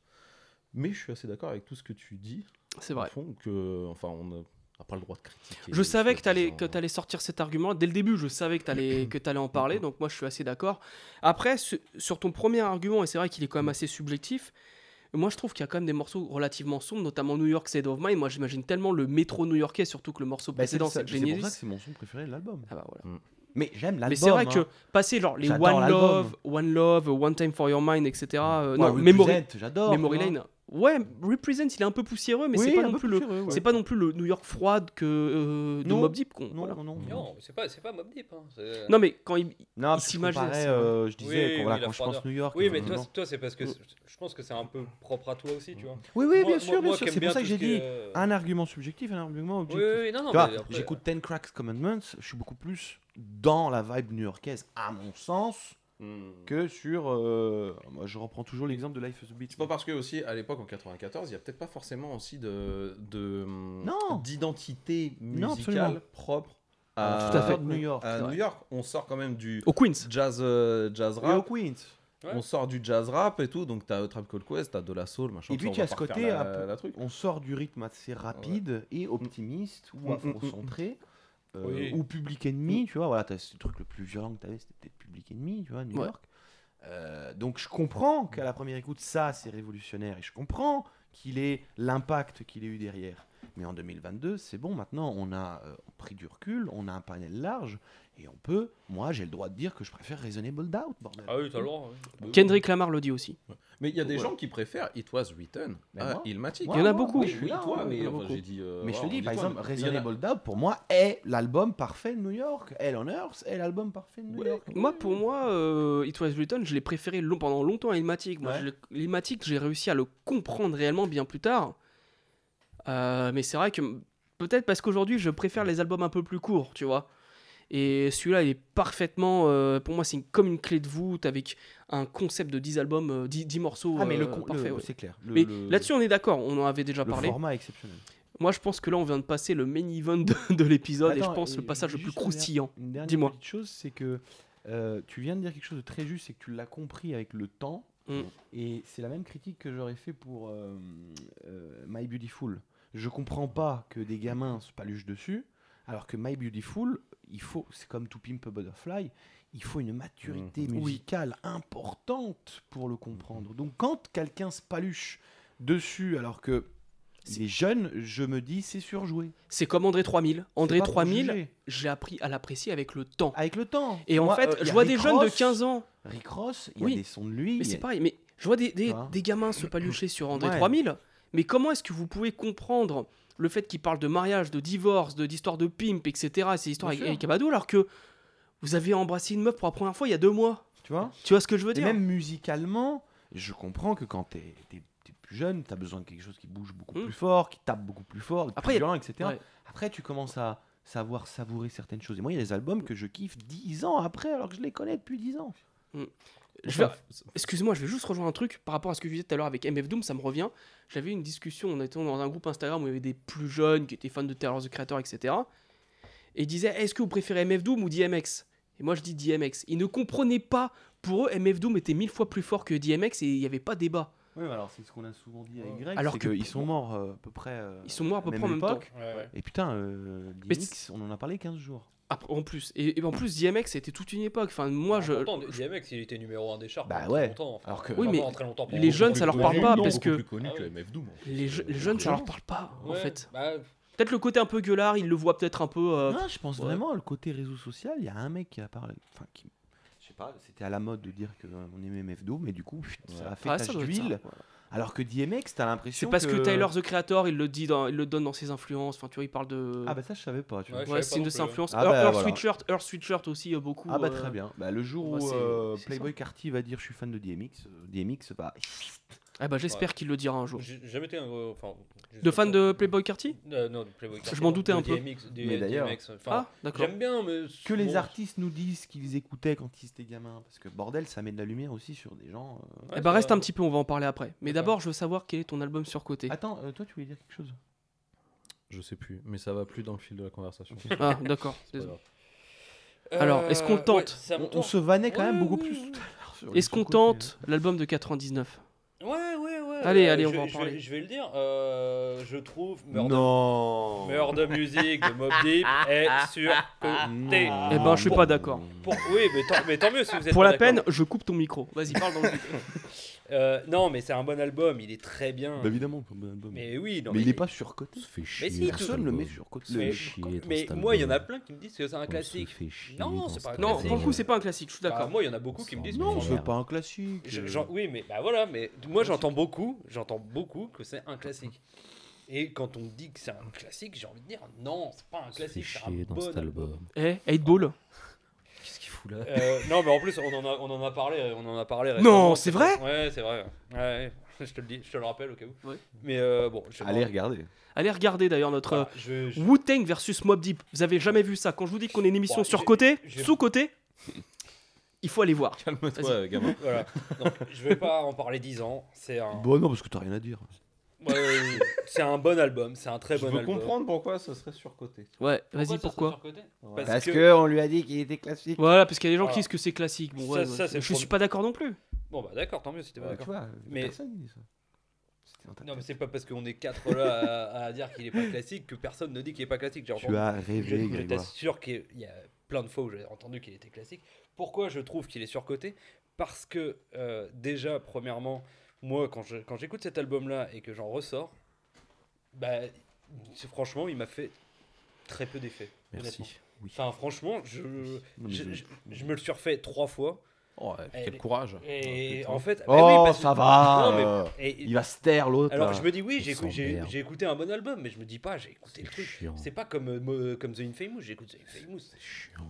Speaker 4: Mais je suis assez d'accord avec tout ce que tu dis.
Speaker 1: C'est
Speaker 4: au
Speaker 1: vrai.
Speaker 4: fond, que, enfin, on n'a n'a pas le droit de critiquer.
Speaker 1: Je savais que t'allais
Speaker 4: soi-disant.
Speaker 1: que t'allais sortir cet argument dès le début. Je savais que t'allais que t'allais en parler. Donc moi je suis assez d'accord. Après ce- sur ton premier argument et c'est vrai qu'il est quand même assez subjectif. Moi je trouve qu'il y a quand même des morceaux relativement sombres, notamment New York Side of Mine. Moi j'imagine tellement le métro new-yorkais, surtout que le morceau
Speaker 2: Bah, c'est
Speaker 1: précédent
Speaker 2: ça-
Speaker 1: c'est
Speaker 2: c'est pour
Speaker 1: Genesis.
Speaker 2: ça que c'est mon son préféré de l'album.
Speaker 1: Ah bah voilà.
Speaker 2: Mais j'aime l'album.
Speaker 1: Mais c'est vrai
Speaker 2: hein.
Speaker 1: que passer genre les
Speaker 2: J'adore
Speaker 1: One
Speaker 2: l'album.
Speaker 1: Love, One Love, One Time for Your Mind, etc. euh,
Speaker 2: Ouais,
Speaker 1: non,
Speaker 2: Represent,
Speaker 1: Memory,
Speaker 2: Bah, j'adore.
Speaker 1: Memory
Speaker 2: tu vois.
Speaker 1: Lane. Ouais, Represent, il est un peu poussiéreux, mais
Speaker 2: Oui,
Speaker 1: c'est pas
Speaker 2: un
Speaker 1: non
Speaker 2: peu
Speaker 1: plus le,
Speaker 2: poussiéreux, ouais.
Speaker 1: c'est pas non plus le New York froide que euh, de
Speaker 2: Non.
Speaker 1: Mobb Deep. qu'on-
Speaker 2: Non,
Speaker 1: voilà.
Speaker 2: non, non.
Speaker 3: Non, c'est pas, c'est pas Mob Deep. hein, c'est-
Speaker 1: Non mais quand il,
Speaker 2: Non, parce que je,
Speaker 1: s'imagine,
Speaker 2: comparais,
Speaker 1: c'est
Speaker 2: euh, je disais,
Speaker 3: Oui,
Speaker 2: quand, voilà,
Speaker 3: oui, la
Speaker 2: quand je
Speaker 3: froideur.
Speaker 2: pense New York.
Speaker 3: Oui, mais toi,
Speaker 2: effectivement.
Speaker 3: c'est- toi, c'est parce que c'est- je pense que c'est un peu propre à toi aussi, tu vois.
Speaker 2: Oui, oui,
Speaker 3: Moi-
Speaker 2: bien
Speaker 3: moi-
Speaker 2: sûr, bien
Speaker 3: moi
Speaker 2: sûr.
Speaker 3: qui aime
Speaker 2: C'est pour ça
Speaker 3: tout
Speaker 2: que
Speaker 3: ce
Speaker 2: j'ai
Speaker 3: qui
Speaker 2: dit
Speaker 3: est, euh,
Speaker 2: un argument subjectif, un argument
Speaker 3: Oui, oui,
Speaker 2: objectif.
Speaker 3: oui, non, non,
Speaker 2: Tu vois,
Speaker 3: mais après- euh,
Speaker 2: j'écoute Ten Cracks Commandments, je suis beaucoup plus dans la vibe new-yorkaise, à mon sens,
Speaker 4: Hmm.
Speaker 2: que sur. euh, moi, je reprends toujours l'exemple de Life is a Beach.
Speaker 4: C'est pas parce que aussi à l'époque en 94, il y a peut-être pas forcément aussi de de, hum,
Speaker 2: Non.
Speaker 4: d'identité
Speaker 2: Non,
Speaker 4: musicale
Speaker 2: absolument. Ah,
Speaker 4: propre à, Euh,
Speaker 2: Tout à fait de Euh, New York.
Speaker 4: à
Speaker 1: c'est vrai.
Speaker 4: New York. On sort quand même du
Speaker 1: au Queens.
Speaker 4: jazz euh, jazz
Speaker 2: Et au
Speaker 4: rap.
Speaker 2: Queens.
Speaker 3: Ouais.
Speaker 4: On sort du jazz rap et tout, donc t'as Trap Call Quest, t'as de la soul, machin.
Speaker 2: Et puis,
Speaker 4: ça, on
Speaker 2: tu as
Speaker 4: va
Speaker 2: ce
Speaker 4: pas refaire
Speaker 2: côté
Speaker 4: la,
Speaker 2: un peu-
Speaker 4: la truc.
Speaker 2: On sort du rythme assez rapide et optimiste,
Speaker 4: Mm,
Speaker 2: ou
Speaker 4: mm,
Speaker 2: afro-centré.
Speaker 1: mm.
Speaker 2: euh,
Speaker 3: Oui.
Speaker 2: Ou public ennemi, tu vois, voilà, t'as ce truc le plus violent que t'avais, c'était peut-être public ennemi, tu vois, New
Speaker 1: Ouais. Mm.
Speaker 2: York. Euh, donc je comprends qu'à la première écoute, ça c'est révolutionnaire et je comprends qu'il ait l'impact qu'il ait eu derrière. Mais en 2022, c'est bon, maintenant on a euh, pris du recul, on a un panel large et on peut, moi j'ai le droit de dire que je préfère Reasonable Doubt, bordel.
Speaker 3: Ah oui, t'as le droit. oui.
Speaker 1: Kendrick Lamar le dit aussi.
Speaker 4: Mais il y a des
Speaker 2: Ouais.
Speaker 4: gens qui préfèrent It Was Written
Speaker 2: Mais
Speaker 4: à
Speaker 2: moi-
Speaker 4: Il Matic.
Speaker 2: moi,
Speaker 1: Il y en a
Speaker 2: moi,
Speaker 1: beaucoup.
Speaker 2: oui,
Speaker 4: Oui,
Speaker 2: je
Speaker 4: oui,
Speaker 2: suis là,
Speaker 4: toi,
Speaker 2: hein, il
Speaker 4: mais
Speaker 2: y en a
Speaker 4: enfin,
Speaker 2: beaucoup.
Speaker 4: j'ai dit. euh,
Speaker 2: Mais je te
Speaker 4: voilà, on
Speaker 2: dis,
Speaker 4: dit
Speaker 2: par
Speaker 4: toi,
Speaker 2: exemple,
Speaker 4: mais il y en a-
Speaker 2: Reasonable Doubt, pour moi, est l'album parfait de New York. Hell on Earth est l'album parfait de New
Speaker 4: Oui.
Speaker 2: York.
Speaker 1: Moi, pour moi, euh, It Was Written, je l'ai préféré long- pendant longtemps à Ilmatic. Moi,
Speaker 2: Ouais.
Speaker 1: je l'ai- Illmatic, j'ai réussi à le comprendre réellement bien plus tard. Euh, mais c'est vrai que m- peut-être parce qu'aujourd'hui, je préfère les albums un peu plus courts, tu vois. Et celui-là, il est parfaitement. euh, pour moi, c'est une- comme une clé de voûte avec un concept de 10 albums, euh, 10, 10 morceaux.
Speaker 2: Ah, mais le,
Speaker 1: euh,
Speaker 2: con- le-
Speaker 1: parfait, ouais.
Speaker 2: c'est clair. Le-
Speaker 1: Mais
Speaker 2: le-
Speaker 1: là-dessus, on est d'accord, on en avait déjà
Speaker 2: le
Speaker 1: parlé.
Speaker 2: format exceptionnel.
Speaker 1: Moi, je pense que là, on vient de passer le main event de, de l'épisode et je
Speaker 2: Attends,
Speaker 1: pense
Speaker 2: et
Speaker 1: le passage le plus
Speaker 2: juste une
Speaker 1: croustillant.
Speaker 2: Une dernière
Speaker 1: Dis-moi.
Speaker 2: petite chose, c'est que euh, tu viens de dire quelque chose de très juste, c'est que tu l'as compris avec le temps.
Speaker 1: Mm.
Speaker 2: Et c'est la même critique que j'aurais fait pour euh, euh, My Beautiful. Je comprends pas que des gamins se paluchent dessus, alors que My Beautiful, il faut, c'est comme To Pimp a Butterfly, il faut une maturité
Speaker 1: Mm. Oui.
Speaker 2: musicale importante pour le comprendre. Donc quand quelqu'un se paluche dessus, alors que il est jeune, je me dis c'est surjoué.
Speaker 1: C'est comme André 3000. André
Speaker 2: C'est pas pour
Speaker 1: 3000,
Speaker 2: juger.
Speaker 1: j'ai appris à l'apprécier avec le temps.
Speaker 2: avec le temps.
Speaker 1: Et en
Speaker 2: Moi,
Speaker 1: fait,
Speaker 2: euh, y
Speaker 1: je
Speaker 2: a
Speaker 1: vois
Speaker 2: Rick
Speaker 1: des jeunes de
Speaker 2: Ross.
Speaker 1: 15 ans,
Speaker 2: Rick Ross, il y a
Speaker 1: Oui.
Speaker 2: des sons de lui.
Speaker 1: mais
Speaker 2: il y
Speaker 1: c'est
Speaker 2: a-
Speaker 1: pareil, mais je vois des, des,
Speaker 2: Tu vois.
Speaker 1: des gamins se palucher sur André
Speaker 2: Ouais.
Speaker 1: 3000. Mais comment est-ce que vous pouvez comprendre le fait qu'il parle de mariage, de divorce, de d'histoire de pimp, etc., ces histoires avec
Speaker 2: Bien sûr.
Speaker 1: Eric Abadou, alors que vous avez embrassé une meuf pour la première fois il y a deux mois
Speaker 2: Tu vois
Speaker 1: Tu vois ce que je veux
Speaker 2: Et
Speaker 1: dire
Speaker 2: même musicalement, je comprends que quand t'es es, plus jeune, t'as besoin de quelque chose qui bouge beaucoup
Speaker 1: Mm.
Speaker 2: plus fort, qui tape beaucoup plus fort,
Speaker 1: Après,
Speaker 2: plus violent, etc.
Speaker 1: Ouais.
Speaker 2: Après, tu commences à savoir savourer certaines choses. Et moi, il y a des albums que je kiffe 10 ans après, alors que je les connais depuis 10 ans.
Speaker 1: Je vais- Excuse-moi, je vais juste rejoindre un truc par rapport à ce que tu disais tout à l'heure avec MF Doom, ça me revient. J'avais une discussion, on était dans un groupe Instagram où il y avait des plus jeunes qui étaient fans de Terror the Creator, etc. Et ils disaient Est-ce que vous préférez MF Doom ou DMX Et moi je dis DMX. Ils ne comprenaient pas, pour eux, MF Doom était mille fois plus fort que DMX et il n'y avait pas débat.
Speaker 2: Oui, alors c'est ce qu'on a souvent dit avec Greg.
Speaker 1: Alors
Speaker 2: Alors
Speaker 1: que
Speaker 2: qu'ils
Speaker 1: pour-
Speaker 2: sont morts euh, à peu près. euh,
Speaker 1: Ils sont morts à peu
Speaker 2: même
Speaker 1: près en même temps.
Speaker 2: époque.
Speaker 3: Ouais, ouais.
Speaker 2: Et putain, euh,
Speaker 1: Mais
Speaker 2: DMX, on en a parlé 15 jours.
Speaker 1: Après, Ah, en plus. Et, et en plus, DMX, c'était toute une époque. Enfin, moi je.
Speaker 3: Ah, Pourtant, DMX, il était numéro 1 des charts.
Speaker 2: Bah
Speaker 3: pendant
Speaker 2: ouais.
Speaker 3: très longtemps, enfin,
Speaker 2: Alors que-
Speaker 1: Oui,
Speaker 3: vraiment
Speaker 1: mais
Speaker 3: très longtemps,
Speaker 1: les
Speaker 3: pendant
Speaker 1: jeunes,
Speaker 3: beaucoup
Speaker 1: ça leur
Speaker 3: plus
Speaker 1: parle
Speaker 3: connu.
Speaker 1: pas, parce que-
Speaker 4: plus connu
Speaker 3: Ah
Speaker 4: que
Speaker 3: ouais.
Speaker 4: MF Doom. en fait.
Speaker 1: Les, je-
Speaker 4: Euh,
Speaker 1: les jeunes, ça
Speaker 4: vraiment.
Speaker 1: leur parle pas, en
Speaker 3: Ouais,
Speaker 1: fait.
Speaker 3: bah,
Speaker 1: Peut-être le côté un peu gueulard, ils le voient peut-être un peu. euh,
Speaker 2: Non, je pense
Speaker 1: ouais.
Speaker 2: vraiment le côté réseau social. Il y a un mec qui a parlé, enfin qui, je sais pas, c'était à la mode de dire que euh, on aimait MFDO, mais du coup pfft, ça a fait
Speaker 1: ah, ça
Speaker 2: tache
Speaker 1: doit être ça.
Speaker 2: d'huile. Alors que DMX, t'as l'impression
Speaker 1: C'est parce que...
Speaker 2: que
Speaker 1: Tyler the Creator, il le dit, dans, il le donne dans ses influences. Enfin, tu vois, il parle de.
Speaker 2: Ah bah ça je savais pas. Tu vois.
Speaker 3: Ouais, je
Speaker 1: ouais,
Speaker 3: savais pas
Speaker 1: c'est une
Speaker 3: non
Speaker 1: de
Speaker 3: plus, hein.
Speaker 1: ses
Speaker 3: ouais.
Speaker 1: influences.
Speaker 2: Ah
Speaker 1: Earth,
Speaker 2: bah,
Speaker 1: Earth
Speaker 2: voilà.
Speaker 1: Sweatshirt, Earth Sweatshirt aussi euh, beaucoup.
Speaker 2: Ah bah
Speaker 1: euh,
Speaker 2: très bien. Bah, le jour
Speaker 1: bah,
Speaker 2: où
Speaker 1: c'est-
Speaker 2: euh,
Speaker 1: c'est
Speaker 2: Playboy Carty va dire je suis fan de DMX, euh, DMX va
Speaker 1: Ah bah j'espère qu'il le dira un jour.
Speaker 3: J'ai jamais été un gros. Enfin, juste
Speaker 1: De
Speaker 3: comme
Speaker 1: fan
Speaker 3: ça.
Speaker 1: de Playboy Carty
Speaker 3: Euh, Non, de Playboy Carti,
Speaker 1: m'en
Speaker 3: non,
Speaker 1: doutais
Speaker 3: de
Speaker 1: un peu.
Speaker 3: DMX, des-
Speaker 2: Mais d'ailleurs.
Speaker 3: DMX, enfin,
Speaker 1: Ah, d'accord.
Speaker 3: J'aime bien, mais.
Speaker 2: Que les
Speaker 3: bon,
Speaker 2: artistes nous disent qu'ils écoutaient quand ils étaient gamins. Parce que bordel, ça met de la lumière aussi sur des gens. euh.
Speaker 3: ouais,
Speaker 1: Eh bah
Speaker 3: ça-
Speaker 1: reste un petit peu, on va en parler après. Mais
Speaker 3: D'accord. Ah,
Speaker 1: d'abord, je veux savoir quel est ton album surcoté.
Speaker 2: Attends, euh, toi, tu voulais dire quelque chose
Speaker 4: Je sais plus, mais ça va plus dans le fil de la conversation. C'est
Speaker 1: Ah, d'accord.
Speaker 4: pas
Speaker 1: désolé.
Speaker 4: grave.
Speaker 1: Alors, est-ce qu'on
Speaker 3: Euh,
Speaker 1: tente
Speaker 3: ouais, ça me
Speaker 2: on, on
Speaker 3: tente.
Speaker 2: se vannait quand même
Speaker 3: Ouais,
Speaker 2: beaucoup
Speaker 3: ouais,
Speaker 2: plus
Speaker 3: ouais.
Speaker 2: tout à l'heure sur les
Speaker 1: Est-ce qu'on
Speaker 2: surcotés,
Speaker 1: tente l'album de 99
Speaker 3: Ouais, ouais, ouais.
Speaker 1: Allez,
Speaker 3: euh,
Speaker 1: allez, on
Speaker 3: je-
Speaker 1: va en
Speaker 3: je-
Speaker 1: parler.
Speaker 3: Je vais le dire. euh, je trouve
Speaker 2: euh.
Speaker 3: Murder,
Speaker 2: Non
Speaker 3: Murder Music de Mob Deep est sur. côté.
Speaker 2: Non.
Speaker 1: Eh ben, je suis pas d'accord.
Speaker 3: Pour... Oui, mais tant, mais tant mieux si vous êtes
Speaker 1: Pour
Speaker 3: pas
Speaker 1: la
Speaker 3: d'accord.
Speaker 1: peine, je coupe ton micro. Vas-y, parle dans le micro.
Speaker 3: Euh, non, mais c'est un bon album, il est très bien.
Speaker 2: Bah, évidemment, comme un album.
Speaker 3: Mais oui, non,
Speaker 2: mais il
Speaker 3: mais-
Speaker 2: est pas surcoté.
Speaker 5: fait
Speaker 3: Mais
Speaker 5: chier.
Speaker 3: si,
Speaker 4: hein.
Speaker 5: ton
Speaker 3: tout-
Speaker 2: Personne le met
Speaker 5: album.
Speaker 2: surcoté.
Speaker 5: Se
Speaker 3: Mais,
Speaker 5: fait chier ton
Speaker 3: mais
Speaker 5: cet
Speaker 3: moi, il y en a
Speaker 5: album.
Speaker 3: plein qui me disent que c'est un
Speaker 5: On se
Speaker 3: classique.
Speaker 5: fait chier
Speaker 3: Non,
Speaker 5: dans
Speaker 3: c'est
Speaker 5: cet
Speaker 3: pas un
Speaker 1: Non,
Speaker 5: album.
Speaker 1: pour le coup, c'est pas un classique, je suis
Speaker 3: Bah,
Speaker 1: d'accord.
Speaker 3: moi, il y en a beaucoup qui me disent.
Speaker 2: Non,
Speaker 3: que
Speaker 5: Non,
Speaker 3: c'est
Speaker 2: c'est
Speaker 5: merde.
Speaker 2: pas un classique.
Speaker 3: Je-
Speaker 2: euh.
Speaker 3: j'en- oui, mais bah voilà, mais moi j'entends beaucoup, j'entends beaucoup que c'est un classique. Et quand on dit que c'est un classique, j'ai envie de dire non, c'est pas un
Speaker 5: On se fait
Speaker 3: classique, c'est un
Speaker 5: chier dans
Speaker 3: bon
Speaker 5: cet album.
Speaker 3: Ah.
Speaker 1: Eh, 8 Ball
Speaker 4: Qu'est-ce qu'il fout là
Speaker 3: Euh, non, mais en plus on en a, on en a parlé, on en a parlé.
Speaker 1: Non,
Speaker 3: récemment,
Speaker 1: c'est vrai
Speaker 3: Ouais, c'est vrai. Ouais, ouais. je te le dis, je te le rappelle au cas où.
Speaker 1: Ouais.
Speaker 3: Mais euh, bon, je
Speaker 2: Allez, regardez.
Speaker 1: Allez regarder d'ailleurs notre
Speaker 3: Voilà, je- je-
Speaker 1: euh, Wu-Tang versus Mob Deep. Vous avez jamais vu ça. Quand je vous dis qu'on est une émission
Speaker 3: Bon,
Speaker 1: surcotée,
Speaker 3: j'ai- j'ai-
Speaker 1: sous-cotée, il faut aller voir.
Speaker 4: Calme-toi, gamin.
Speaker 3: voilà. Donc, je vais pas en parler 10 ans. C'est un,
Speaker 2: Bon, non, parce que t'as rien à dire.
Speaker 3: Ouais, ouais, ouais. euh, c'est un bon album, c'est un très
Speaker 4: Je
Speaker 3: bon
Speaker 4: veux
Speaker 3: album.
Speaker 4: comprendre pourquoi ça serait surcoté.
Speaker 1: Ouais, vas-y, pourquoi
Speaker 3: Parce,
Speaker 2: Parce
Speaker 3: que,
Speaker 2: que on lui a dit qu'il était classique.
Speaker 1: Voilà, parce qu'il y a des gens qui
Speaker 3: Voilà.
Speaker 1: disent que c'est classique. Bon,
Speaker 3: Ça-
Speaker 1: ouais,
Speaker 3: ça,
Speaker 1: ouais.
Speaker 3: c'est le
Speaker 1: je suis
Speaker 3: problème.
Speaker 1: pas d'accord non plus.
Speaker 3: bon bah d'accord, tant mieux si t'es pas
Speaker 2: Ouais, tu
Speaker 3: d'accord.
Speaker 2: vois,
Speaker 3: Mais-
Speaker 2: mais... personne ne dit ça. C'était dans ta
Speaker 3: Non mais
Speaker 2: tête.
Speaker 3: c'est pas parce qu'on est quatre là à, à dire qu'il est pas classique que personne ne dit qu'il est pas classique. J'ai
Speaker 2: Tu
Speaker 3: entendu.
Speaker 2: as
Speaker 3: Je,
Speaker 2: rêvé,
Speaker 3: je
Speaker 2: Grégoire.
Speaker 3: t'assure qu'il y a plein de fois où j'ai entendu qu'il était classique. Pourquoi je trouve qu'il est surcoté Parce que euh, déjà premièrement, moi quand je- quand j'écoute cet album là et que j'en ressors, bah c'est- franchement il m'a fait très peu d'effet. honnêtement.
Speaker 4: Merci.
Speaker 3: Enfin franchement je,
Speaker 2: Non, mais
Speaker 3: je,
Speaker 2: je-
Speaker 3: je- je me le suis refait trois fois.
Speaker 4: Oh, ouais,
Speaker 3: Elle
Speaker 4: quel
Speaker 3: est-
Speaker 4: courage.
Speaker 3: Et
Speaker 4: putain.
Speaker 3: en fait, bah oui,
Speaker 2: Oh,
Speaker 3: parce que-
Speaker 2: ça va.
Speaker 3: Non, mais-
Speaker 2: euh,
Speaker 3: et-
Speaker 2: Il va se taire l'autre.
Speaker 3: Alors
Speaker 2: là.
Speaker 3: je me dis oui, j'ai
Speaker 5: Il
Speaker 3: écou- j'ai
Speaker 5: s'emmerde.
Speaker 3: j'ai écouté un bon album, mais je me dis pas j'ai écouté le
Speaker 5: C'est
Speaker 3: truc.
Speaker 5: chiant.
Speaker 3: C'est pas comme euh, mo- euh, comme The Infamous, j'écoute The Infamous. C'est chiant.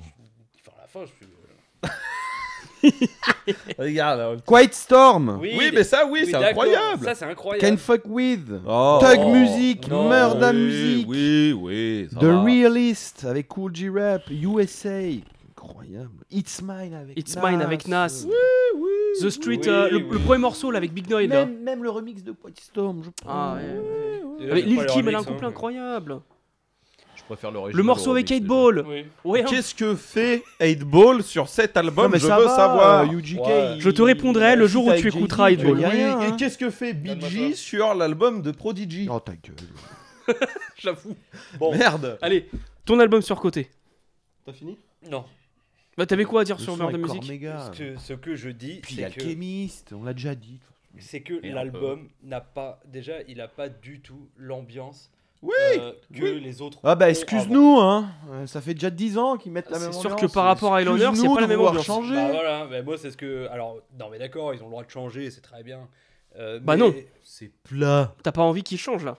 Speaker 3: Enfin à la fin, je suis. euh,
Speaker 4: Regarde. hein. alors, le-
Speaker 2: Quiet Storm.
Speaker 3: Oui,
Speaker 4: Oui, mais ça, oui,
Speaker 3: oui,
Speaker 4: c'est
Speaker 3: d'accord,
Speaker 4: incroyable.
Speaker 3: Ça c'est incroyable.
Speaker 2: Can fuck with.
Speaker 4: Oh.
Speaker 2: Thug Music,
Speaker 3: non,
Speaker 2: Murda
Speaker 4: oui,
Speaker 2: Music,
Speaker 4: Oui, oui. ça
Speaker 2: The
Speaker 4: va.
Speaker 2: Realist avec Cool G Rap, USA. Incroyable. It's Mine avec
Speaker 1: It's
Speaker 2: Nas.
Speaker 1: Mine avec Nas. The Street,
Speaker 3: Oui,
Speaker 1: euh, le,
Speaker 3: oui.
Speaker 1: le premier morceau là avec Big Noise là.
Speaker 2: Même, même le remix de Quiet Storm, je
Speaker 1: Ah,
Speaker 2: pense.
Speaker 1: ouais, ouais.
Speaker 3: Déjà,
Speaker 1: Avec
Speaker 3: j'aime pas
Speaker 1: Lil
Speaker 3: les
Speaker 1: Kim, elle a un
Speaker 3: remixes,
Speaker 1: couple
Speaker 3: hein.
Speaker 1: incroyable.
Speaker 4: Je préfère l'original.
Speaker 1: Le morceau avec 8 Ball.
Speaker 3: Oui.
Speaker 1: Ouais, hein.
Speaker 4: Qu'est-ce que fait 8 Ball sur cet album
Speaker 2: mais
Speaker 4: Je
Speaker 2: ça
Speaker 4: veux
Speaker 2: va,
Speaker 4: savoir.
Speaker 2: euh, UGK,
Speaker 4: Ouais.
Speaker 2: il-
Speaker 1: Je te répondrai le
Speaker 2: il-
Speaker 1: jour
Speaker 2: il
Speaker 1: où
Speaker 2: fit
Speaker 1: tu
Speaker 2: avec
Speaker 1: écouteras
Speaker 2: JD,
Speaker 1: Hit Ball.
Speaker 2: il y a
Speaker 4: Oui,
Speaker 2: rien,
Speaker 4: et
Speaker 2: hein.
Speaker 4: qu'est-ce que fait BG
Speaker 3: Donne-moi ça.
Speaker 4: sur l'album de Prodigy
Speaker 2: Oh ta gueule.
Speaker 4: J'avoue. Merde.
Speaker 1: Allez, ton album surcoté.
Speaker 4: T'as fini
Speaker 3: Non.
Speaker 1: Bah t'avais quoi à dire
Speaker 2: Le
Speaker 1: sur
Speaker 2: son
Speaker 1: Murder
Speaker 2: est
Speaker 1: Music
Speaker 2: Cormega.
Speaker 3: Ce que, ce que je dis,
Speaker 2: Puis il y a
Speaker 3: c'est
Speaker 2: le
Speaker 3: que,
Speaker 2: Chemist, on l'a déjà dit.
Speaker 3: c'est que
Speaker 4: Et un
Speaker 3: l'album n'a pas déjà, il a pas du tout l'ambiance
Speaker 4: Oui,
Speaker 3: euh, que
Speaker 4: oui.
Speaker 3: les autres.
Speaker 2: Ah bah
Speaker 3: ont
Speaker 2: excuse-nous, hein. Euh, Ça fait déjà 10 ans qu'ils mettent la même
Speaker 1: Oh, C'est
Speaker 2: ambiance.
Speaker 1: sûr que par rapport à Highlander, c'est
Speaker 2: Excuse-nous
Speaker 1: pas la
Speaker 2: de
Speaker 1: même
Speaker 2: vouloir
Speaker 1: ambiance.
Speaker 3: avant.
Speaker 2: changer.
Speaker 3: Bah voilà, mais moi c'est ce que. Alors non mais d'accord, ils ont le droit de changer, c'est très bien. Euh,
Speaker 1: Bah
Speaker 3: mais-
Speaker 1: non.
Speaker 4: C'est plat.
Speaker 1: T'as pas envie qu'il change là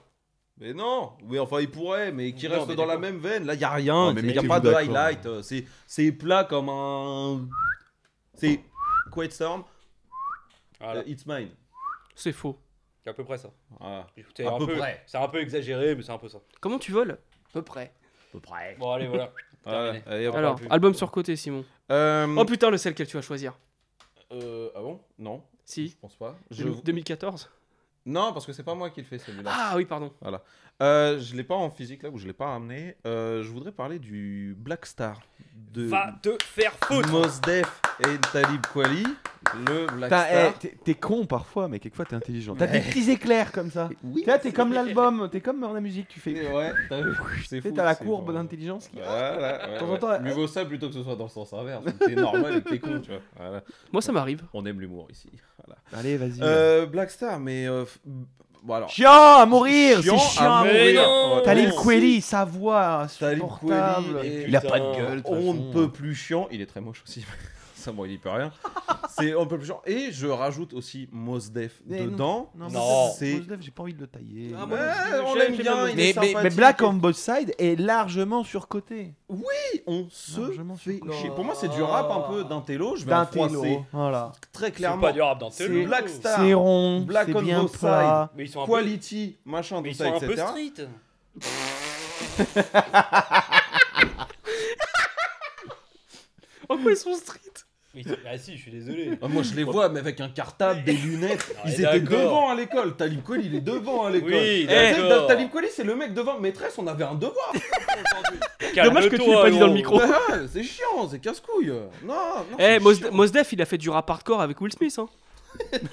Speaker 4: Mais non, oui, enfin il pourrait, mais qui
Speaker 3: Non,
Speaker 4: reste
Speaker 3: mais
Speaker 4: dans la
Speaker 3: d'accord.
Speaker 4: même veine. Là, il n'y a rien,
Speaker 2: Non, mais
Speaker 4: il n'y a
Speaker 2: mettez-vous
Speaker 4: pas de
Speaker 2: d'accord.
Speaker 4: highlight. euh, C'est, c'est plat comme un. C'est Quiet Storm,
Speaker 3: Voilà,
Speaker 4: euh, It's Mine.
Speaker 1: C'est faux.
Speaker 3: c'est à peu près ça.
Speaker 4: Voilà.
Speaker 3: C'est
Speaker 4: À
Speaker 3: un
Speaker 4: peu
Speaker 3: peu,
Speaker 4: près.
Speaker 3: c'est un peu exagéré, mais c'est un peu ça.
Speaker 1: Comment tu voles À peu près.
Speaker 3: Bon, allez, voilà. Terminé.
Speaker 4: Ouais, allez, hop.
Speaker 3: Pas Mm.
Speaker 1: Alors,
Speaker 3: plus.
Speaker 1: album surcoté, Simon.
Speaker 4: Euh,
Speaker 1: Oh putain, le seul que tu vas choisir.
Speaker 4: euh, ah bon Non, je
Speaker 1: Si.
Speaker 4: pense pas. Je-
Speaker 1: 2014
Speaker 4: Non, parce que c'est pas moi qui le fais celui-là.
Speaker 1: Ah oui, pardon.
Speaker 4: Euh, je l'ai pas en physique là où je l'ai pas ramené. Euh, je voudrais parler du Black Star de
Speaker 3: Va te faire foutre
Speaker 4: Mos Def et Talib Kweli. Le Black
Speaker 2: T'as-
Speaker 4: Star.
Speaker 2: eh, T'es t'es con parfois, mais quelquefois t'es intelligent. T'as des petits éclairs comme ça.
Speaker 4: Oui.
Speaker 2: Tu vois, t'es comme l'album, t'es comme la musique, tu fais.
Speaker 4: Et ouais, t'as c'est
Speaker 2: Tu
Speaker 4: fou,
Speaker 2: sais, t'as la
Speaker 4: c'est
Speaker 2: courbe
Speaker 4: vraiment-
Speaker 2: d'intelligence qui.
Speaker 4: Voilà, ouais,
Speaker 2: T'en
Speaker 4: ouais.
Speaker 2: entends-
Speaker 4: Mieux vaut ça plutôt que ce soit dans le sens inverse. où T'es normal et que t'es con, tu vois. Voilà.
Speaker 1: Moi, ça m'arrive.
Speaker 4: On aime l'humour ici. Voilà.
Speaker 2: Allez, vas-y.
Speaker 4: Euh, Black Star, mais. euh, f- Bon alors.
Speaker 2: Chiant à mourir, c'est
Speaker 4: Chiant
Speaker 2: chiant à
Speaker 4: à
Speaker 2: mourir.
Speaker 3: mourir. non
Speaker 2: Talib
Speaker 3: Merci.
Speaker 2: Kweli, sa voix
Speaker 4: Talib
Speaker 2: insupportable.
Speaker 4: Kweli est-
Speaker 2: Il a pas de
Speaker 3: Putain,
Speaker 2: gueule. de toute
Speaker 4: On
Speaker 2: façon.
Speaker 4: ne peut plus chiant. Il est très moche aussi. ça, bon, il y peut rien. c'est un peu plus chiant. Et je rajoute aussi Mos Def
Speaker 2: Mais non.
Speaker 4: dedans.
Speaker 2: Non,
Speaker 3: Non.
Speaker 2: Mos Def-
Speaker 4: C'est-
Speaker 2: Mos Def, j'ai pas envie de le tailler.
Speaker 1: Ah,
Speaker 4: Ouais,
Speaker 1: moi,
Speaker 4: on
Speaker 1: j'aime-
Speaker 4: l'aime
Speaker 1: j'aime
Speaker 4: bien,
Speaker 1: bien
Speaker 4: il
Speaker 2: mais,
Speaker 4: est
Speaker 2: mais- mais
Speaker 4: sympathique.
Speaker 2: Black hein. on both sides est largement surcoté.
Speaker 4: on se
Speaker 2: Largement
Speaker 4: fait
Speaker 2: surcoté.
Speaker 4: chier. Pour moi, c'est du rap un peu d'intello. Je vais en
Speaker 2: D'un télo,
Speaker 4: froisser.
Speaker 2: Voilà.
Speaker 4: Très
Speaker 3: C'est
Speaker 4: clairement.
Speaker 3: pas durable dans
Speaker 4: C'est
Speaker 3: Telo.
Speaker 4: Black Star.
Speaker 2: C'est rond,
Speaker 4: Black
Speaker 2: c'est
Speaker 4: on
Speaker 2: bien
Speaker 4: both sides.
Speaker 2: plat.
Speaker 3: Mais ils sont un peu,
Speaker 4: Quality, machin,
Speaker 3: mais
Speaker 4: tout
Speaker 3: ils
Speaker 4: ça,
Speaker 3: sont un peu
Speaker 4: etc.
Speaker 3: street.
Speaker 1: En quoi ils sont street
Speaker 3: Mais ils sont- Ah si, je suis désolé.
Speaker 4: Ah, moi, je les vois, mais avec un cartable, des lunettes.
Speaker 3: Ah,
Speaker 4: Ils
Speaker 3: et
Speaker 4: étaient
Speaker 3: d'accord.
Speaker 4: devant à l'école. Talib Kweli, il est devant à l'école.
Speaker 3: Oui,
Speaker 4: Eh, tu sais,
Speaker 3: d'accord.
Speaker 4: Talib Kweli, c'est le mec devant. Maîtresse, on avait un devoir.
Speaker 1: Dommage que tu l'aies pas dit dans le micro.
Speaker 4: Ouais, c'est chiant, c'est casse-couille. Non, non.
Speaker 1: Eh,
Speaker 4: c'est
Speaker 1: Mos,
Speaker 4: chiant.
Speaker 1: Mos Def, il a fait du rap hardcore avec Will Smith. Hein.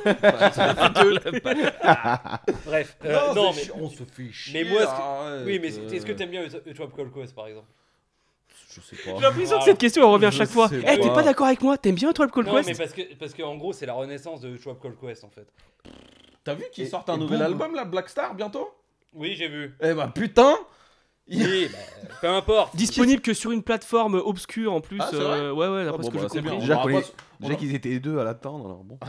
Speaker 3: Bah, Bref, euh,
Speaker 4: Non,
Speaker 3: non,
Speaker 4: c'est
Speaker 3: mais
Speaker 4: chiant, on se fait chier.
Speaker 3: mais moi, est-ce que-
Speaker 4: arrête,
Speaker 3: oui, mais est-ce est-ce que
Speaker 4: euh,
Speaker 3: t'aimes bien Trap Call Quest par exemple
Speaker 4: Je sais pas.
Speaker 1: J'ai l'impression que
Speaker 3: Ah.
Speaker 1: cette question elle revient à
Speaker 4: Je
Speaker 1: chaque fois.
Speaker 4: sais
Speaker 1: Eh,
Speaker 4: pas.
Speaker 1: t'es pas d'accord avec moi T'aimes bien Trap Call
Speaker 3: Non, mais
Speaker 1: Quest
Speaker 3: parce que parce que en gros, c'est la renaissance de Trap Call Quest en fait.
Speaker 4: T'as vu qu'ils
Speaker 2: Et-
Speaker 4: sortent un
Speaker 2: et
Speaker 4: nouvel
Speaker 2: Boom.
Speaker 4: album là, Black Star bientôt
Speaker 3: Oui, j'ai vu.
Speaker 4: Eh bah putain
Speaker 3: Oui, bah, peu importe.
Speaker 1: Disponible que sur une plateforme obscure en plus.
Speaker 4: Ah, c'est vrai
Speaker 1: euh, ouais, ouais, d'après
Speaker 4: Ah,
Speaker 1: ce que
Speaker 4: bon, bah, c'est
Speaker 1: j'ai
Speaker 4: bien.
Speaker 1: compris.
Speaker 2: Déjà
Speaker 4: On
Speaker 2: qu'on
Speaker 4: l'aura
Speaker 2: les-
Speaker 4: pas- on
Speaker 2: Déjà
Speaker 4: l'aura-
Speaker 2: qu'ils étaient deux à l'attendre, alors bon.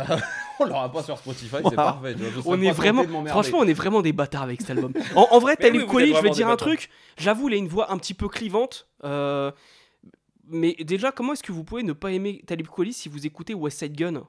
Speaker 4: on l'aura pas sur Spotify, c'est
Speaker 2: Voilà.
Speaker 4: parfait. tu vois, je serais
Speaker 1: On
Speaker 4: pas
Speaker 1: est
Speaker 4: tenté
Speaker 1: vraiment,
Speaker 4: de m'emmerder.
Speaker 1: franchement, on est vraiment des bâtards avec cet album. En, en vrai,
Speaker 3: Mais oui,
Speaker 1: Talib
Speaker 3: vous
Speaker 1: Kweli,
Speaker 3: êtes
Speaker 1: je vais
Speaker 3: vraiment
Speaker 1: te dire
Speaker 3: des
Speaker 1: un
Speaker 3: bâtards.
Speaker 1: truc. J'avoue, il a une voix un petit peu clivante. euh, mais déjà, comment est-ce que vous pouvez ne pas aimer Talib Kweli si vous écoutez West Side Gun
Speaker 4: Mais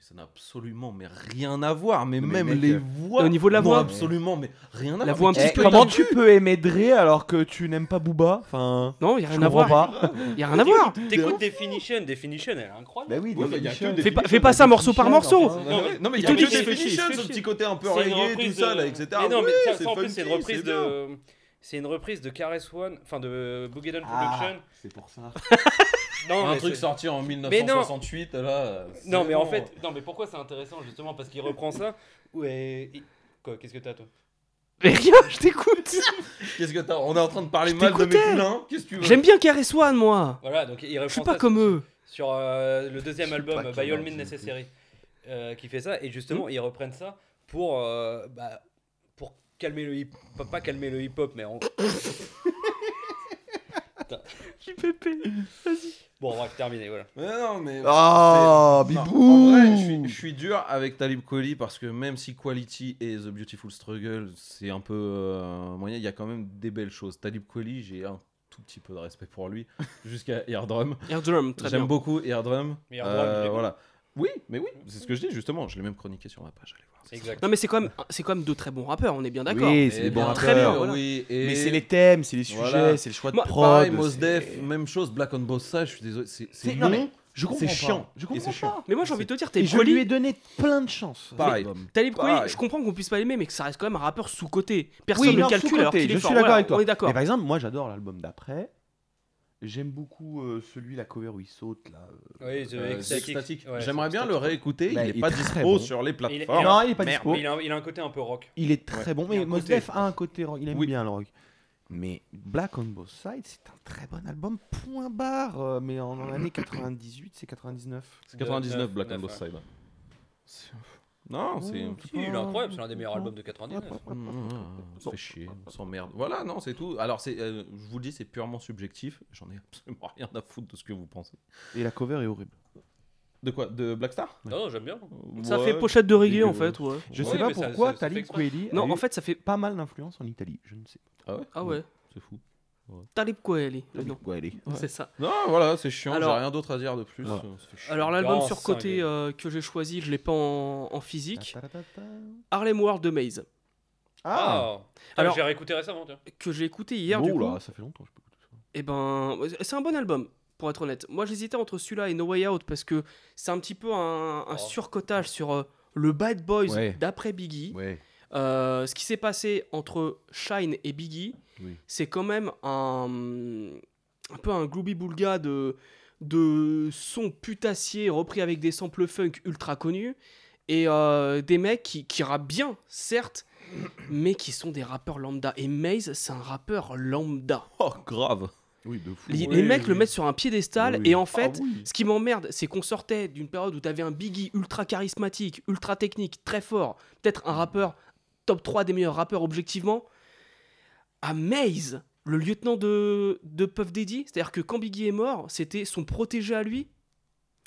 Speaker 4: ça n'a absolument mais rien à voir, mais,
Speaker 2: Mais
Speaker 4: même
Speaker 2: mec,
Speaker 4: les
Speaker 2: euh,
Speaker 4: voix.
Speaker 1: au niveau de la
Speaker 4: n'ont
Speaker 1: voix.
Speaker 4: absolument mais rien à
Speaker 1: La voix un
Speaker 4: voir. Mais
Speaker 1: petit
Speaker 2: Eh,
Speaker 4: qu'est-ce
Speaker 1: peu
Speaker 4: que
Speaker 2: comment
Speaker 4: t'as
Speaker 2: tu peux aimer Dre alors que tu n'aimes pas Booba Enfin,
Speaker 1: Non, il a
Speaker 2: je
Speaker 1: rien à
Speaker 2: comprends
Speaker 1: voir.
Speaker 2: pas.
Speaker 1: Il a rien à voir.
Speaker 3: T'écoutes Definition, Definition, elle est incroyable.
Speaker 2: Bah oui,
Speaker 4: Ouais, bah, y a que des
Speaker 1: Fais pas, fais pas ça morceau par morceau.
Speaker 4: Non,
Speaker 3: Non,
Speaker 4: mais-
Speaker 3: mais-
Speaker 4: Non mais il
Speaker 1: il
Speaker 4: y a
Speaker 1: te
Speaker 4: que
Speaker 1: dit qu'il
Speaker 4: des
Speaker 1: se fait chier, il se
Speaker 4: finishes,
Speaker 1: fait
Speaker 4: un petit
Speaker 1: chier.
Speaker 4: côté un peu
Speaker 3: C'est une
Speaker 4: reggae, tout
Speaker 3: reprise
Speaker 4: ça
Speaker 3: de-
Speaker 4: là, etc.
Speaker 3: Mais non,
Speaker 4: Oui,
Speaker 3: mais ça, ça, en plus,
Speaker 4: funky,
Speaker 3: c'est une reprise
Speaker 4: bien.
Speaker 3: de. C'est une reprise de Caress One, enfin de Boogie Down
Speaker 2: Ah,
Speaker 3: Production.
Speaker 2: c'est pour ça.
Speaker 3: Non,
Speaker 4: Un
Speaker 3: mais
Speaker 4: truc
Speaker 3: c'est-
Speaker 4: sorti en
Speaker 3: non.
Speaker 4: 1968 là. c'est
Speaker 3: Non, mais en
Speaker 4: bon.
Speaker 3: fait, non, mais pourquoi c'est intéressant justement Parce qu'il reprend ça. Ouais. il- Quoi, qu'est-ce que t'as toi
Speaker 1: Mais rien, je t'écoute.
Speaker 4: qu'est-ce que t'as On est en train de parler
Speaker 1: Je
Speaker 4: mal de mes
Speaker 1: t'écoutais.
Speaker 4: poulains. Qu'est-ce que tu veux
Speaker 1: J'aime bien KRS One, moi.
Speaker 3: Voilà, donc il reprend
Speaker 1: Je suis
Speaker 3: ça
Speaker 1: pas comme eux.
Speaker 3: sur euh, le deuxième
Speaker 4: Je sais pas
Speaker 3: album
Speaker 4: qui
Speaker 3: By All
Speaker 4: l'a
Speaker 3: Means
Speaker 4: dit.
Speaker 3: Necessary euh, qui fait ça et justement
Speaker 1: Hmm.
Speaker 3: ils reprennent ça pour euh, bah, pour calmer le hip pas, pas calmer le hip hop mais en... bon bref terminé voilà
Speaker 4: Mais non mais.
Speaker 2: Ah,
Speaker 4: Non,
Speaker 2: bibou
Speaker 4: en vrai, je suis, je suis dur avec Talib Kweli parce que même si Quality et The Beautiful Struggle, c'est un peu euh, moyen, il y a quand même des belles choses. Talib Kweli, j'ai un tout petit peu de respect pour lui, jusqu'à Eardrum.
Speaker 1: Airdrum, très bien.
Speaker 4: J'aime beaucoup Eardrum. Euh,
Speaker 3: Mais Eardrum, il est bon.
Speaker 4: voilà. Oui, mais oui, c'est ce que je dis justement. Je l'ai même chroniqué sur ma page. Allez voir.
Speaker 3: exact
Speaker 1: Non, mais c'est quand même, c'est quand même deux très bons rappeurs. On est bien d'accord.
Speaker 2: Oui, c'est des
Speaker 4: Eh
Speaker 2: bons
Speaker 4: bien,
Speaker 1: très bien,
Speaker 2: rappeurs.
Speaker 1: voilà.
Speaker 4: oui, et-
Speaker 2: Mais c'est les thèmes, c'est les sujets,
Speaker 4: Voilà.
Speaker 2: c'est le choix de
Speaker 1: Moi,
Speaker 2: prod.
Speaker 4: Pareil, Mos
Speaker 2: c'est-
Speaker 4: Def, même chose. Black on Both Sides, je suis désolé. C'est c'est
Speaker 2: C'est- non,
Speaker 4: long,
Speaker 2: mais Je comprends
Speaker 4: c'est
Speaker 2: pas.
Speaker 4: chiant.
Speaker 2: Je
Speaker 4: Et c'est
Speaker 2: comprends
Speaker 4: chiant.
Speaker 2: pas.
Speaker 1: Mais moi, j'ai envie de te dire, t'es
Speaker 2: Et je lui
Speaker 1: Kweli.
Speaker 2: ai donné plein de chances.
Speaker 4: Pareil.
Speaker 1: Talib
Speaker 4: Pareil.
Speaker 1: Kweli, je comprends qu'on puisse pas l'aimer, mais que ça reste quand même un rappeur sous-côté. Personne ne
Speaker 2: non,
Speaker 1: le calcule
Speaker 2: sous-coté,
Speaker 1: alors qu'il est
Speaker 2: je
Speaker 1: fort.
Speaker 2: suis d'accord
Speaker 1: Voilà,
Speaker 2: avec toi.
Speaker 1: On est d'accord.
Speaker 2: Mais par exemple, moi j'adore l'album d'après. J'aime beaucoup euh, celui, la cover où il saute là.
Speaker 3: oui c'est
Speaker 4: Euh, c'est
Speaker 3: Ecstatic.
Speaker 4: statique.
Speaker 3: Ouais,
Speaker 4: J'aimerais
Speaker 3: c'est
Speaker 4: bien le
Speaker 3: Ecstatic.
Speaker 4: réécouter.
Speaker 2: Bah,
Speaker 4: il
Speaker 2: il
Speaker 4: n'est
Speaker 2: est
Speaker 4: pas
Speaker 2: très
Speaker 4: dispo
Speaker 2: bon.
Speaker 4: sur les
Speaker 3: est-
Speaker 4: plateformes.
Speaker 2: non, il est pas
Speaker 3: Merde.
Speaker 2: dispo.
Speaker 3: il a, un- il a un côté un peu rock
Speaker 2: Il est très bon,
Speaker 3: Il y a
Speaker 2: mais
Speaker 3: un
Speaker 2: Mos
Speaker 3: côté,
Speaker 2: Def a un côté rock, il aime
Speaker 4: Oui.
Speaker 2: bien le rock. Mais Black on Both Sides, c'est un très bon album, point barre. euh, Mais en, en l'année 98, c'est 99.
Speaker 4: C'est 99 Black on
Speaker 3: Neuf,
Speaker 4: Both
Speaker 3: ouais.
Speaker 4: Sides. Non, c'est.
Speaker 3: Si, il est incroyable c'est l'un des meilleurs albums de 99
Speaker 4: Mm, On se fait chier, on s'emmerde. Voilà, non, c'est tout. Alors, c'est, euh, je vous le dis, c'est purement subjectif. J'en ai absolument rien à foutre de ce que vous pensez.
Speaker 2: Et la cover est horrible.
Speaker 4: De quoi De Black Star
Speaker 3: non j'aime bien
Speaker 1: Ça
Speaker 4: Ouais.
Speaker 1: fait pochette de reggae
Speaker 4: dégueu.
Speaker 1: en fait, ouais.
Speaker 2: Je
Speaker 3: Ouais,
Speaker 2: sais pas
Speaker 3: mais ça-
Speaker 2: pourquoi
Speaker 3: ça- ça fait
Speaker 2: Talib
Speaker 3: exprès.
Speaker 2: Kweli
Speaker 1: Non,
Speaker 2: a
Speaker 1: en
Speaker 2: eu
Speaker 1: fait, ça fait.
Speaker 2: pas mal d'influence en Italie, je ne sais pas.
Speaker 4: Ah ouais
Speaker 1: Ah ouais,
Speaker 4: C'est fou.
Speaker 1: Talib Kweli. le
Speaker 2: Talib
Speaker 1: nom.
Speaker 2: Kweli.
Speaker 1: C'est ça.
Speaker 4: Non, voilà, c'est chiant.
Speaker 1: Alors-
Speaker 4: J'ai rien d'autre à dire de plus.
Speaker 2: Voilà.
Speaker 4: On se fait chier.
Speaker 1: Alors, l'album
Speaker 3: Oh,
Speaker 1: surcoté
Speaker 3: cinglé.
Speaker 1: euh, que j'ai choisi, je l'ai pas en, en physique.
Speaker 2: Ta-ta-ta-ta.
Speaker 1: Harlem World de Maze.
Speaker 2: Ah,
Speaker 3: alors
Speaker 1: Alors-
Speaker 3: j'ai réécouté récemment tiens.
Speaker 1: Que j'ai écouté hier
Speaker 2: Bon,
Speaker 1: du coup.
Speaker 2: là, ça fait longtemps. que Je peux écouter ça.
Speaker 1: Et ben, c'est un bon album, pour être honnête. Moi, j'hésitais entre celui-là et No Way Out parce que c'est un petit peu un, un
Speaker 3: Oh.
Speaker 1: surcotage sur euh, le Bad Boys
Speaker 2: Ouais.
Speaker 1: d'après Biggie.
Speaker 2: Ouais.
Speaker 1: Euh, ce qui s'est passé entre Shine et Biggie,
Speaker 2: Oui.
Speaker 1: c'est quand même un, un peu un gloobie boulga de, de sons putassiers repris avec des samples funk ultra connus et euh, des mecs qui, qui rappent bien, certes, mais qui sont des rappeurs lambda. Et Maze, c'est un rappeur lambda.
Speaker 4: Oh, grave.
Speaker 2: Oui, de fou.
Speaker 1: Les,
Speaker 3: Oui,
Speaker 1: les mecs
Speaker 3: oui.
Speaker 1: le mettent sur un piédestal
Speaker 2: Oui.
Speaker 1: et en fait,
Speaker 2: Ah oui.
Speaker 1: ce qui m'emmerde, c'est qu'on sortait d'une période où t'avais un Biggie ultra charismatique, ultra technique, très fort, peut-être un rappeur top 3 des meilleurs rappeurs objectivement, à Maze, le lieutenant de, de Puff Daddy. C'est-à-dire que quand Biggie est mort, c'était son protégé à lui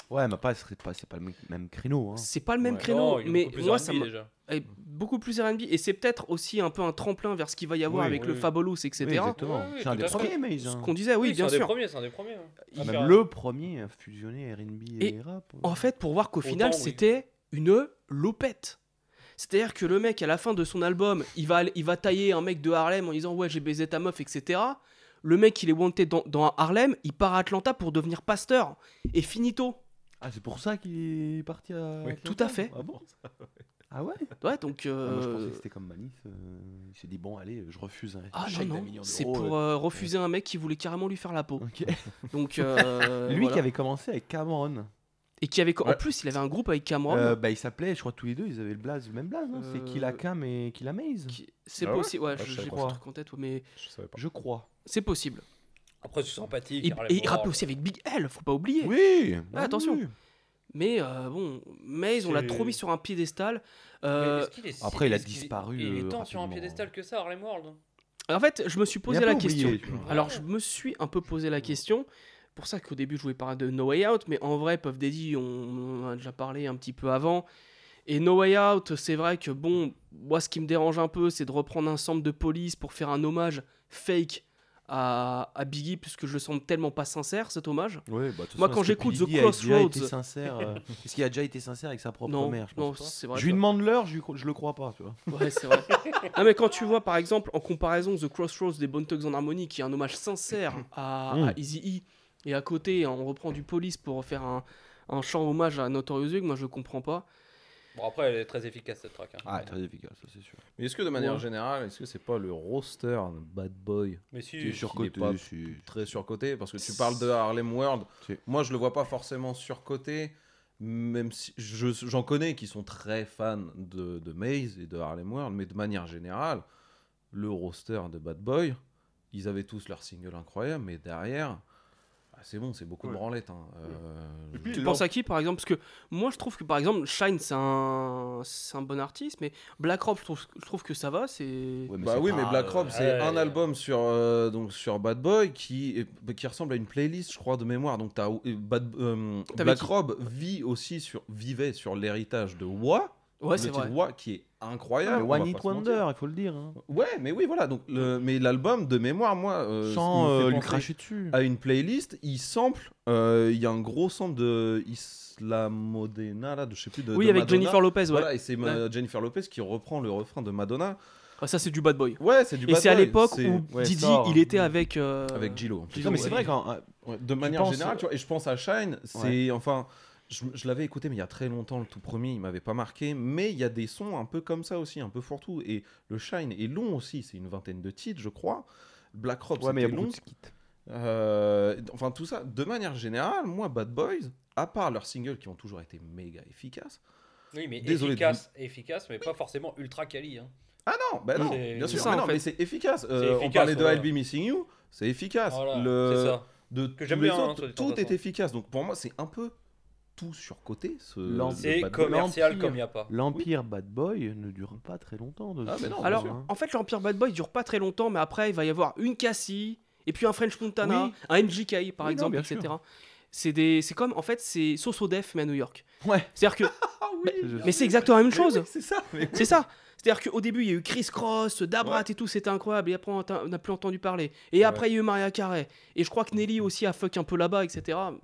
Speaker 2: Ouais, mais pas, c'est pas, c'est pas le m- même créneau. hein.
Speaker 1: C'est pas le même
Speaker 2: Ouais.
Speaker 1: créneau,
Speaker 3: Non, il y a
Speaker 1: mais
Speaker 3: beaucoup plus
Speaker 1: moi,
Speaker 3: R&B
Speaker 1: ça m'a-
Speaker 3: déjà.
Speaker 1: est beaucoup plus R&B et c'est peut-être aussi un peu un tremplin vers ce qu'il va y avoir
Speaker 2: Oui,
Speaker 1: avec
Speaker 3: oui,
Speaker 1: le
Speaker 3: oui.
Speaker 1: Fabolous, etc.
Speaker 2: Oui, exactement.
Speaker 3: Ouais, ouais,
Speaker 2: c'est un
Speaker 3: tout
Speaker 2: des
Speaker 3: à fait.
Speaker 2: premiers, mais ils
Speaker 1: ce
Speaker 2: ont-
Speaker 1: qu'on disait, oui,
Speaker 3: c'est
Speaker 1: bien
Speaker 3: un des
Speaker 1: sûr.
Speaker 3: premiers, c'est un des premiers. hein.
Speaker 2: Ah,
Speaker 3: Il-
Speaker 2: même le premier à fusionner R&B et,
Speaker 1: Et
Speaker 2: rap. ouais.
Speaker 1: En fait, pour voir qu'au
Speaker 3: Autant,
Speaker 1: final,
Speaker 3: oui.
Speaker 1: c'était une lopette. C'est-à-dire que le mec, à la fin de son album, il va, il va tailler un mec de Harlem en disant Ouais, j'ai baisé ta meuf, etc. Le mec, il est wanted dans, dans Harlem, il part à Atlanta pour devenir pasteur. Et finito.
Speaker 2: Ah, c'est pour ça qu'il est parti à.
Speaker 4: Oui,
Speaker 1: tout à fait.
Speaker 2: Ah bon Ah ouais
Speaker 1: Ouais, donc.
Speaker 2: Ah, Moi, je pensais
Speaker 1: euh,
Speaker 2: que c'était comme Manif. euh, il s'est dit, bon, allez, je refuse un
Speaker 1: Ah non,
Speaker 2: chèque d'un
Speaker 1: non,
Speaker 2: million d'euros.
Speaker 1: c'est pour euh, refuser un mec qui voulait carrément lui faire la peau.
Speaker 2: Ok.
Speaker 1: Donc, euh,
Speaker 2: Lui
Speaker 1: voilà.
Speaker 2: qui avait commencé avec Cameron.
Speaker 1: Et qui avait. co- En
Speaker 4: Ouais.
Speaker 1: plus, il avait un groupe avec Cameron.
Speaker 2: Euh, bah, ils s'appelaient, je crois, tous les deux, ils avaient le blaze, le même blaze. hein. C'est
Speaker 1: Euh,
Speaker 2: Kilakam et Kilamaze.
Speaker 1: qui- C'est
Speaker 4: Ah ouais
Speaker 1: possible, ouais,
Speaker 4: Ah,
Speaker 1: je-
Speaker 4: je
Speaker 1: j'ai
Speaker 4: savais
Speaker 1: pas
Speaker 2: pas.
Speaker 1: ce truc en tête, ouais, mais
Speaker 4: Je savais pas.
Speaker 2: Je crois.
Speaker 1: c'est possible.
Speaker 3: Après, c'est sympathique.
Speaker 1: Et,
Speaker 3: Harlem
Speaker 1: et il
Speaker 3: World.
Speaker 1: rappelait aussi avec Big L, faut pas oublier.
Speaker 2: Oui
Speaker 1: Ah, attention.
Speaker 2: oui.
Speaker 1: Mais euh, bon, Maze, on l'a
Speaker 3: C'est-
Speaker 1: trop mis sur un piédestal.
Speaker 3: Mais
Speaker 1: Euh,
Speaker 3: est-ce qu'il est si-
Speaker 2: après, il a
Speaker 3: est-ce qu'il est-
Speaker 2: disparu,
Speaker 3: Il est
Speaker 2: euh,
Speaker 3: tant sur un
Speaker 2: rapidement.
Speaker 3: piédestal que ça, Harlem World.
Speaker 1: en fait, je me suis
Speaker 2: Il
Speaker 1: posé
Speaker 2: a
Speaker 1: la
Speaker 2: pas
Speaker 1: question.
Speaker 2: oublié, tu vois.
Speaker 1: Alors, je me suis un peu posé la question. Pour ça qu'au début, je voulais parler de No Way Out, mais en vrai, Puff Daddy, on, on en a déjà parlé un petit peu avant. Et No Way Out, c'est vrai que bon, moi, ce qui me dérange un peu, c'est de reprendre un sample de police pour faire un hommage fake à, à Biggie, puisque je le sens tellement pas sincère, cet hommage.
Speaker 2: Ouais, bah, de toute
Speaker 1: Moi,
Speaker 2: façon,
Speaker 1: quand
Speaker 2: est-ce que
Speaker 1: j'écoute
Speaker 2: P.
Speaker 1: The
Speaker 2: Diddy a déjà
Speaker 1: Crossroads-
Speaker 2: été sincère, euh, Est-ce qu'il a déjà été sincère avec sa propre
Speaker 1: non,
Speaker 2: mère Je pense
Speaker 1: non,
Speaker 2: pas.
Speaker 1: c'est vrai.
Speaker 2: Je lui demande l'heure, je, lui cro- je le crois pas, tu vois.
Speaker 1: Ouais, c'est vrai. non, mais quand tu vois, par exemple, en comparaison, The Crossroads des Bone Thugs en Harmony, qui est un hommage sincère à,
Speaker 2: Mm.
Speaker 1: à Easy E, et à côté, on reprend du Police pour faire un, un chant hommage à Notorious Big, moi je comprends pas.
Speaker 3: Bon, après, elle est très efficace cette track. hein.
Speaker 1: Ah,
Speaker 2: très efficace, ça c'est sûr.
Speaker 4: Mais est-ce que de manière
Speaker 1: Ouais.
Speaker 4: générale, est-ce que c'est pas le roster de Bad Boy
Speaker 3: Mais si,
Speaker 4: qui est
Speaker 2: surcoté,
Speaker 4: pas
Speaker 2: si.
Speaker 4: très surcoté Parce que tu parles de Harlem World.
Speaker 2: Si.
Speaker 4: Moi, je le vois pas forcément surcoté, même si je- j'en connais qui sont très fans de, de Maze et de Harlem World, mais de manière générale, le roster de Bad Boy, ils avaient tous leur single incroyable, mais derrière, ah, c'est bon, c'est beaucoup de
Speaker 2: Ouais.
Speaker 4: branlette. hein. Euh,
Speaker 1: Tu penses à qui, par exemple Parce que moi je trouve que, par exemple, Shine, c'est un, c'est un bon artiste, mais Black Rob, je trouve, je trouve que ça va, c'est.
Speaker 4: Bah oui, mais
Speaker 2: euh,
Speaker 4: Black Rob, c'est
Speaker 3: ouais,
Speaker 4: un
Speaker 3: ouais.
Speaker 4: album sur, euh, donc sur Bad Boy qui, est- qui ressemble à une playlist, je crois, de mémoire. Donc t'as, euh, Bad, euh,
Speaker 1: T'avais
Speaker 4: Black
Speaker 1: qui
Speaker 4: Rob vit aussi sur, vivait sur l'héritage de Wa,
Speaker 1: Ouais,
Speaker 4: le
Speaker 1: c'est
Speaker 4: titre
Speaker 1: vrai. Ah,
Speaker 4: Wa qui est incroyable.
Speaker 2: One
Speaker 4: on va
Speaker 2: Hit
Speaker 4: pas se mentir.
Speaker 2: Wonder, il faut le dire. hein.
Speaker 4: Ouais, mais oui, voilà. Donc, le, mais l'album, de mémoire, moi, euh,
Speaker 2: Sans
Speaker 4: il me fait
Speaker 2: euh, lui
Speaker 4: penser
Speaker 2: cracher dessus.
Speaker 4: à une playlist, il sample, euh, il y a un gros sample de Islamodena, là, de, je sais plus, de
Speaker 1: Oui,
Speaker 4: de
Speaker 1: avec
Speaker 4: Madonna.
Speaker 1: Jennifer Lopez, ouais.
Speaker 4: Voilà, et c'est euh, Jennifer Lopez qui reprend le refrain de Madonna.
Speaker 1: Ah, ça, c'est du bad boy.
Speaker 4: Ouais, c'est du
Speaker 1: et
Speaker 4: bad
Speaker 1: c'est à
Speaker 4: boy,
Speaker 1: l'époque
Speaker 4: c'est-
Speaker 1: où
Speaker 2: ouais,
Speaker 1: Didi,
Speaker 2: sort,
Speaker 1: il
Speaker 2: hein.
Speaker 1: était avec. euh,
Speaker 4: Mm. avec Gilo. en plus.
Speaker 1: Gillo,
Speaker 2: Non, mais
Speaker 1: ouais.
Speaker 2: c'est vrai quand. euh,
Speaker 4: Ouais, de manière
Speaker 2: penses,
Speaker 4: générale, tu vois, et je pense à Shine, c'est enfin, je, je l'avais écouté, mais il y a très longtemps, le tout premier, il m'avait pas marqué, mais il y a des sons un peu comme ça aussi, un peu fourre-tout, et le Shine est long aussi, c'est une vingtaine de titres, je crois. Black Rob,
Speaker 2: Ouais, mais il y a
Speaker 4: c'était
Speaker 2: beaucoup
Speaker 4: long.
Speaker 2: de skits.
Speaker 4: Euh, enfin, tout ça, de manière générale, moi, Bad Boys, à part leurs singles qui ont toujours été méga efficaces,
Speaker 3: Oui, mais
Speaker 4: Désolé de
Speaker 3: efficace, efficace, mais pas forcément ultra quali. hein.
Speaker 4: Ah non, bah non,
Speaker 3: C'est-
Speaker 4: bien sûr,
Speaker 1: C'est ça,
Speaker 4: mais
Speaker 1: en
Speaker 4: non,
Speaker 1: fait.
Speaker 4: mais c'est efficace. Euh,
Speaker 3: C'est
Speaker 4: on
Speaker 3: efficace,
Speaker 4: parlait de
Speaker 3: voilà.
Speaker 4: I'll Be Missing You, c'est efficace.
Speaker 3: Voilà,
Speaker 4: le...
Speaker 3: c'est ça.
Speaker 4: de
Speaker 3: Que
Speaker 4: tous
Speaker 3: j'aime
Speaker 4: les
Speaker 3: bien, hein,
Speaker 4: autres,
Speaker 3: soit dit en
Speaker 4: tout est
Speaker 3: passant.
Speaker 4: efficace. Donc pour moi, c'est un peu tout surcoté. Ce,
Speaker 2: L'en-
Speaker 4: le
Speaker 3: C'est
Speaker 4: Bad Boy.
Speaker 3: commercial
Speaker 2: l'empire.
Speaker 3: comme il n'y a pas.
Speaker 2: L'Empire Bad Boy ne dure pas très longtemps. de
Speaker 4: Ah,
Speaker 2: toute
Speaker 4: mais non,
Speaker 2: façon,
Speaker 4: bien
Speaker 1: Alors,
Speaker 4: sûr.
Speaker 2: hein.
Speaker 1: en fait, l'Empire Bad Boy dure pas très longtemps, mais après, il va y avoir une Cassie, et puis un French Montana,
Speaker 2: Oui.
Speaker 1: un MJK, par
Speaker 2: Oui, non,
Speaker 1: exemple,
Speaker 2: bien
Speaker 1: etc.
Speaker 2: sûr.
Speaker 1: C'est des, c'est comme, en fait, c'est Soso Def, mais à New York.
Speaker 2: Ouais.
Speaker 1: C'est-à-dire que,
Speaker 4: Ah oui,
Speaker 2: Mais-
Speaker 4: bien
Speaker 1: mais
Speaker 4: sûr.
Speaker 1: c'est exactement la même chose.
Speaker 4: Mais oui, c'est ça. mais-
Speaker 1: C'est ça. C'est-à-dire qu'au début, il y a eu Chris Cross, Dabrat et tout, c'était incroyable. Et après, on t'a- on n'a plus entendu parler. Et après, il y a eu Maria Carey. Et je crois que Nelly aussi a fuck un peu là-bas, etc.
Speaker 4: Mm.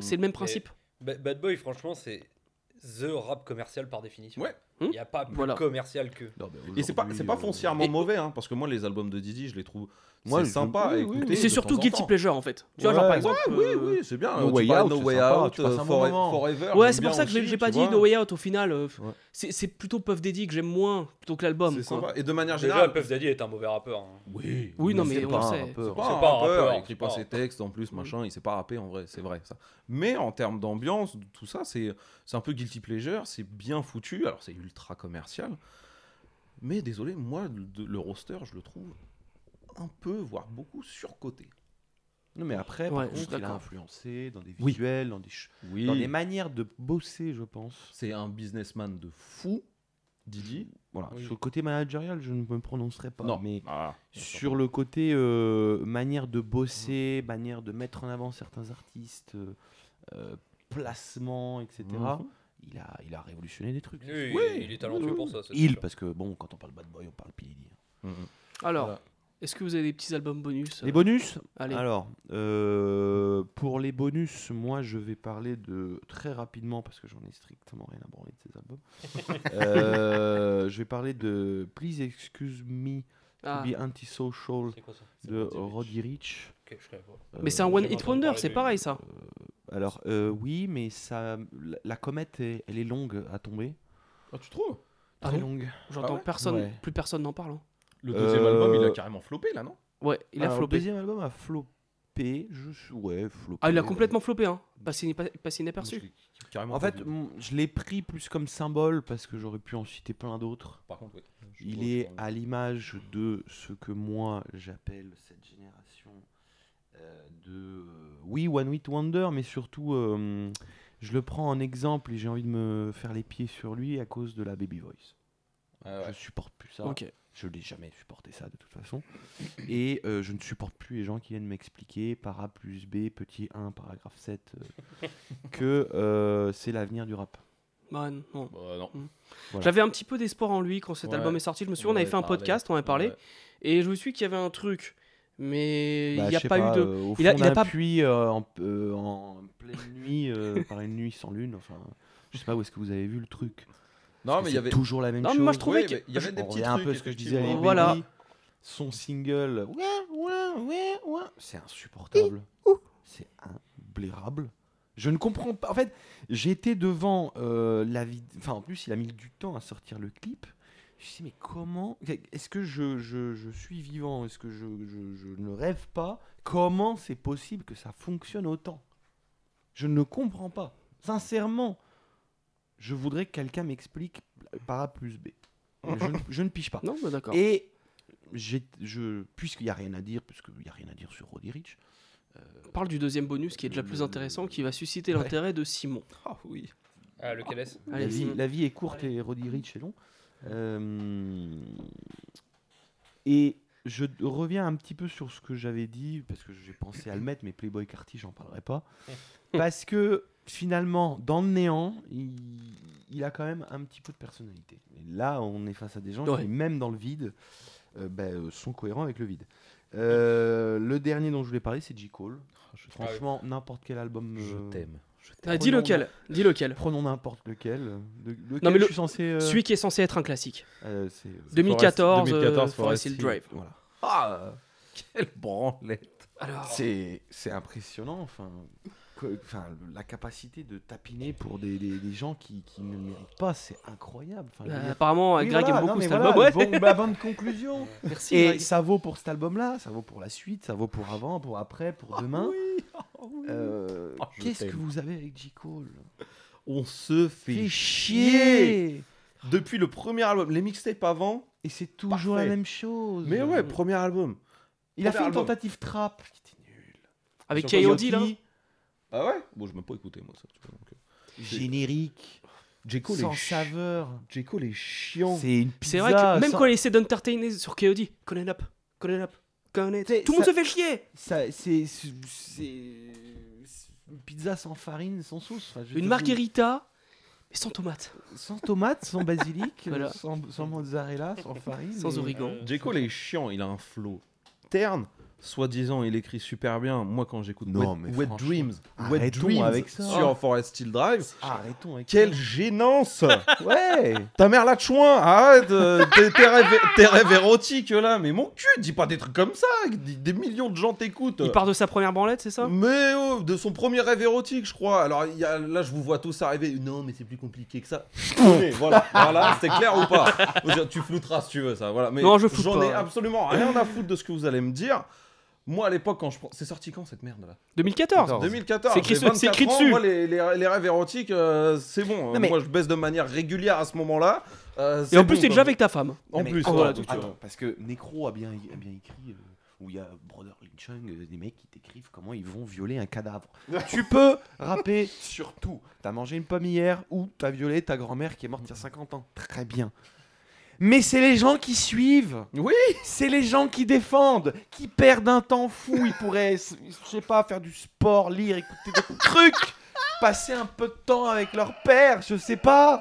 Speaker 1: C'est le même principe.
Speaker 3: Ba- Bad Boy, franchement, c'est the rap commercial par définition.
Speaker 4: Ouais.
Speaker 1: Hmm
Speaker 3: Il n'y a pas plus
Speaker 1: Voilà.
Speaker 3: commercial que.
Speaker 2: Non, mais
Speaker 4: Et c'est pas,
Speaker 2: aujourd'hui,
Speaker 4: c'est pas
Speaker 2: euh,
Speaker 4: foncièrement
Speaker 1: Et-
Speaker 4: mauvais, hein, parce que moi, les albums de Didi, je les trouve
Speaker 2: Moi,
Speaker 4: c'est
Speaker 2: je-
Speaker 4: sympa
Speaker 2: oui,
Speaker 4: à
Speaker 2: oui,
Speaker 4: écouter.
Speaker 1: Mais
Speaker 2: oui,
Speaker 1: c'est
Speaker 4: de
Speaker 1: surtout
Speaker 4: temps en
Speaker 1: Guilty
Speaker 4: temps.
Speaker 1: Pleasure, en fait. Tu vois, genre,
Speaker 2: Ouais.
Speaker 1: par exemple.
Speaker 4: Ouais,
Speaker 1: euh,
Speaker 4: oui, oui, c'est bien.
Speaker 2: No
Speaker 4: Tu
Speaker 2: Way
Speaker 4: parlais de
Speaker 2: Out,
Speaker 4: No
Speaker 2: c'est
Speaker 4: Way
Speaker 2: sympa,
Speaker 4: Out,
Speaker 2: tu passes un
Speaker 4: euh,
Speaker 2: bon
Speaker 4: Fore-
Speaker 2: moment.
Speaker 1: Ouais,
Speaker 4: Forever. j'aime
Speaker 1: c'est pour
Speaker 4: bien
Speaker 1: ça que j'ai
Speaker 4: aussi,
Speaker 1: j'ai
Speaker 4: tu
Speaker 1: pas dit
Speaker 4: vois.
Speaker 1: No Way Out au final. euh,
Speaker 4: Ouais.
Speaker 1: C'est c'est plutôt Puff Daddy que j'aime moins plutôt que l'album.
Speaker 4: C'est
Speaker 1: quoi.
Speaker 4: sympa. Et de manière
Speaker 3: Déjà,
Speaker 4: générale.
Speaker 3: Puff Daddy est un mauvais rappeur. hein.
Speaker 4: Oui,
Speaker 1: Oui, non, mais
Speaker 2: euh, c'est
Speaker 1: on
Speaker 2: pas
Speaker 1: le
Speaker 2: un
Speaker 1: sait.
Speaker 2: rappeur.
Speaker 4: C'est pas
Speaker 3: C'est
Speaker 4: un
Speaker 3: pas un
Speaker 4: rappeur,
Speaker 3: rappeur,
Speaker 4: il écrit pas
Speaker 3: non.
Speaker 4: ses textes en plus,
Speaker 1: Mm.
Speaker 4: machin, il s'est pas rappé en vrai, c'est vrai ça. Mais en termes d'ambiance, tout ça, c'est c'est un peu guilty pleasure, c'est bien foutu, alors c'est ultra commercial. Mais désolé, moi, le, le roster, je le trouve un peu, voire beaucoup surcoté.
Speaker 2: Non, mais après, par
Speaker 1: Ouais, je suis
Speaker 2: contre, il a
Speaker 1: d'accord.
Speaker 2: influencé dans des
Speaker 4: Oui.
Speaker 2: visuels, dans des ch-
Speaker 4: Oui,
Speaker 2: dans des manières de bosser, je pense.
Speaker 4: c'est un businessman de fou, Didi.
Speaker 2: Voilà,
Speaker 4: Oui.
Speaker 2: sur le côté managérial, je ne me prononcerai pas.
Speaker 4: Non.
Speaker 2: mais
Speaker 4: Ah,
Speaker 2: sur le côté euh, manière de bosser, manière de mettre en avant certains artistes, euh, euh, placement, etc.
Speaker 4: Mhm.
Speaker 2: Il, a, il a révolutionné des trucs.
Speaker 3: Lui,
Speaker 2: Oui,
Speaker 3: il est talentueux
Speaker 2: oui,
Speaker 3: pour ça. c'est
Speaker 2: Il,
Speaker 3: sûr.
Speaker 2: parce que bon, quand on parle Bad Boy, on parle Pilidi.
Speaker 4: Mmh.
Speaker 1: Alors,
Speaker 4: Voilà.
Speaker 1: est-ce que vous avez des petits albums bonus euh,
Speaker 2: Les Ah, bonus
Speaker 1: Allez.
Speaker 2: Alors, euh, pour les bonus, moi je vais parler de très rapidement parce que j'en ai strictement rien à branler de ces albums. Euh, je vais parler de Please Excuse Me to
Speaker 1: Ah,
Speaker 2: Be Antisocial
Speaker 3: C'est quoi ça
Speaker 2: de Roddy Rich.
Speaker 3: Ok, je connais pas.
Speaker 1: Mais c'est un One Hit
Speaker 3: J'aimerais
Speaker 1: Wonder,
Speaker 3: parler
Speaker 1: c'est
Speaker 3: de-
Speaker 1: pareil ça.
Speaker 2: Alors euh, oui, mais ça, la, la comète, est- elle est longue à tomber.
Speaker 4: Ah, tu trouves
Speaker 1: Ah
Speaker 2: Très
Speaker 1: bon
Speaker 2: longue.
Speaker 1: J'entends
Speaker 4: Ah ouais
Speaker 1: personne,
Speaker 2: Ouais.
Speaker 1: plus personne n'en parle. hein.
Speaker 4: Le deuxième
Speaker 2: Euh,
Speaker 4: album, il a carrément flopé là, non
Speaker 1: Ouais, il a
Speaker 4: Ah,
Speaker 2: Alors,
Speaker 1: flopé.
Speaker 2: Le Ah, deuxième album a flopé. Je suis ouais, flopé.
Speaker 1: Ah, il a complètement flopé, hein. Passé, pas- passé
Speaker 4: Je
Speaker 1: inaperçu.
Speaker 4: l'ai carrément
Speaker 2: En fait,
Speaker 4: pas vu.
Speaker 2: m- je l'ai pris plus comme symbole parce que j'aurais pu en citer plein d'autres.
Speaker 4: par contre, oui. Je vois,
Speaker 2: Il
Speaker 4: je
Speaker 2: est
Speaker 4: vois.
Speaker 2: à l'image de ce que moi j'appelle cette génération euh, de euh, oui One Hit Wonder, mais surtout euh, je le prends en exemple et j'ai envie de me faire les pieds sur lui à cause de la Baby Voice.
Speaker 4: Ah ouais.
Speaker 2: Je supporte plus ça.
Speaker 1: Ok.
Speaker 2: Je n'ai jamais supporté ça de toute façon. Et euh, je ne supporte plus les gens qui viennent m'expliquer par A plus B, petit 1, paragraphe 7, euh, que euh, c'est l'avenir du rap.
Speaker 1: Bah, non.
Speaker 4: Bah, non.
Speaker 2: Voilà.
Speaker 1: J'avais un petit peu d'espoir en lui quand cet
Speaker 4: Ouais.
Speaker 1: album est sorti. Je me souviens,
Speaker 4: On
Speaker 1: on avait
Speaker 4: avait
Speaker 1: fait un
Speaker 4: parlé.
Speaker 1: podcast, on en avait parlé,
Speaker 4: Ouais.
Speaker 1: et je me suis dit qu'il y avait un truc, mais
Speaker 2: Bah,
Speaker 1: il n'y a
Speaker 2: je sais
Speaker 1: pas, eu de.
Speaker 2: euh, au
Speaker 1: il a-
Speaker 2: fond
Speaker 1: il a
Speaker 2: d'un
Speaker 1: pas-
Speaker 2: puits, euh, en, euh, en pleine nuit, euh, par une nuit sans lune. Enfin, je sais pas où est-ce que vous avez vu le truc.
Speaker 4: Non,
Speaker 2: Parce que
Speaker 4: Ah, mais il
Speaker 2: c'est
Speaker 4: y avait.
Speaker 2: toujours la même
Speaker 1: Non, mais
Speaker 2: chose.
Speaker 1: moi, je trouvais
Speaker 4: Ouais,
Speaker 1: que-
Speaker 4: mais il y avait des
Speaker 2: On
Speaker 4: petits
Speaker 2: revient un
Speaker 4: trucs,
Speaker 2: peu à ce que je disais. à
Speaker 1: effectivement.
Speaker 2: Lil
Speaker 1: Voilà.
Speaker 2: Baby. Son single, ouais, ouais, ouais, ouais, c'est insupportable. C'est imbérable. Je ne comprends pas. En fait, j'étais devant euh, la vidéo. Enfin, en plus, il a mis du temps à sortir le clip. Je me suis dit, mais comment Est-ce que je, je- je suis vivant Est-ce que je, je- je ne rêve pas Comment c'est possible que ça fonctionne autant Je ne comprends pas. Sincèrement, je voudrais que quelqu'un m'explique par A plus B. Mais Je, ne- je ne pige pas.
Speaker 1: Non, bah, d'accord.
Speaker 2: Et j'ai- je, puisqu'il n'y a rien à dire, puisqu'il n'y a rien à dire sur Roddy Rich,
Speaker 1: On parle du deuxième bonus qui est déjà plus intéressant, qui va susciter
Speaker 2: Ouais.
Speaker 1: l'intérêt de Simon.
Speaker 2: Ah oui.
Speaker 3: Ah, lequel est-ce
Speaker 1: Allez,
Speaker 2: la, vie,
Speaker 1: Simon.
Speaker 2: la vie est courte et Roddy Rich est long. Euh, et je d- reviens un petit peu sur ce que j'avais dit, parce que j'ai pensé à le mettre, mais Playboy Carty, j'en parlerai pas. Parce que finalement, dans le néant, il, il a quand même un petit peu de personnalité. Et là, on est face à des gens
Speaker 1: Ouais.
Speaker 2: qui, même dans le vide, euh, bah, euh, sont cohérents avec le vide. Euh, le dernier dont je voulais parler, c'est J. Cole. Franchement, n'importe quel album. euh,
Speaker 1: Ah, dis
Speaker 2: prenons-
Speaker 1: lequel, dis lequel.
Speaker 2: Prenons n'importe lequel. euh, de-
Speaker 1: mais
Speaker 2: lequel
Speaker 1: le-
Speaker 2: je suis censé. euh,
Speaker 1: Celui qui est censé être un classique.
Speaker 2: euh, c'est-
Speaker 4: Forest-
Speaker 1: 2014,
Speaker 4: 2014,
Speaker 1: euh, Forest
Speaker 4: Forest
Speaker 1: Hill
Speaker 4: Hill.
Speaker 1: Drive.
Speaker 2: Voilà. Ah Quelle branlette
Speaker 1: Alors,
Speaker 2: C'est c'est impressionnant, enfin. que- enfin, le- la capacité de tapiner pour des, des- des gens qui, qui ne le méritent pas, c'est incroyable. Enfin, je veux
Speaker 1: euh,
Speaker 2: dire-
Speaker 1: apparemment,
Speaker 2: Oui,
Speaker 1: Greg
Speaker 2: voilà,
Speaker 1: aime
Speaker 2: non,
Speaker 1: beaucoup
Speaker 2: mais
Speaker 1: cet
Speaker 2: voilà,
Speaker 1: album. Ouais.
Speaker 2: bon, bah, bonne conclusion.
Speaker 1: Merci.
Speaker 2: Et
Speaker 1: Greg.
Speaker 2: ça vaut pour cet album-là, ça vaut pour la suite, ça vaut pour avant, pour après,
Speaker 1: Ah
Speaker 2: pour demain. Euh,
Speaker 4: Ah, je
Speaker 2: Qu'est-ce
Speaker 4: t'aime.
Speaker 2: que vous avez avec J. Cole
Speaker 4: On se fait,
Speaker 2: Fais
Speaker 4: chier.
Speaker 2: chier
Speaker 4: Depuis le premier album, les mixtapes avant.
Speaker 2: Et c'est toujours
Speaker 4: Parfait.
Speaker 2: la même chose.
Speaker 4: Mais ouais, premier album.
Speaker 2: Il a fait
Speaker 4: premier
Speaker 2: une
Speaker 4: album.
Speaker 2: tentative trap qui était nulle.
Speaker 1: Avec
Speaker 4: sur
Speaker 1: K.O.D. là.
Speaker 2: Coyote,
Speaker 4: Ah ouais Bon, je m'aime pas écouter moi ça. tu vois, donc, euh,
Speaker 2: Générique,
Speaker 4: J. Cole
Speaker 2: sans
Speaker 4: est chi-
Speaker 2: saveur.
Speaker 4: J. Cole est chiant.
Speaker 2: C'est une pizza.
Speaker 1: C'est vrai que même
Speaker 2: sans-
Speaker 1: quand il essaie d'entertainer sur K.O.D. Conan up, Conan up, Conan up.
Speaker 2: C'est-
Speaker 1: Tout le monde
Speaker 2: ça-
Speaker 1: se fait chier.
Speaker 2: ça- c'est c'est c'est une pizza sans farine, sans sauce. Enfin, je te
Speaker 1: Une
Speaker 2: dis,
Speaker 1: margarita, mais sans tomate.
Speaker 2: sans tomate, sans basilic,
Speaker 1: Voilà.
Speaker 2: sans, sans mozzarella, sans farine,
Speaker 1: Sans
Speaker 2: et-
Speaker 1: origan.
Speaker 3: Euh,
Speaker 4: J. Cole est chiant, il a un flow terne. Soi-disant, il écrit super bien. Moi, quand j'écoute
Speaker 2: Non,
Speaker 4: Wet,
Speaker 2: mais
Speaker 4: Wet
Speaker 2: franchement,
Speaker 4: Dreams, Wet
Speaker 2: arrêtons
Speaker 4: Dreams
Speaker 2: avec ça.
Speaker 4: sur Forest Hill Drive,
Speaker 2: Arrêtons avec
Speaker 4: quelle gênance
Speaker 2: ça. Ouais.
Speaker 4: Ta mère la chouin, arrête, euh, tes, tes rêves, tes rêves érotiques là, mais mon cul, dis pas des trucs comme ça, dis- des millions de gens t'écoutent.
Speaker 1: Il part de sa première branlette, c'est ça
Speaker 4: Mais oh, de son premier rêve érotique, je crois. Alors il y a- là, je vous vois tous arriver. Non, mais c'est plus compliqué que ça. Mais voilà, voilà, c'est clair ou pas Je veux dire, Tu flouteras si tu veux ça. Voilà. Mais
Speaker 1: Non, je floute
Speaker 4: J'en
Speaker 1: pas.
Speaker 4: ai absolument rien à foutre de ce que vous allez me dire. Moi, à l'époque, quand je prends, c'est sorti quand cette merde là
Speaker 1: 2014.
Speaker 4: 2014.
Speaker 1: Oh. C'est écrit-
Speaker 4: j'ai
Speaker 1: c'est
Speaker 4: 24
Speaker 1: écrit
Speaker 4: ans,
Speaker 1: dessus.
Speaker 4: Moi, les, les- les rêves érotiques, euh, c'est bon.
Speaker 2: Non, mais-
Speaker 4: Moi, je baisse de manière régulière à ce moment-là. euh,
Speaker 1: Et
Speaker 4: c'est
Speaker 1: en plus,
Speaker 4: bon,
Speaker 1: t'es
Speaker 4: quoi.
Speaker 1: déjà avec ta femme.
Speaker 4: En
Speaker 2: Mais-
Speaker 4: plus,
Speaker 1: oh,
Speaker 4: voilà,
Speaker 1: voilà,
Speaker 4: donc,
Speaker 2: Attends,
Speaker 4: euh,
Speaker 2: parce que Necro a bien, a bien écrit, euh, où il y a Brother Lin Chung, euh, des mecs qui t'écrivent comment ils vont violer un cadavre. tu peux rapper sur tout. T'as mangé une pomme hier ou t'as violé ta grand-mère qui est morte il y a 50 ans. Très bien. Mais c'est les gens qui suivent.
Speaker 4: Oui.
Speaker 2: C'est les gens qui défendent, qui perdent un temps fou. Ils pourraient, s- je sais pas, faire du sport, lire, écouter des trucs. Passez un peu de temps avec leur père, je sais pas.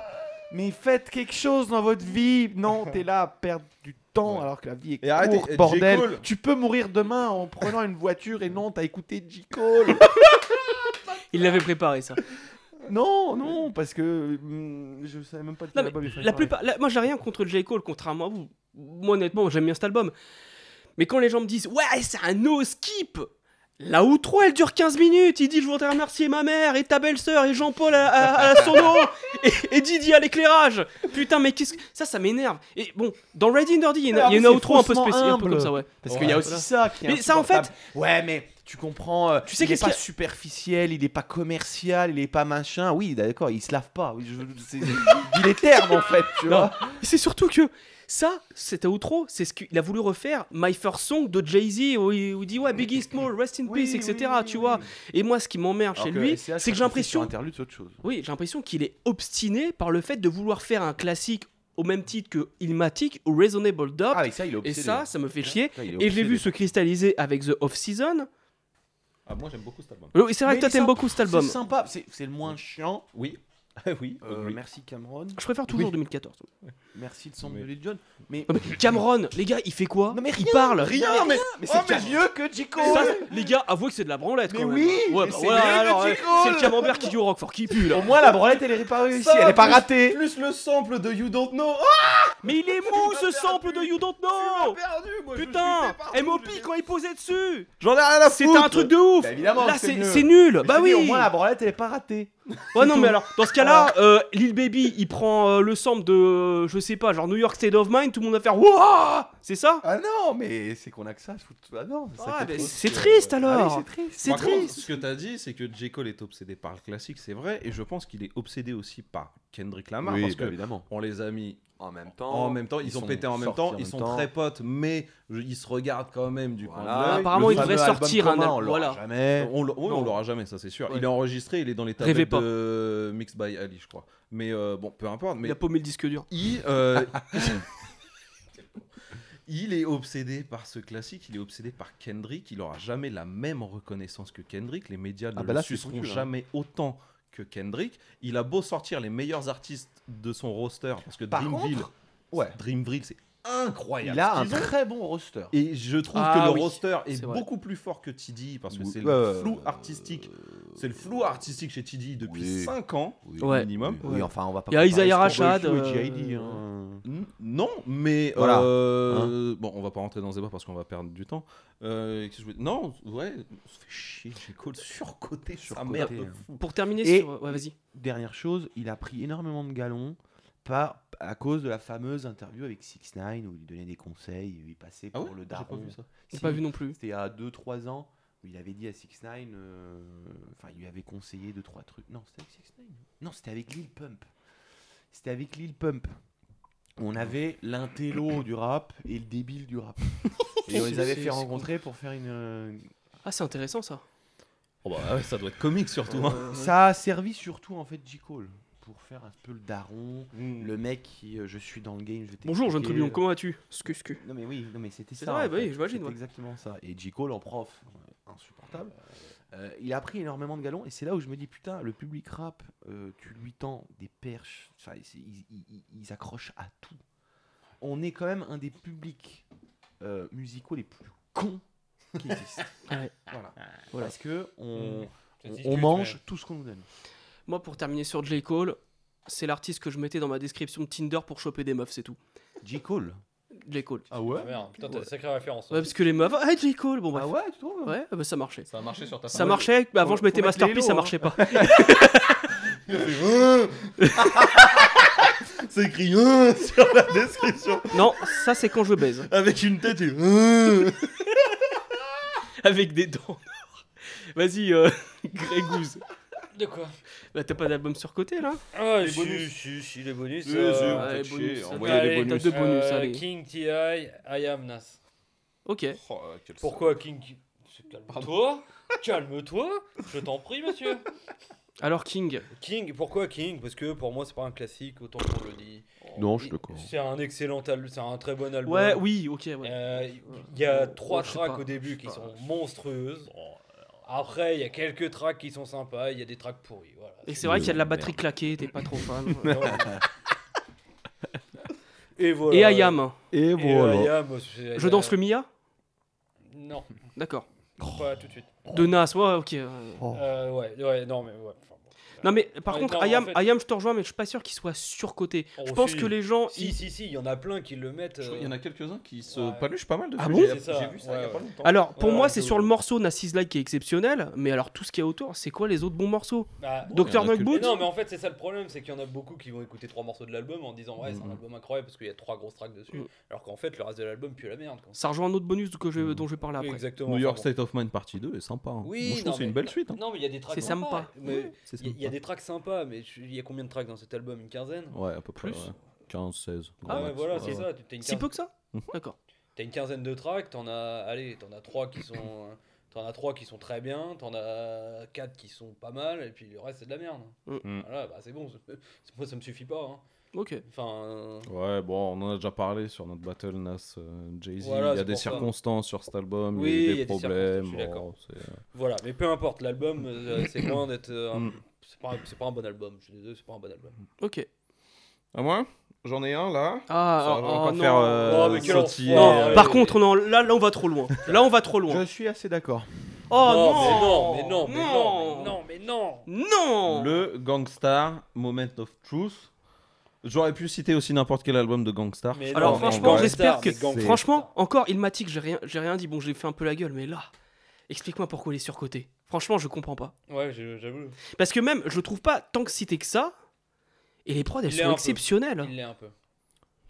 Speaker 2: Mais faites quelque chose dans votre vie. Non, t'es là à perdre du temps alors que la vie est
Speaker 4: Et arrêtez,
Speaker 2: courte,
Speaker 4: et J.
Speaker 2: bordel.
Speaker 4: Cole.
Speaker 2: Tu peux mourir demain en prenant une voiture et non, t'as écouté J. Cole.
Speaker 1: Il l'avait préparé ça.
Speaker 2: non, non, parce que hum, je savais même pas de quel
Speaker 1: Non, mais
Speaker 2: album il fallait
Speaker 1: La
Speaker 2: parler.
Speaker 1: plupart, la- moi j'ai rien contre J. Cole, contrairement à vous. Moi honnêtement, j'aime bien cet album. Mais quand les gens me disent Ouais, c'est un no skip La outro elle dure 15 minutes. Il dit Je voudrais remercier ma mère et ta belle-sœur et Jean-Paul à, à- à la sono et, et Didi à l'éclairage. Putain, mais qu'est-ce que. Ça, ça m'énerve. Et bon, dans Ready Nerdy, il y a,
Speaker 2: Alors,
Speaker 1: il y a une
Speaker 2: c'est
Speaker 1: outro un peu
Speaker 2: faussement
Speaker 1: spéciale, un peu
Speaker 2: humble.
Speaker 1: comme ça, ouais.
Speaker 2: Parce qu'il y a
Speaker 1: Ouais,
Speaker 2: aussi
Speaker 1: voilà.
Speaker 2: ça qui est
Speaker 1: Mais ça, en fait-
Speaker 2: insupportable. Ouais, mais tu comprends. euh,
Speaker 1: Tu sais
Speaker 2: il est
Speaker 1: qu'est-ce
Speaker 2: pas
Speaker 1: qu'il y a-
Speaker 2: superficiel, il est pas commercial, il est pas machin. Oui, d'accord, il se lave pas. Oui, je- c'est- il est terne en fait, tu
Speaker 1: Non.
Speaker 2: vois.
Speaker 1: C'est surtout que ça, cet outro, c'est ce qu'il a voulu refaire My First Song de Jay-Z où il où il dit ouais Biggie Small, Rest in
Speaker 2: Oui,
Speaker 1: Peace,
Speaker 2: oui,
Speaker 1: etc.
Speaker 2: oui,
Speaker 1: tu
Speaker 2: oui,
Speaker 1: vois.
Speaker 2: oui.
Speaker 1: Et moi, ce qui m'emmerde
Speaker 2: Alors
Speaker 1: chez lui,
Speaker 2: SCH,
Speaker 1: c'est que
Speaker 2: ça
Speaker 1: j'ai
Speaker 2: fait sur
Speaker 1: l'impression,
Speaker 2: Interlude, c'est autre chose.
Speaker 1: oui, j'ai l'impression qu'il est obstiné par le fait de vouloir faire un classique au même titre que Ilmatic ou Reasonable Doubt.
Speaker 2: Ah, et ça, il est
Speaker 1: et
Speaker 2: obsédé.
Speaker 1: ça, ça me fait chier.
Speaker 2: Putain, il est
Speaker 1: Et je l'ai
Speaker 2: obsédé.
Speaker 1: vu se cristalliser avec The Off Season.
Speaker 4: Ah, moi j'aime beaucoup cet album.
Speaker 1: Oui, c'est vrai que toi
Speaker 2: Mais il est
Speaker 1: t'aimes
Speaker 2: sympa.
Speaker 1: beaucoup cet album.
Speaker 2: C'est sympa, c'est c'est le moins chiant.
Speaker 4: Oui. oui.
Speaker 2: Euh,
Speaker 4: agree.
Speaker 2: merci Cameron,
Speaker 1: Je préfère toujours
Speaker 2: Oui.
Speaker 1: 2014.
Speaker 2: merci de
Speaker 4: Mais-
Speaker 2: Samuel John. Ah, Mais
Speaker 1: Non, mais Cameron, les gars, il fait quoi
Speaker 2: Non, mais
Speaker 1: Il parle.
Speaker 2: rien, mais, mais c'est
Speaker 4: Oh, mais-
Speaker 2: déjà mieux que J. Cole.
Speaker 1: Ça, les gars, avouez que c'est de la branlette.
Speaker 2: Mais
Speaker 1: quand même.
Speaker 2: oui,
Speaker 1: Ouais,
Speaker 2: mais
Speaker 1: bah
Speaker 2: c'est
Speaker 1: voilà,
Speaker 2: bien le
Speaker 1: alors,
Speaker 2: J.
Speaker 1: euh,
Speaker 2: Cole.
Speaker 1: C'est le camembert qui dit au Roquefort qui pue là.
Speaker 2: Au moins, la branlette, elle est pas réussie,
Speaker 4: Ça,
Speaker 2: elle est pas
Speaker 4: plus-
Speaker 2: ratée.
Speaker 4: Plus le sample de You Don't Know.
Speaker 1: Mais il est mou ce
Speaker 4: m'as
Speaker 1: sample de
Speaker 4: perdu.
Speaker 1: You Don't
Speaker 4: Oh
Speaker 1: Know
Speaker 4: perdu, moi, je
Speaker 1: Putain
Speaker 4: flippais partout,
Speaker 1: M.O.P.
Speaker 4: j'ai-
Speaker 1: quand il posait dessus
Speaker 2: J'en ai rien à
Speaker 1: C'était un truc de ouf
Speaker 2: Bah, évidemment
Speaker 1: Là
Speaker 2: que c'est
Speaker 1: c'est
Speaker 2: mieux.
Speaker 1: c'est nul
Speaker 2: Mais
Speaker 1: Bah
Speaker 2: je te dis,
Speaker 1: oui
Speaker 2: Au moins, la branlette, elle est pas ratée.
Speaker 1: Ouais non mais alors dans ce cas là Lil Baby il prend euh, le sample de euh, je sais pas genre New York State of Mind tout le monde va faire Wouah C'est ça
Speaker 2: Ah non, mais c'est qu'on a que ça. à foutre. Ah non, ça
Speaker 1: Ouais,
Speaker 2: fait
Speaker 1: mais
Speaker 2: trop-
Speaker 1: C'est triste
Speaker 2: Ah
Speaker 1: alors
Speaker 2: oui, c'est triste.
Speaker 1: C'est
Speaker 4: Par contre,
Speaker 1: triste
Speaker 4: ce que t'as dit, c'est que J. Cole est obsédé par le classique, c'est vrai, et je pense qu'il est obsédé aussi par Kendrick Lamar, parce
Speaker 1: bah
Speaker 4: que
Speaker 2: bah, évidemment.
Speaker 4: on les a mis
Speaker 2: En même temps,
Speaker 4: en même temps, ils, sont, pétés en même
Speaker 2: sortis
Speaker 4: temps, ils sont très potes, mais je- ils se regardent quand même du coin de
Speaker 2: Voilà.
Speaker 4: l'œil.
Speaker 1: Apparemment,
Speaker 4: Le
Speaker 1: il devrait
Speaker 4: fameux album
Speaker 1: sortir un
Speaker 4: commun,
Speaker 1: album,
Speaker 4: on l'aura
Speaker 1: voilà.
Speaker 2: Jamais.
Speaker 4: jamais. On l'a- oui, on
Speaker 1: Non.
Speaker 4: l'aura jamais, ça c'est sûr.
Speaker 1: Ouais.
Speaker 4: Il est enregistré, il est dans les
Speaker 1: Rêvez
Speaker 4: tablettes
Speaker 1: pas.
Speaker 4: de Mixed by Ali, je crois. Mais euh, bon, peu importe. Mais
Speaker 1: Il a paumé le disque dur
Speaker 4: il, euh, il est obsédé par ce classique, il est obsédé par Kendrick. Il aura jamais la même reconnaissance que Kendrick. Les médias ne
Speaker 2: Ah bah
Speaker 4: le
Speaker 2: là, c'est
Speaker 4: suceront
Speaker 2: foutu, hein.
Speaker 4: jamais autant que Kendrick. Il a beau sortir les meilleurs artistes de son roster, parce que
Speaker 2: Par
Speaker 4: Dreamville,
Speaker 2: contre, ouais.
Speaker 4: Dreamville, c'est incroyable.
Speaker 2: Il a
Speaker 4: ce
Speaker 2: un
Speaker 4: qu'ils ont.
Speaker 2: très bon roster.
Speaker 4: Et je trouve
Speaker 1: Ah
Speaker 4: que le
Speaker 1: oui,
Speaker 4: roster est,
Speaker 1: c'est vrai.
Speaker 4: beaucoup plus fort que Tidy parce que
Speaker 2: Oui,
Speaker 4: c'est
Speaker 2: euh,
Speaker 4: le flou artistique. C'est le flou artistique chez Tidy depuis
Speaker 2: Oui.
Speaker 4: 5 ans.
Speaker 1: Ouais.
Speaker 4: minimum.
Speaker 2: Oui,
Speaker 1: Ouais.
Speaker 2: enfin, on va pas.
Speaker 1: Il y a
Speaker 2: comparer
Speaker 1: Isaiah
Speaker 2: Scorbucci
Speaker 1: Rashad,
Speaker 2: ou
Speaker 1: euh,
Speaker 2: J.I.D., hein.
Speaker 4: N- Non, mais
Speaker 2: Voilà.
Speaker 3: Hein
Speaker 4: euh, bon, on va pas rentrer dans ce débat parce qu'on va perdre du temps. Euh, qu'est-ce que je voulais- Non, ouais, on se fait chier, j'ai call surcoté, sa
Speaker 2: Surcoté,
Speaker 4: merde. de
Speaker 2: hein.
Speaker 4: fou.
Speaker 1: Pour terminer
Speaker 2: Et-
Speaker 1: sur... euh, Ouais vas-y
Speaker 2: Dernière chose, il a pris énormément de galons par à cause de la fameuse interview avec 6 9 où il donnait des conseils, où il passait
Speaker 4: Ah
Speaker 2: pour
Speaker 4: ouais,
Speaker 2: le
Speaker 4: j'ai pas
Speaker 2: daron.
Speaker 4: vu ça.
Speaker 1: J'ai
Speaker 2: Si,
Speaker 1: pas vu non plus
Speaker 2: C'était il y a 2-3 ans où il avait dit à 6 9 enfin il lui avait conseillé 2-3 trucs. Non, c'était avec 6 9 Non, c'était avec Lil Pump. C'était avec Lil Pump. On avait l'intello du rap et le débile du rap. Et on les avait fait rencontrer pour faire une. euh,
Speaker 1: Ah c'est intéressant ça
Speaker 4: Oh bah ouais, ça doit être comique surtout. hein.
Speaker 1: Uh-huh.
Speaker 2: Ça a servi surtout en fait J. Cole pour faire un peu le daron, le mec qui euh, je suis dans le game, je vais
Speaker 1: Hmm. Bonjour jeune
Speaker 2: t'expliquer.
Speaker 1: trublion, comment vas-tu Scu scu
Speaker 2: Non mais oui, non mais c'était
Speaker 1: C'est
Speaker 2: ça.
Speaker 1: vrai,
Speaker 2: en
Speaker 1: bah oui,
Speaker 2: fait.
Speaker 1: j'imagine,
Speaker 2: C'était
Speaker 1: ouais.
Speaker 2: exactement ça. Et J. Cole en prof, euh, insupportable. Euh, il a pris énormément de galons et c'est là où je me dis putain, le public rap, euh, tu lui tends des perches, enfin, c'est- ils, ils- ils- ils accrochent à tout. On est quand même un des publics euh, musicaux les plus cons qui existent.
Speaker 1: Ouais.
Speaker 2: Voilà.
Speaker 1: Voilà.
Speaker 2: Parce que on,
Speaker 3: Ça
Speaker 2: on- on
Speaker 3: discute,
Speaker 2: mange tout ce qu'on nous donne.
Speaker 1: Moi, pour terminer sur J. Cole, c'est l'artiste que je mettais dans ma description de Tinder pour choper des meufs, c'est tout.
Speaker 2: J. Cole.
Speaker 1: J. Cole.
Speaker 2: Ah
Speaker 3: mais- Ah merde, putain, t'as une sacrée référence.
Speaker 1: Ouais, parce que les meufs. Ah, J. Cole, bon, bref.
Speaker 2: Ah ouais, tu trouves
Speaker 1: Ouais, ah bah, ça marchait.
Speaker 3: Ça a marché sur ta
Speaker 1: Ça marchait, mais avant
Speaker 2: faut-
Speaker 1: je mettais
Speaker 2: faut mettre les
Speaker 1: Masterpiece, ça
Speaker 2: lots, hein.
Speaker 1: marchait pas.
Speaker 4: C'est écrit euh, sur la description
Speaker 1: Non, ça c'est quand je baise.
Speaker 4: avec une tête et euh.
Speaker 1: Avec des dents. en or. Vas-y, euh, Grey Goose.
Speaker 3: De quoi
Speaker 1: Bah, t'as pas d'album surcoté là
Speaker 3: Ah,
Speaker 4: Les
Speaker 3: si,
Speaker 4: bonus.
Speaker 3: si, si, les bonus.
Speaker 4: Oui,
Speaker 3: euh,
Speaker 4: si,
Speaker 3: euh,
Speaker 4: on fait
Speaker 1: les
Speaker 4: chier,
Speaker 1: bonus.
Speaker 4: Ah, envoyez
Speaker 1: Allez,
Speaker 4: les bonus.
Speaker 1: t'as deux bonus,
Speaker 3: euh,
Speaker 1: allez.
Speaker 3: King T.I. I am Nas.
Speaker 1: Ok.
Speaker 4: Oh, euh, quel
Speaker 3: Pourquoi King T.I. Calme-toi Calme-toi Je t'en prie, monsieur
Speaker 1: Alors, King.
Speaker 3: King, pourquoi King Parce que pour moi, c'est pas un classique, autant qu'on le dit.
Speaker 2: Oh, Non, je suis d'accord.
Speaker 3: C'est un excellent album, c'est un très bon album.
Speaker 1: Ouais, oui, ok, ouais.
Speaker 3: Euh, Il y a
Speaker 1: Ouais,
Speaker 3: trois
Speaker 1: je sais
Speaker 3: tracks
Speaker 1: pas,
Speaker 3: au début
Speaker 1: je
Speaker 3: qui
Speaker 1: sais pas.
Speaker 3: sont monstrueuses. Après, il y a quelques tracks qui sont sympas, il y a des tracks pourris. Voilà.
Speaker 1: Et c'est vrai qu'il y a de la batterie claquée, t'es pas trop fan.
Speaker 3: Non, non. Et voilà.
Speaker 1: Et Ayam.
Speaker 2: Et
Speaker 3: Et, euh,
Speaker 2: voilà.
Speaker 3: Ayam, c'est-
Speaker 1: Je danse le Oh. Mia
Speaker 3: Non,
Speaker 1: D'accord.
Speaker 3: pas tout de suite.
Speaker 1: De Nas, ouais, ok. euh.
Speaker 2: Oh.
Speaker 3: Euh, ouais, ouais, non, mais ouais. enfin, bon.
Speaker 1: Non, mais par
Speaker 3: Ouais,
Speaker 1: contre,
Speaker 3: non,
Speaker 1: Ayam,
Speaker 3: en fait-
Speaker 1: Ayam, je te rejoins, mais je suis pas sûr qu'il soit surcoté.
Speaker 3: Oh,
Speaker 1: je pense
Speaker 3: si.
Speaker 1: que les gens.
Speaker 3: Si,
Speaker 1: ils-
Speaker 3: si, si, il y en a plein qui le mettent. euh,
Speaker 4: Je crois qu'il y en a quelques-uns qui se
Speaker 3: ouais.
Speaker 4: paluchent pas mal de
Speaker 1: Ah
Speaker 4: trucs.
Speaker 1: bon
Speaker 4: J'ai
Speaker 3: C'est ça,
Speaker 4: j'ai vu ça il y a
Speaker 3: ouais,
Speaker 4: pas
Speaker 3: ouais.
Speaker 4: longtemps.
Speaker 1: Alors, pour
Speaker 3: Ouais,
Speaker 1: moi,
Speaker 3: ouais,
Speaker 1: c'est
Speaker 3: c'est
Speaker 1: sur
Speaker 3: bon.
Speaker 1: le morceau Nassis Like qui est exceptionnel, mais alors tout ce qu'il y a autour, c'est quoi les autres bons morceaux
Speaker 3: Bah,
Speaker 4: Bon,
Speaker 1: Docteur
Speaker 4: il y en a
Speaker 1: Knockboot
Speaker 3: Mais non, mais en fait, c'est ça le problème, c'est qu'il y en a beaucoup qui vont écouter trois morceaux de l'album en disant ouais, c'est un
Speaker 2: Mhm.
Speaker 3: album incroyable parce qu'il y a trois grosses tracks dessus,
Speaker 1: Mhm.
Speaker 3: alors qu'en fait, le reste de l'album pue la merde. quoi.
Speaker 1: Ça rejoint un autre bonus que je,
Speaker 4: Mm.
Speaker 1: dont je vais parler
Speaker 3: Oui,
Speaker 1: après.
Speaker 3: exactement.
Speaker 4: New York
Speaker 3: enfin,
Speaker 4: State of Mind Partie 2 est sympa. hein.
Speaker 3: Ah, Oui,
Speaker 4: Moi, je
Speaker 3: non,
Speaker 4: trouve que c'est une
Speaker 3: mais-
Speaker 4: belle suite.
Speaker 3: bon.
Speaker 4: hein.
Speaker 3: Non, mais il y a des tracks.
Speaker 1: C'est
Speaker 3: sympas.
Speaker 1: sympa.
Speaker 3: mais
Speaker 4: C'est
Speaker 3: Il y, a- il y a
Speaker 4: sympa.
Speaker 3: des tracks sympas, mais je- il y a combien de tracks dans cet album Une quinzaine
Speaker 4: Ouais, à peu près.
Speaker 1: Plus.
Speaker 4: ouais. 15, 16.
Speaker 1: Ah
Speaker 3: Ouais,
Speaker 4: grand max.
Speaker 3: voilà,
Speaker 4: Ouais,
Speaker 3: c'est
Speaker 4: ouais.
Speaker 3: ça. T'as une,
Speaker 1: Si
Speaker 3: quinzaine-
Speaker 1: peu que ça
Speaker 4: Mhm.
Speaker 1: D'accord.
Speaker 3: t'as une quinzaine de tracks, t'en as, allez, t'en as trois qui sont, euh, t'en as trois qui sont très bien, t'en as quatre qui sont pas mal, et puis le reste c'est de la merde.
Speaker 1: Mm.
Speaker 4: Mhm.
Speaker 3: Voilà, bah c'est bon. c'est- Moi ça me suffit pas. hein.
Speaker 1: Ok.
Speaker 3: Enfin, euh,
Speaker 4: Ouais, bon, on en a déjà parlé sur notre battle Nas euh, Jay-Z.
Speaker 3: Voilà,
Speaker 4: il y a
Speaker 3: c'est
Speaker 4: des
Speaker 3: pour ça.
Speaker 4: circonstances sur cet album,
Speaker 3: Oui,
Speaker 4: il y a eu
Speaker 3: il y
Speaker 4: des
Speaker 3: a des
Speaker 4: problèmes.
Speaker 3: circonstances, je suis d'accord.
Speaker 4: oh, c'est-
Speaker 3: voilà. Mais peu importe, l'album euh, c'est loin d'être, euh, un-
Speaker 4: Mm.
Speaker 3: c'est pas, c'est pas un bon album. Je suis désolé, c'est pas un bon album.
Speaker 1: Ok.
Speaker 4: À Ah, moi J'en ai un là.
Speaker 1: Ah,
Speaker 4: Ça va
Speaker 1: oh,
Speaker 4: encore
Speaker 1: non.
Speaker 4: faire, euh,
Speaker 3: Oh, mais quel
Speaker 4: sautiller,
Speaker 1: Non,
Speaker 3: enfoiré.
Speaker 4: euh,
Speaker 1: par contre, non, là, là, on va trop loin. Là, on va trop loin.
Speaker 2: Je suis assez d'accord.
Speaker 1: Oh
Speaker 3: mais non, mais non, mais non, mais non, mais non.
Speaker 1: Non
Speaker 4: Le Gangstar Moment of Truth. J'aurais pu citer aussi n'importe quel album de Gangstar.
Speaker 3: Mais
Speaker 1: Alors,
Speaker 3: non, mais
Speaker 1: franchement,
Speaker 3: Gangstar,
Speaker 1: j'espère que-
Speaker 3: mais Gangstar.
Speaker 2: c'est-
Speaker 1: Franchement, encore, il m'a dit que j'ai rien, j'ai rien dit. Bon, j'ai fait un peu la gueule, mais là, explique-moi pourquoi il est surcoté. Franchement, je comprends pas.
Speaker 3: Ouais, j'ai- j'avoue.
Speaker 1: Parce que même, je le trouve pas tant que cité que ça. Et les prods, elles
Speaker 3: Il l'est un
Speaker 1: sont
Speaker 3: peu.
Speaker 1: exceptionnelles.
Speaker 3: Il l'est un peu.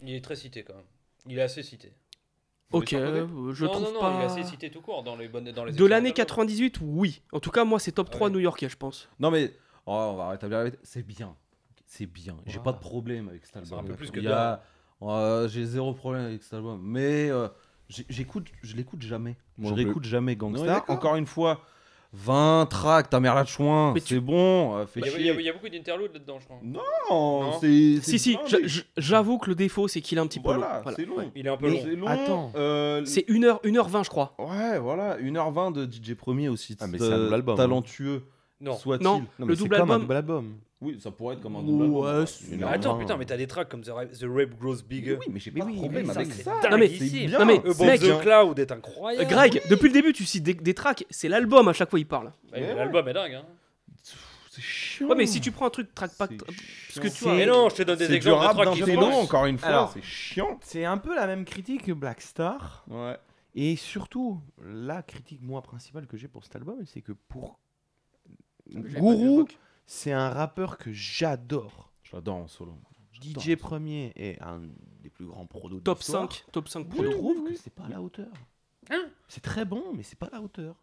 Speaker 3: Il est très cité quand même. Il est assez cité.
Speaker 4: Il est
Speaker 1: Ok,
Speaker 4: surcoté.
Speaker 1: euh, je
Speaker 3: non,
Speaker 1: trouve
Speaker 3: non, non, il
Speaker 1: pas.
Speaker 3: est assez cité tout court dans les bonnes dans les
Speaker 1: De
Speaker 3: excellents
Speaker 1: l'année
Speaker 3: albums.
Speaker 1: 98, oui. En tout cas, moi, c'est top
Speaker 3: Ah
Speaker 1: 3
Speaker 3: oui.
Speaker 1: new-yorkais, je pense.
Speaker 4: Non mais oh, on va rétablir la vérité. C'est bien, c'est bien. J'ai
Speaker 2: Wow.
Speaker 4: pas de problème avec cet album.
Speaker 3: un peu plus que
Speaker 4: Il y a- Euh, j'ai zéro problème avec cet album, mais euh, j'ai- j'écoute, je l'écoute jamais.
Speaker 2: Moi
Speaker 4: je
Speaker 2: non plus.
Speaker 4: l'écoute jamais
Speaker 2: Non, mais
Speaker 4: Gangstar.
Speaker 2: d'accord.
Speaker 4: Encore une fois, 20 tracks, ta mère la chouin,
Speaker 1: Mais
Speaker 4: c'est
Speaker 1: tu- Bah,
Speaker 4: bon, euh, fais
Speaker 3: Il y a- il y,
Speaker 4: chier.
Speaker 3: a- il y a beaucoup d'interludes là-dedans, je crois.
Speaker 4: Non,
Speaker 3: Non.
Speaker 4: c'est
Speaker 1: Si, si, j'a- j- j'avoue que le défaut, c'est qu'il est un petit peu
Speaker 4: Voilà,
Speaker 1: long. Voilà.
Speaker 4: c'est long.
Speaker 1: Ouais.
Speaker 3: Il est un peu
Speaker 1: Mais-
Speaker 3: long.
Speaker 4: C'est long.
Speaker 1: Attends.
Speaker 4: euh,
Speaker 1: C'est 1h, 1h20, je crois.
Speaker 4: Ouais, voilà, 1h20 de DJ Premier aussi.
Speaker 2: Ah, mais
Speaker 4: t-
Speaker 2: c'est un double album, hein.
Speaker 4: Talentueux.
Speaker 3: Non.
Speaker 4: Soit-il.
Speaker 1: Non.
Speaker 2: Non,
Speaker 1: Le
Speaker 2: mais c'est
Speaker 1: double
Speaker 2: comme un
Speaker 1: album.
Speaker 2: double album.
Speaker 4: Oui, ça pourrait être comme un
Speaker 2: Ouais,
Speaker 4: double album.
Speaker 2: c'est-
Speaker 4: Une
Speaker 3: Mais
Speaker 4: heure
Speaker 3: attends,
Speaker 4: vingt.
Speaker 3: putain, mais t'as des tracks comme The, Ra- The Rape Grows Bigger.
Speaker 4: Mais oui, mais j'ai
Speaker 2: Mais
Speaker 4: pas de
Speaker 2: oui,
Speaker 4: problème
Speaker 2: mais ça,
Speaker 4: avec
Speaker 2: c'est
Speaker 4: ça.
Speaker 1: Non, mais-
Speaker 4: c'est
Speaker 3: dinguissime.
Speaker 4: bien.
Speaker 1: non, mais-
Speaker 3: Euh,
Speaker 4: c'est
Speaker 3: Bob
Speaker 1: mec,
Speaker 4: bien.
Speaker 3: the Cloud est
Speaker 1: Euh,
Speaker 3: incroyable.
Speaker 1: Greg, depuis le début, tu cites des, des tracks. C'est l'album, à chaque fois, il parle.
Speaker 3: Bah,
Speaker 4: Ouais,
Speaker 3: L'album est dingue. Hein.
Speaker 4: C'est chiant.
Speaker 1: Ouais, mais si tu prends un truc track pas.
Speaker 4: C'est
Speaker 1: Parce que euh, tu
Speaker 2: chiant.
Speaker 1: vois.
Speaker 3: Mais non, je te donne des
Speaker 4: C'est du
Speaker 3: exemples de
Speaker 4: rap
Speaker 3: tracks qui sont
Speaker 4: d'intello,
Speaker 3: bons.
Speaker 4: encore une fois.
Speaker 2: Alors.
Speaker 4: C'est chiant.
Speaker 2: C'est un peu la même critique que Black Star.
Speaker 4: Ouais.
Speaker 2: Et surtout, la critique, moi, principale que j'ai pour cet album, c'est que pour Gourou, c'est un rappeur que j'adore.
Speaker 4: Je l'adore en solo. J'adore
Speaker 2: DJ
Speaker 4: en solo.
Speaker 2: Premier est un des plus grands prodos de
Speaker 1: Top
Speaker 2: l'histoire.
Speaker 1: 5, top 5
Speaker 2: Je
Speaker 1: prodos.
Speaker 2: trouve que c'est pas à la hauteur.
Speaker 3: Hein
Speaker 2: c'est très bon, mais c'est pas à la hauteur.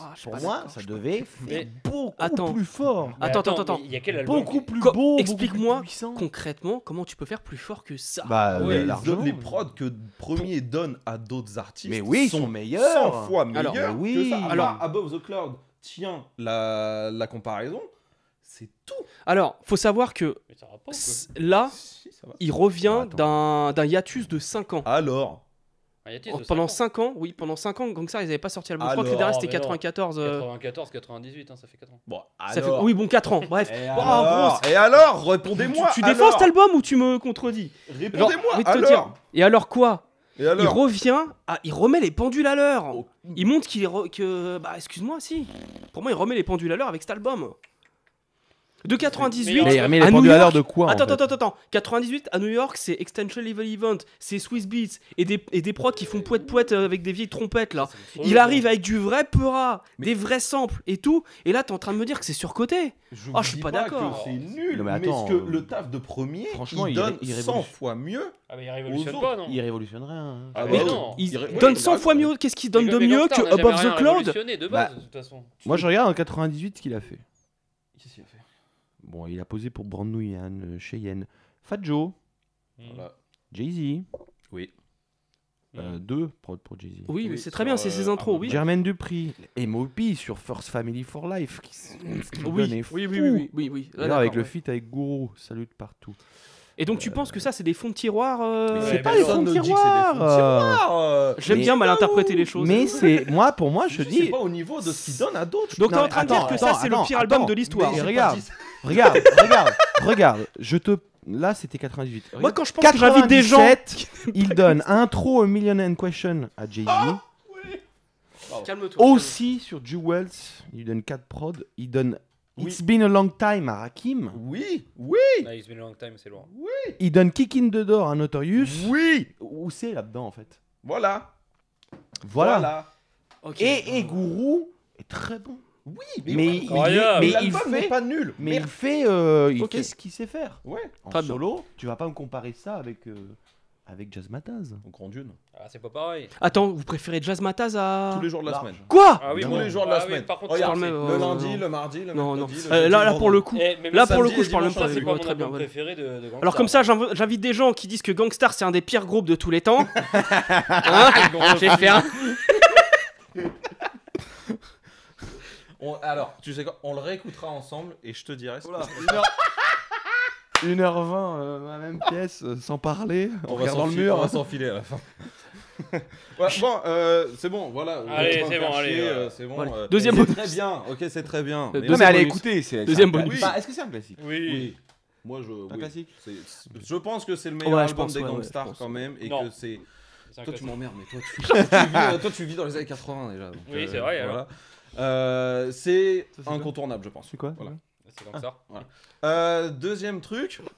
Speaker 1: Ah, je suis
Speaker 2: Pour
Speaker 1: pas
Speaker 2: moi,
Speaker 1: d'accord, je
Speaker 2: ça
Speaker 1: suis pas-
Speaker 2: devait faire
Speaker 3: Mais-
Speaker 2: beaucoup
Speaker 1: Attends.
Speaker 2: plus fort,
Speaker 3: Mais
Speaker 1: Attends, attends,
Speaker 3: mais
Speaker 1: attends.
Speaker 3: Il y a quel album
Speaker 2: beaucoup
Speaker 3: qui-
Speaker 2: plus
Speaker 1: Co-
Speaker 2: beau,
Speaker 1: explique-moi
Speaker 2: beaucoup plus puissant.
Speaker 1: Concrètement, comment tu peux faire plus fort que ça
Speaker 2: Bah,
Speaker 4: Ah
Speaker 2: euh,
Speaker 4: ouais, ils
Speaker 2: largement.
Speaker 4: donnent les prods que Premier donne à d'autres artistes.
Speaker 2: Mais oui, ils sont meilleurs.
Speaker 4: 100 fois meilleurs.
Speaker 1: Alors,
Speaker 2: mais oui.
Speaker 4: que ça. Alors,
Speaker 1: Alors-
Speaker 4: Above the Cloud tient la, la comparaison. C'est tout.
Speaker 1: Alors, faut savoir que
Speaker 3: Mais ça rapporte, quoi.
Speaker 1: s- là,
Speaker 4: Si, ça va.
Speaker 1: il revient
Speaker 2: Bah, Attends.
Speaker 1: d'un d'un hiatus de 5 ans.
Speaker 4: Alors,
Speaker 3: Ah, y a-t-il
Speaker 1: Oh,
Speaker 3: de
Speaker 1: Pendant
Speaker 3: 50,
Speaker 1: 5 ans, oui, pendant 5 ans, Gangstar, ils n'avaient pas sorti l'album. Je crois que le
Speaker 4: Alors,
Speaker 1: dernier, c'était
Speaker 3: mais non.
Speaker 1: 94. euh,
Speaker 3: 94, 98, hein, ça fait 4 ans.
Speaker 4: bon,
Speaker 2: Ah,
Speaker 1: ça fait-
Speaker 4: alors.
Speaker 1: Oui, bon, 4 ans, bref.
Speaker 2: Eh,
Speaker 4: Et
Speaker 1: Bon,
Speaker 4: alors,
Speaker 1: en gros,
Speaker 4: Et alors,
Speaker 1: Tu,
Speaker 4: répondez-moi.
Speaker 1: tu
Speaker 4: alors.
Speaker 1: défends cet album ou tu me contredis
Speaker 4: Répondez-moi.
Speaker 1: envie de te
Speaker 4: Alors.
Speaker 1: Et alors quoi
Speaker 4: Et
Speaker 1: Il
Speaker 4: alors.
Speaker 1: revient, à, il remet les pendules à l'heure.
Speaker 4: Oh.
Speaker 1: Il montre qu'il est re- que bah excuse-moi si. Pour moi, il remet les pendules à l'heure avec cet album. De 98
Speaker 3: Mais il
Speaker 1: à New York-
Speaker 2: de quoi
Speaker 1: Attends, attends, attends, attends. 98 à New York, c'est Extension Level Event, c'est Swiss Beats et des, et des prods qui font poète poète euh, avec des vieilles trompettes là.
Speaker 3: Ça, c'est
Speaker 4: Oh,
Speaker 3: une
Speaker 1: Il
Speaker 3: folie,
Speaker 1: arrive
Speaker 3: quoi.
Speaker 1: avec du vrai Peura, des vrais samples et tout. Et là, t'es en train de me dire que c'est surcoté.
Speaker 4: Je
Speaker 1: Ah,
Speaker 4: vous
Speaker 1: je suis
Speaker 4: dis
Speaker 1: pas d'accord.
Speaker 4: que C'est nul,
Speaker 2: Non, mais
Speaker 4: mais,
Speaker 2: attends,
Speaker 4: est-ce que
Speaker 2: euh,
Speaker 4: le taf de premier,
Speaker 2: franchement,
Speaker 4: il
Speaker 2: il
Speaker 4: donne
Speaker 2: ré- il
Speaker 4: 100
Speaker 2: révolutionne.
Speaker 4: fois mieux.
Speaker 3: Ah, mais il révolutionne
Speaker 4: autres,
Speaker 3: pas, non
Speaker 2: Il révolutionnerait. hein.
Speaker 4: Ah
Speaker 3: Ah,
Speaker 4: bah
Speaker 3: mais
Speaker 4: oui.
Speaker 3: non
Speaker 1: Il
Speaker 4: Il-
Speaker 1: donne
Speaker 4: oui,
Speaker 1: 100 fois
Speaker 4: il a-
Speaker 1: mieux. Qu'est-ce qu'il donne
Speaker 3: Mais
Speaker 1: de
Speaker 3: Gogol
Speaker 1: mieux
Speaker 3: Star
Speaker 1: que
Speaker 3: n'a jamais
Speaker 1: Above
Speaker 3: rien
Speaker 1: the Cloud
Speaker 3: révolutionné de base,
Speaker 2: Bah.
Speaker 3: de toute façon.
Speaker 2: Moi, je regarde en 98 ce qu'il a fait.
Speaker 4: Qu'est-ce qu'il a fait
Speaker 2: Bon, il a posé pour Brandouyan, euh, Cheyenne, Fat Joe,
Speaker 4: Voilà.
Speaker 2: Jay-Z.
Speaker 4: Oui.
Speaker 2: Euh, deux prods pour Jay-Z.
Speaker 1: Oui, mais
Speaker 4: Oui,
Speaker 1: c'est
Speaker 4: sur,
Speaker 1: très bien, c'est
Speaker 4: euh,
Speaker 1: ses intros, oui.
Speaker 2: Jermaine Dupri, M.O.P. sur First Family for Life. Qui, s- ce qu'il
Speaker 1: Oui,
Speaker 2: donne est
Speaker 1: oui, oui,
Speaker 2: fou.
Speaker 1: oui, oui, oui, oui.
Speaker 2: Et
Speaker 1: Là,
Speaker 2: là, avec
Speaker 1: d'accord,
Speaker 2: le
Speaker 1: ouais.
Speaker 2: feat avec Gourou, salut de partout.
Speaker 1: Et donc, tu penses que ça, c'est des fonds de tiroir euh,
Speaker 2: Mais
Speaker 3: Ouais,
Speaker 2: c'est
Speaker 3: mais
Speaker 2: pas les
Speaker 3: personne
Speaker 2: fonds de
Speaker 4: ne dit que c'est des fonds
Speaker 2: tiroir.
Speaker 4: de tiroir, euh,
Speaker 1: J'aime
Speaker 2: mais-
Speaker 1: bien mal interpréter les choses.
Speaker 2: Mais c'est moi pour moi je
Speaker 4: juste,
Speaker 2: dis
Speaker 4: C'est pas au niveau de ce qu'il donne à d'autres.
Speaker 1: Donc, t'es
Speaker 2: Non,
Speaker 1: en train de dire
Speaker 2: attends,
Speaker 1: que ça,
Speaker 2: attends,
Speaker 1: c'est le
Speaker 2: attends,
Speaker 1: pire album
Speaker 2: attends.
Speaker 1: de l'histoire.
Speaker 2: Mais
Speaker 4: J'ai pas
Speaker 2: regarde.
Speaker 4: dit ça.
Speaker 2: regarde, regarde, regarde, je te là c'était 98. Regarde.
Speaker 1: Moi, quand je pense que j'invite des gens.
Speaker 2: 97, il donne intro au Million and Question à Jay-Z.
Speaker 1: Ah Calme-toi.
Speaker 2: Aussi sur Jewels, il lui donne 4 prods. Il donne
Speaker 4: Oui.
Speaker 2: It's Been a Long Time à Rakim.
Speaker 4: Oui, oui,
Speaker 3: Ah, It's been a long time, c'est loin.
Speaker 2: Il donne Kick in the Door à Notorious.
Speaker 4: oui.
Speaker 2: Où c'est là-dedans en fait
Speaker 4: Voilà.
Speaker 2: Voilà.
Speaker 1: Ok.
Speaker 2: Et, et Gourou est très bon.
Speaker 4: mais,
Speaker 2: Mais
Speaker 4: oui.
Speaker 2: il-
Speaker 3: Incroyable.
Speaker 2: mais il
Speaker 4: l'album
Speaker 2: fait-
Speaker 4: n'est pas nul.
Speaker 2: Mais
Speaker 4: Merde.
Speaker 2: il fait, euh, il
Speaker 1: Ok.
Speaker 2: fait ce qu'il sait faire.
Speaker 4: ouais.
Speaker 2: En
Speaker 1: Très bien.
Speaker 2: solo, tu vas pas me comparer ça avec, euh, avec Jazz Mataz.
Speaker 4: Au grand Dieu, non.
Speaker 3: Ah, c'est pas pareil.
Speaker 1: Attends, vous préférez Jazz Mataz à.
Speaker 4: Tous les jours de la
Speaker 2: Large.
Speaker 4: semaine.
Speaker 1: Quoi
Speaker 3: Ah oui,
Speaker 4: tous
Speaker 3: bon.
Speaker 4: les jours de la
Speaker 3: Ah oui,
Speaker 4: semaine.
Speaker 3: par contre,
Speaker 4: Regarde,
Speaker 1: je parle
Speaker 4: c'est
Speaker 1: même,
Speaker 4: Bah. le
Speaker 1: euh,
Speaker 4: lundi,
Speaker 1: euh,
Speaker 4: le mardi, le
Speaker 1: Non, non.
Speaker 4: mercredi,
Speaker 1: Euh,
Speaker 4: jeudi,
Speaker 1: là, là, pour le coup.
Speaker 3: Eh, mais
Speaker 1: Là,
Speaker 3: même
Speaker 1: pour le
Speaker 3: samedi
Speaker 1: coup,
Speaker 3: et
Speaker 1: je parle même
Speaker 3: dimanche,
Speaker 1: pas
Speaker 3: ça,
Speaker 1: de-
Speaker 3: c'est pas
Speaker 1: ouais,
Speaker 3: mon
Speaker 1: très bien,
Speaker 3: album
Speaker 1: ouais.
Speaker 3: préféré de, de Gangstar.
Speaker 1: Alors, comme ça, j'inv- j'invite des gens qui disent que Gangstar, c'est un des pires groupes de tous les temps. Hein
Speaker 4: Ah,
Speaker 1: J'ai fait un.
Speaker 4: On- alors, tu sais quoi On le réécoutera ensemble et je te dirai. ce que-
Speaker 2: 1h20, euh, la même pièce, euh, sans parler,
Speaker 4: On va s'enfiler-
Speaker 1: hein.
Speaker 4: On va s'enfiler à la fin. Ouais, bon, euh, c'est bon, voilà.
Speaker 3: Allez,
Speaker 4: On va
Speaker 3: c'est
Speaker 4: pas me
Speaker 3: bon,
Speaker 4: faire
Speaker 3: allez,
Speaker 4: chier,
Speaker 3: ouais.
Speaker 4: euh, c'est bon.
Speaker 1: Voilà.
Speaker 4: euh,
Speaker 1: Deuxième
Speaker 4: c'est
Speaker 1: bonus.
Speaker 4: Très bien. Ok, c'est très bien.
Speaker 1: Euh,
Speaker 4: Mais-
Speaker 2: Non, mais allez
Speaker 1: bonus.
Speaker 2: écouter. c'est- c'est
Speaker 1: Deuxième
Speaker 2: un cla-
Speaker 1: bonus.
Speaker 2: Oui. Bah, Est-ce que c'est un classique
Speaker 3: Oui.
Speaker 4: Moi, je.
Speaker 2: Un
Speaker 4: oui.
Speaker 2: classique
Speaker 4: C'est- c'est- Je pense que c'est le meilleur
Speaker 1: Ouais, je
Speaker 4: album
Speaker 1: pense,
Speaker 4: des
Speaker 1: ouais, ouais,
Speaker 4: Gangstar
Speaker 1: je pense.
Speaker 4: quand même et
Speaker 3: Non.
Speaker 4: que c'est.
Speaker 3: C'est
Speaker 4: Toi
Speaker 3: un
Speaker 4: tu
Speaker 3: classique.
Speaker 4: m'emmerdes, mais toi tu, toi, tu vis, euh, toi, tu vis dans les années 80 déjà. donc,
Speaker 3: Oui, c'est vrai,
Speaker 4: voilà. Euh, c'est
Speaker 2: Ça, c'est quoi
Speaker 4: incontournable, je pense.
Speaker 2: C'est quoi
Speaker 4: Voilà.
Speaker 3: C'est
Speaker 1: Ah,
Speaker 3: Gangstar.
Speaker 4: Euh, deuxième truc, tu vas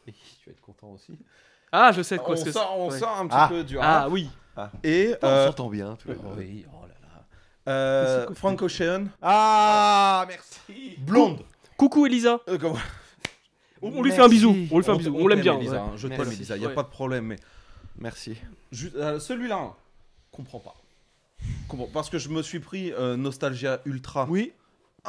Speaker 4: être content aussi.
Speaker 1: Ah, je sais de quoi
Speaker 4: On,
Speaker 1: ce que c'est.
Speaker 4: sort, on
Speaker 1: Ouais.
Speaker 4: sort un petit
Speaker 2: Ah.
Speaker 4: peu du rap.
Speaker 1: Ah oui.
Speaker 4: Et
Speaker 2: Putain,
Speaker 4: euh,
Speaker 2: On s'entend bien. tu vois.
Speaker 4: oui, oh là là. Euh,
Speaker 1: C'est quoi,
Speaker 4: Frank Ocean,
Speaker 2: Ah, merci.
Speaker 4: blonde.
Speaker 1: Coucou Elisa.
Speaker 4: Euh, comment-
Speaker 1: On on lui fait un bisou. On lui fait un
Speaker 4: On-
Speaker 1: bisou.
Speaker 4: on
Speaker 1: On l'aime
Speaker 4: t'aime,
Speaker 1: bien.
Speaker 4: Elisa,
Speaker 1: ouais.
Speaker 4: hein, je t'aime,
Speaker 2: Merci.
Speaker 4: Elisa. Il y a
Speaker 1: Ouais.
Speaker 4: pas de problème, mais
Speaker 2: Merci.
Speaker 4: ju- euh, celui-là, hein, comprends pas. Comprends- Parce que je me suis pris euh, Nostalgia Ultra.
Speaker 2: Oui.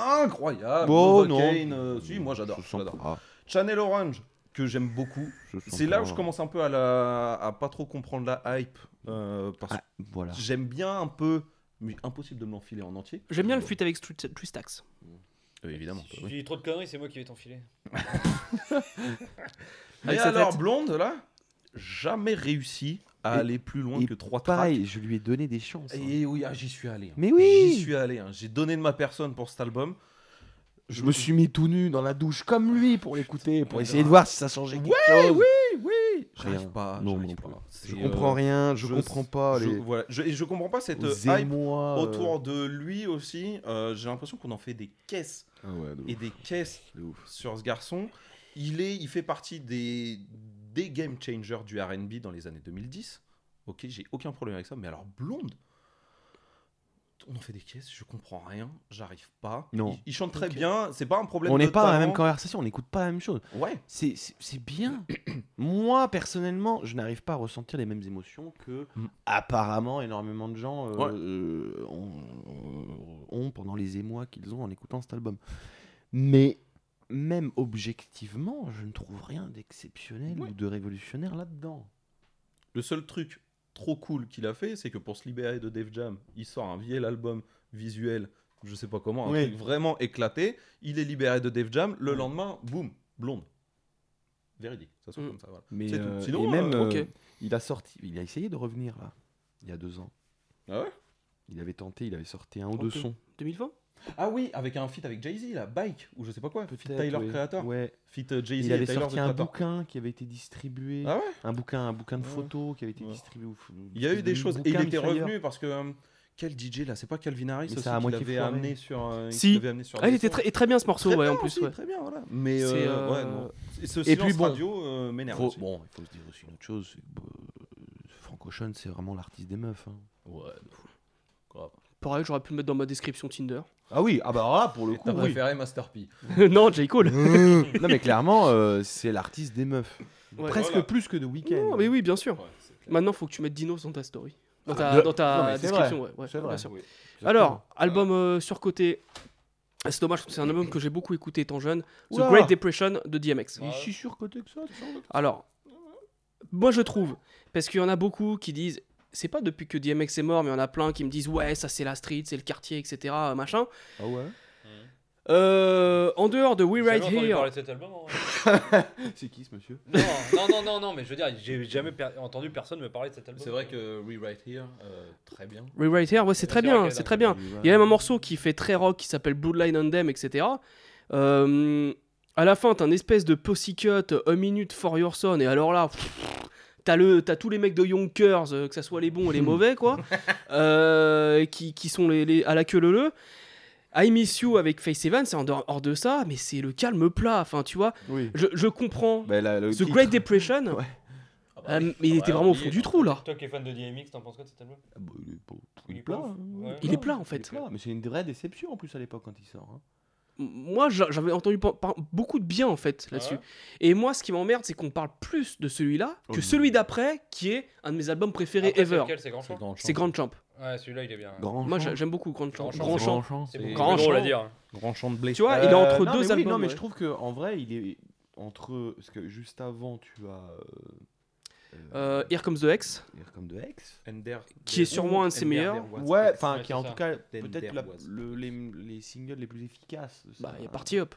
Speaker 4: Incroyable.
Speaker 2: Bon,
Speaker 4: Novocaine,
Speaker 2: non.
Speaker 4: euh, si, moi j'adore.
Speaker 2: Je sens
Speaker 4: j'adore.
Speaker 2: pas.
Speaker 4: Channel Orange, que j'aime beaucoup.
Speaker 2: Je sens
Speaker 4: C'est là où
Speaker 2: pas.
Speaker 4: je commence un peu à, la... à pas trop comprendre la hype. euh, parce que
Speaker 2: Ah, voilà.
Speaker 4: j'aime bien un peu. Mais impossible de me l'enfiler en entier.
Speaker 1: J'aime bien le feat avec Stru- Tristax.
Speaker 4: Euh, évidemment.
Speaker 1: bah
Speaker 3: Si
Speaker 4: oui.
Speaker 3: tu dis trop de conneries, c'est moi qui vais t'enfiler.
Speaker 4: Mais
Speaker 1: Avec sa
Speaker 4: alors,
Speaker 1: tête.
Speaker 4: blonde, là, jamais réussi à
Speaker 2: Et-
Speaker 4: aller plus loin
Speaker 2: et
Speaker 4: que trois tracks.
Speaker 2: Pareil, je lui ai donné des chances. hein.
Speaker 4: Et oui, ah, j'y suis allé. hein.
Speaker 2: Mais oui
Speaker 4: J'y suis allé. hein. J'ai donné de ma personne pour cet album.
Speaker 2: Je me suis mis tout nu dans la douche comme lui pour l'écouter, pour
Speaker 4: Ouais,
Speaker 2: essayer
Speaker 4: grave.
Speaker 2: de voir si ça changeait quelque chose.
Speaker 4: J'arrive
Speaker 2: Rien.
Speaker 4: pas.
Speaker 2: Non,
Speaker 4: j'arrive
Speaker 2: non
Speaker 4: pas.
Speaker 2: plus.
Speaker 4: C'est,
Speaker 2: Je
Speaker 4: euh,
Speaker 2: comprends rien, je,
Speaker 4: je-
Speaker 2: comprends pas
Speaker 4: je-
Speaker 2: les
Speaker 4: voilà. Je- et je comprends pas cette
Speaker 2: aux
Speaker 4: euh, hype
Speaker 2: émois, euh.
Speaker 4: autour de lui aussi. Euh, j'ai l'impression qu'on en fait des caisses
Speaker 2: Ah ouais, de
Speaker 4: et
Speaker 2: ouf,
Speaker 4: des caisses
Speaker 2: de ouf.
Speaker 4: sur ce garçon. Il, est, il fait partie des, des game changers du RB dans les années 2010. Ok, j'ai aucun problème avec ça, mais alors blonde, on en fait des caisses, je comprends rien, j'arrive pas.
Speaker 2: Non.
Speaker 4: Il, il chante très
Speaker 1: Ok.
Speaker 4: bien, c'est pas un problème.
Speaker 2: On
Speaker 4: de
Speaker 2: n'est pas dans la
Speaker 4: talent.
Speaker 2: même conversation, on n'écoute pas la même chose.
Speaker 4: Ouais,
Speaker 2: C'est- C'est c'est bien. Moi, personnellement, je n'arrive pas à ressentir les mêmes émotions que
Speaker 4: Mm.
Speaker 2: apparemment énormément de gens euh,
Speaker 4: Ouais.
Speaker 2: euh, ont, euh, ont pendant les émois qu'ils ont en écoutant cet album. Mais même objectivement, je ne trouve rien d'exceptionnel
Speaker 4: Ouais.
Speaker 2: ou de révolutionnaire là-dedans.
Speaker 4: le seul truc trop cool qu'il a fait, c'est que pour se libérer de Def Jam, il sort un vieil album visuel, je sais pas comment, un
Speaker 2: Oui.
Speaker 4: truc vraiment éclaté. Il est libéré de Def Jam, le lendemain, boum, blonde. Véridique, ça sort
Speaker 1: Mm.
Speaker 4: comme ça, voilà.
Speaker 2: Mais
Speaker 4: C'est tout.
Speaker 2: euh,
Speaker 4: Sinon,
Speaker 2: et même,
Speaker 4: euh,
Speaker 1: ok.
Speaker 2: euh, il a sorti, il a essayé de revenir là, il y a deux ans.
Speaker 4: Ah ouais
Speaker 2: Il avait tenté, il avait sorti un ou deux
Speaker 1: Ok.
Speaker 2: sons.
Speaker 1: 2020
Speaker 4: Ah oui, avec un feat avec Jay-Z, là, Bike, ou je sais pas quoi, feat
Speaker 2: Peut-être,
Speaker 4: Tyler
Speaker 2: oui.
Speaker 4: Creator.
Speaker 2: Ouais.
Speaker 4: Feat euh, Jay-Z
Speaker 2: Il
Speaker 4: et
Speaker 2: avait
Speaker 4: Tyler
Speaker 2: sorti
Speaker 4: the
Speaker 2: un
Speaker 4: Creator.
Speaker 2: bouquin qui avait été distribué,
Speaker 4: Ah ouais
Speaker 2: un bouquin, un bouquin de
Speaker 4: Ouais.
Speaker 2: photos qui avait été
Speaker 4: Ouais.
Speaker 2: distribué. au f-
Speaker 4: Il y a eu
Speaker 2: espèce de
Speaker 4: des choses, et il
Speaker 2: bouquin de
Speaker 4: était
Speaker 2: flyer.
Speaker 4: revenu parce que. euh, quel DJ là C'est pas Calvin Harris
Speaker 2: Mais
Speaker 4: aussi
Speaker 2: ça a à
Speaker 4: qui
Speaker 2: moitié
Speaker 4: l'avait
Speaker 2: foiré.
Speaker 4: amené sur. euh, qui
Speaker 1: Si.
Speaker 4: l'avait amené sur
Speaker 1: Ah, il
Speaker 4: des
Speaker 1: était
Speaker 4: sons.
Speaker 1: très, et très bien ce morceau,
Speaker 4: Très
Speaker 1: ouais, en
Speaker 4: bien
Speaker 1: plus.
Speaker 4: aussi,
Speaker 1: ouais.
Speaker 4: Très bien, voilà. Mais
Speaker 1: C'est,
Speaker 4: euh, ouais,
Speaker 1: euh,
Speaker 4: non. Et ce
Speaker 2: puis,
Speaker 4: silence
Speaker 2: bon.
Speaker 4: radio euh, m'énerve.
Speaker 2: Faut-
Speaker 4: aussi.
Speaker 2: bon, il faut se dire aussi une autre chose. c'est que, euh, Frank Ocean, c'est vraiment l'artiste des meufs. hein.
Speaker 4: Ouais, de fou. Grave.
Speaker 1: Pareil, j'aurais pu le mettre dans ma description Tinder.
Speaker 2: Ah oui, ah bah là pour le coup.
Speaker 4: T'as
Speaker 2: oui.
Speaker 4: préféré Master P.
Speaker 1: non, J. Cole.
Speaker 2: non mais clairement, euh, c'est l'artiste des meufs.
Speaker 1: Ouais.
Speaker 2: Presque
Speaker 4: Voilà.
Speaker 2: plus que de Weeknd.
Speaker 1: Non, mais oui, bien sûr.
Speaker 4: Ouais, c'est clair.
Speaker 1: Maintenant, faut que tu mettes Dinos dans ta story. Dans ta,
Speaker 2: le-
Speaker 1: dans ta
Speaker 2: non, mais c'est
Speaker 1: description, ouais, ouais,
Speaker 2: c'est
Speaker 1: bien
Speaker 2: vrai.
Speaker 1: sûr.
Speaker 2: Exactement.
Speaker 1: Alors, album euh, surcoté. Ah, C'est dommage, parce que c'est un album que j'ai beaucoup écouté étant jeune. The
Speaker 2: Oula.
Speaker 1: Great Depression de DMX.
Speaker 2: il est si surcoté que ça. tu sens
Speaker 1: Alors, moi je trouve, parce qu'il y en a beaucoup qui disent, c'est pas depuis que DMX est mort, mais il y en a plein qui me disent, ouais, ça c'est la street, c'est le quartier, etc., euh, machin.
Speaker 2: Ah ouais.
Speaker 1: Euh, en dehors de We
Speaker 3: J'ai
Speaker 1: Right
Speaker 3: jamais entendu
Speaker 1: Here,
Speaker 3: parler de cet album. hein.
Speaker 2: C'est qui ce monsieur
Speaker 3: Non, non, non, non, non, mais je veux dire, j'ai jamais per- entendu personne me parler de cet album.
Speaker 4: C'est vrai que Rewrite Here, euh, très bien.
Speaker 1: We Right Here, ouais, c'est très
Speaker 3: C'est vrai
Speaker 1: bien,
Speaker 3: qu'elle
Speaker 1: c'est
Speaker 3: a
Speaker 1: très bien. Il y a même un morceau qui fait très rock qui s'appelle Bloodline Undem, etc. Euh, à la fin, t'as une espèce de pussycut, A Minute for Your Son, et alors là, pff, t'as, le, t'as tous les mecs de Yonkers, euh, que ça soit les bons et les mauvais, quoi, euh, qui, qui sont les, les- à la queue leu leu. I Miss You avec Face Evans, c'est en dehors hors de ça, mais c'est le calme plat, enfin, tu vois.
Speaker 2: Oui.
Speaker 1: Je, je comprends.
Speaker 2: Bah, la- le
Speaker 1: The
Speaker 2: titre.
Speaker 1: Great Depression,
Speaker 2: Ouais.
Speaker 4: Ah bah
Speaker 1: euh,
Speaker 4: oui.
Speaker 1: mais il
Speaker 4: Ah
Speaker 1: était
Speaker 4: bah,
Speaker 1: vraiment au
Speaker 4: oublié,
Speaker 1: fond du
Speaker 4: quoi.
Speaker 1: trou, là.
Speaker 3: Toi qui es fan de DMX, t'en penses quoi de cet album
Speaker 2: Ah, bah, il est pas-
Speaker 3: Il
Speaker 2: il
Speaker 3: est
Speaker 2: est plat.
Speaker 3: pas ouf.
Speaker 2: hein,
Speaker 3: Ouais.
Speaker 1: Il est plat, en
Speaker 2: il
Speaker 1: fait.
Speaker 2: est plat. Mais c'est une vraie déception en plus à l'époque quand il sort. hein.
Speaker 1: moi j'a- j'avais entendu par- par- beaucoup de bien en fait
Speaker 3: Hein
Speaker 1: là-dessus. Et moi ce qui m'emmerde c'est qu'on parle plus de celui-là que
Speaker 2: Oui.
Speaker 1: celui d'après qui est un de mes albums préférés
Speaker 3: Après, c'est
Speaker 1: ever.
Speaker 3: lequel, C'est Grand Champ
Speaker 4: grand
Speaker 1: C'est Grand Champ.
Speaker 3: Ouais, celui-là, il est bien.
Speaker 2: Grand
Speaker 1: Moi
Speaker 2: champ.
Speaker 1: j'a- j'aime beaucoup Grand Champ.
Speaker 3: Grand Champ.
Speaker 1: Grand Champ.
Speaker 4: C'est beaucoup
Speaker 1: Grand
Speaker 3: Grand
Speaker 1: Champ.
Speaker 3: Champ. à dire.
Speaker 4: Grand champ de blé.
Speaker 1: Tu vois, il est entre
Speaker 2: Euh, non,
Speaker 1: deux
Speaker 2: mais oui,
Speaker 1: albums.
Speaker 2: non, mais
Speaker 1: ouais.
Speaker 2: je trouve que en vrai, il est entre parce que juste avant, tu as euh,
Speaker 1: Euh, Here Comes the X.
Speaker 2: Here Come the Hex.
Speaker 1: Qui est sûrement un de ses meilleurs.
Speaker 2: Ouais, enfin,
Speaker 3: Ouais,
Speaker 2: qui
Speaker 3: c'est
Speaker 2: est en
Speaker 3: ça.
Speaker 2: tout cas
Speaker 4: Then
Speaker 2: peut-être
Speaker 4: there
Speaker 2: la-
Speaker 4: was.
Speaker 2: le- les, les singles les plus efficaces de sa,
Speaker 1: Bah, il est parti hop.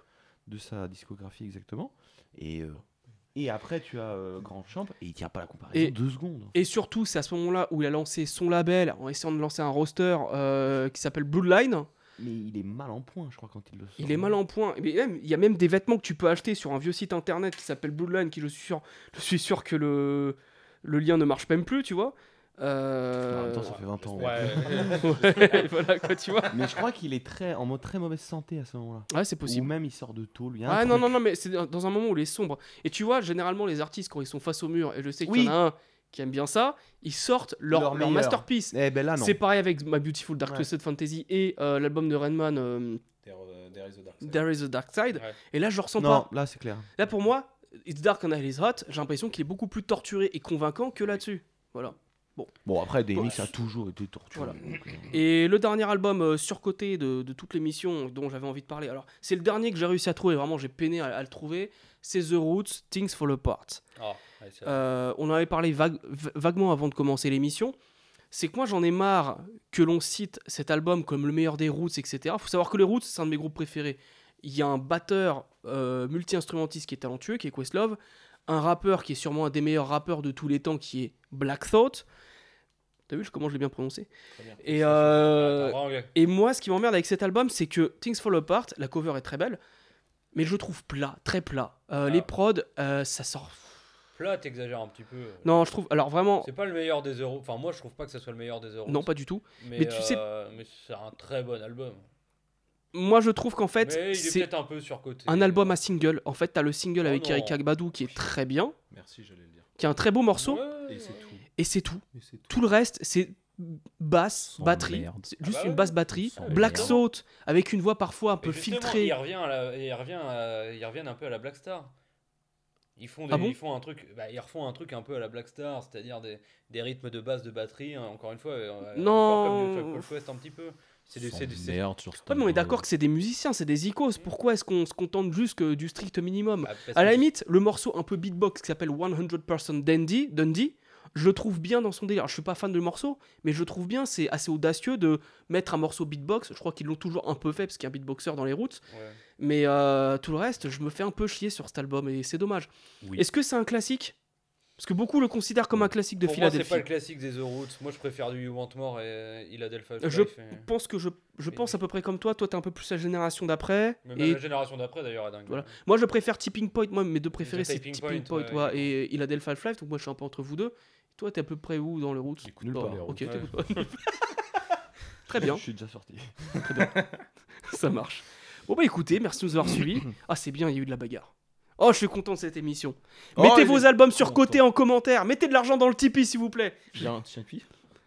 Speaker 2: de sa discographie exactement. Et euh, et après, tu as euh, Grand Champ et il tient pas la comparaison
Speaker 1: Et-
Speaker 2: deux secondes. hein.
Speaker 1: Et surtout, c'est à ce moment-là où il a lancé son label en essayant de lancer un roster euh, qui s'appelle Bloodline.
Speaker 2: Mais il est mal en point, je crois, quand il le sort.
Speaker 1: Il est mal en point. Mais même, il y a même des vêtements que tu peux acheter sur un vieux site internet qui s'appelle Bloodline, qui je suis sûr, je suis sûr que le, le lien ne marche même plus, tu vois. Euh,
Speaker 2: En même temps, ça fait 20 ans.
Speaker 3: Ouais.
Speaker 1: ouais, voilà quoi, tu vois.
Speaker 2: Mais je crois qu'il est très en mode très mauvaise santé à ce moment-là.
Speaker 1: Ouais, c'est
Speaker 2: Ou
Speaker 1: possible.
Speaker 2: même il sort de tôt, lui. il y a un
Speaker 1: Ah non,
Speaker 2: truc.
Speaker 1: non, non, mais c'est dans- dans un moment où il est sombre. Et tu vois, généralement, les artistes, quand ils sont face au mur, et je sais qu'il y en
Speaker 2: Oui.
Speaker 1: a un qui aime bien ça, ils sortent leur,
Speaker 2: Leur
Speaker 1: leur
Speaker 2: meilleur.
Speaker 1: masterpiece.
Speaker 2: Eh ben là, non.
Speaker 1: C'est pareil avec My Beautiful Dark
Speaker 2: Ouais.
Speaker 1: Twisted Fantasy et euh, l'album de Redman, euh,
Speaker 4: There is a dark side.
Speaker 1: There is a Dark Side.
Speaker 3: Ouais.
Speaker 1: Et là, je le ressens pas.
Speaker 2: Non, là, c'est clair.
Speaker 1: Là, pour moi, It's Dark and Hell is Hot, j'ai l'impression qu'il est beaucoup plus torturé et convaincant que là-dessus. Voilà.
Speaker 2: Bon, après, DMX
Speaker 1: Bon.
Speaker 2: a toujours été torturé.
Speaker 1: Voilà.
Speaker 2: donc, euh,
Speaker 1: Et le dernier album euh, surcoté de, de toute l'émission dont j'avais envie de parler, alors c'est le dernier que j'ai réussi à trouver, vraiment j'ai peiné à, à le trouver, c'est The Roots, Things Fall Apart.
Speaker 3: Ah, ouais, c'est vrai.
Speaker 1: Euh, on en avait parlé vague- va- vaguement avant de commencer l'émission. C'est que moi j'en ai marre que l'on cite cet album comme le meilleur des Roots, etc. Faut savoir que les Roots, c'est un de mes groupes préférés. Il y a un batteur euh, multi-instrumentiste qui est talentueux, qui est Questlove, un rappeur qui est sûrement un des meilleurs rappeurs de tous les temps, qui est Black Thought. T'as vu je- comment je l'ai bien prononcé
Speaker 3: Très bien.
Speaker 1: Et,
Speaker 3: C'est-
Speaker 1: euh,
Speaker 3: Ah, t'as un vrai anglais.
Speaker 1: et moi, ce qui m'emmerde avec cet album, c'est que Things Fall Apart, la cover est très belle, mais je le trouve plat, très plat. Euh,
Speaker 3: Ah.
Speaker 1: Les prods, euh, ça sort.
Speaker 3: Plat, t'exagères un petit peu.
Speaker 1: Non, je trouve. Alors vraiment,
Speaker 3: C'est pas le meilleur des euros. Enfin, moi, je trouve pas que ça soit le meilleur des euros.
Speaker 1: non, pas du tout.
Speaker 3: Mais,
Speaker 1: mais tu sais-
Speaker 3: euh, Mais c'est un très bon album.
Speaker 1: Moi, je trouve qu'en
Speaker 3: mais
Speaker 1: fait,
Speaker 3: il est
Speaker 1: c'est
Speaker 3: peut-être un peu surcoté.
Speaker 1: un album à single. En fait, t'as le single
Speaker 3: Oh
Speaker 1: avec
Speaker 3: non.
Speaker 1: Erika Gbadou qui est très bien,
Speaker 4: Merci, j'allais le dire.
Speaker 1: qui est un très beau morceau,
Speaker 3: Ouais,
Speaker 4: Et c'est tout.
Speaker 1: et c'est tout.
Speaker 4: Et c'est tout.
Speaker 1: Tout le reste, c'est basse,
Speaker 5: Sans
Speaker 1: batterie,
Speaker 5: merde.
Speaker 1: c'est juste
Speaker 3: Ah bah
Speaker 1: une
Speaker 3: ouais.
Speaker 1: basse batterie,
Speaker 5: Sans
Speaker 1: Black
Speaker 5: merde.
Speaker 1: Salt, avec une voix parfois un
Speaker 3: Mais
Speaker 1: peu
Speaker 3: justement,
Speaker 1: filtrée.
Speaker 3: Il revient, à la- il revient, à- il revient un peu à la Black Star. Ils font, des-
Speaker 1: Ah bon
Speaker 3: ils font un truc, bah, ils refont un truc un peu à la Black Star, c'est-à-dire des, des rythmes de base de batterie. hein, encore une fois, euh,
Speaker 1: Non.
Speaker 3: encore comme du Tribe Called Quest un petit peu. C'est des,
Speaker 5: Sans
Speaker 3: c'est des- c'est-
Speaker 5: merde sur cet
Speaker 1: Ouais, mais on est
Speaker 5: album.
Speaker 1: d'accord que c'est des musiciens, c'est des icônes. Pourquoi est-ce qu'on se contente juste que du strict minimum
Speaker 3: bah, parce
Speaker 1: À la
Speaker 3: que-
Speaker 1: limite, le morceau un peu beatbox qui s'appelle 100% Dandy, Dundee, je le trouve bien dans son délire. Je suis pas fan de morceau, mais je le trouve bien. C'est assez audacieux de mettre un morceau beatbox. Je crois qu'ils l'ont toujours un peu fait parce qu'il y a un beatboxer dans les routes.
Speaker 3: ouais.
Speaker 1: Mais euh, tout le reste, je me fais un peu chier sur cet album et c'est dommage.
Speaker 5: Oui.
Speaker 1: Est-ce que c'est un classique Parce que beaucoup le considèrent comme un classique de
Speaker 3: Pour moi, c'est
Speaker 1: Philadelphie.
Speaker 3: pas le classique des The Roots. Moi, je préfère du You Want More et Philadelphia.
Speaker 1: Je
Speaker 3: Life et-
Speaker 1: pense que je, je pense à peu près comme toi. Toi, t'es un peu plus la génération d'après.
Speaker 3: Mais même
Speaker 1: Et
Speaker 3: la génération d'après, d'ailleurs, est dingue.
Speaker 1: Voilà. moi, je préfère Tipping Point. Moi, mes deux préférés, c'est
Speaker 3: Tipping
Speaker 1: Tipping Point,
Speaker 3: Point, ouais,
Speaker 1: ouais,
Speaker 3: ouais.
Speaker 1: et Philadelphia Life. Donc moi, je suis un peu entre vous deux. Toi, t'es à peu près où dans le route
Speaker 5: J'écoute pas les
Speaker 1: Ok,
Speaker 5: Roots.
Speaker 1: t'écoutes pas. Très bien,
Speaker 2: Je suis déjà sorti.
Speaker 1: ça marche. Bon bah écoutez, merci de nous avoir suivis. Ah c'est bien, il y a eu de la bagarre. Oh, je suis content de cette émission.
Speaker 4: Oh,
Speaker 1: Mettez
Speaker 4: il
Speaker 1: vos
Speaker 4: est
Speaker 1: albums sur côté en commentaire. Mettez de l'argent dans le Tipeee, s'il vous plaît.
Speaker 5: J'ai un petit cuit.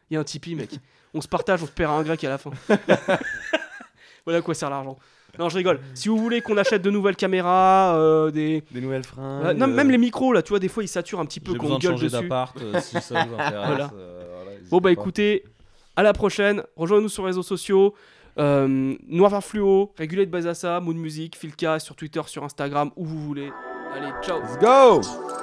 Speaker 1: Il y a un Tipeee, mec. On se partage, on se paiera un grec à la fin. voilà à quoi sert l'argent. Non, je rigole. Si vous voulez qu'on achète de nouvelles caméras, euh, des.
Speaker 2: Des nouvelles fringues.
Speaker 1: Euh, non, même les micros, là, tu vois, des fois ils saturent un petit peu
Speaker 4: J'ai
Speaker 1: qu'on
Speaker 4: besoin de
Speaker 1: gueule
Speaker 4: changer
Speaker 1: dessus.
Speaker 4: d'appart euh, si ça vous intéresse.
Speaker 1: Voilà.
Speaker 4: euh, voilà, n'hésitez
Speaker 1: Bon, bah
Speaker 4: pas.
Speaker 1: écoutez, à la prochaine. Rejoignez-nous sur les réseaux sociaux. Euh, Noir Fluo, Régulé de Bazassa, Moon Music, Filka, sur Twitter, sur Instagram, où vous voulez. Allez, ciao!
Speaker 2: Let's go!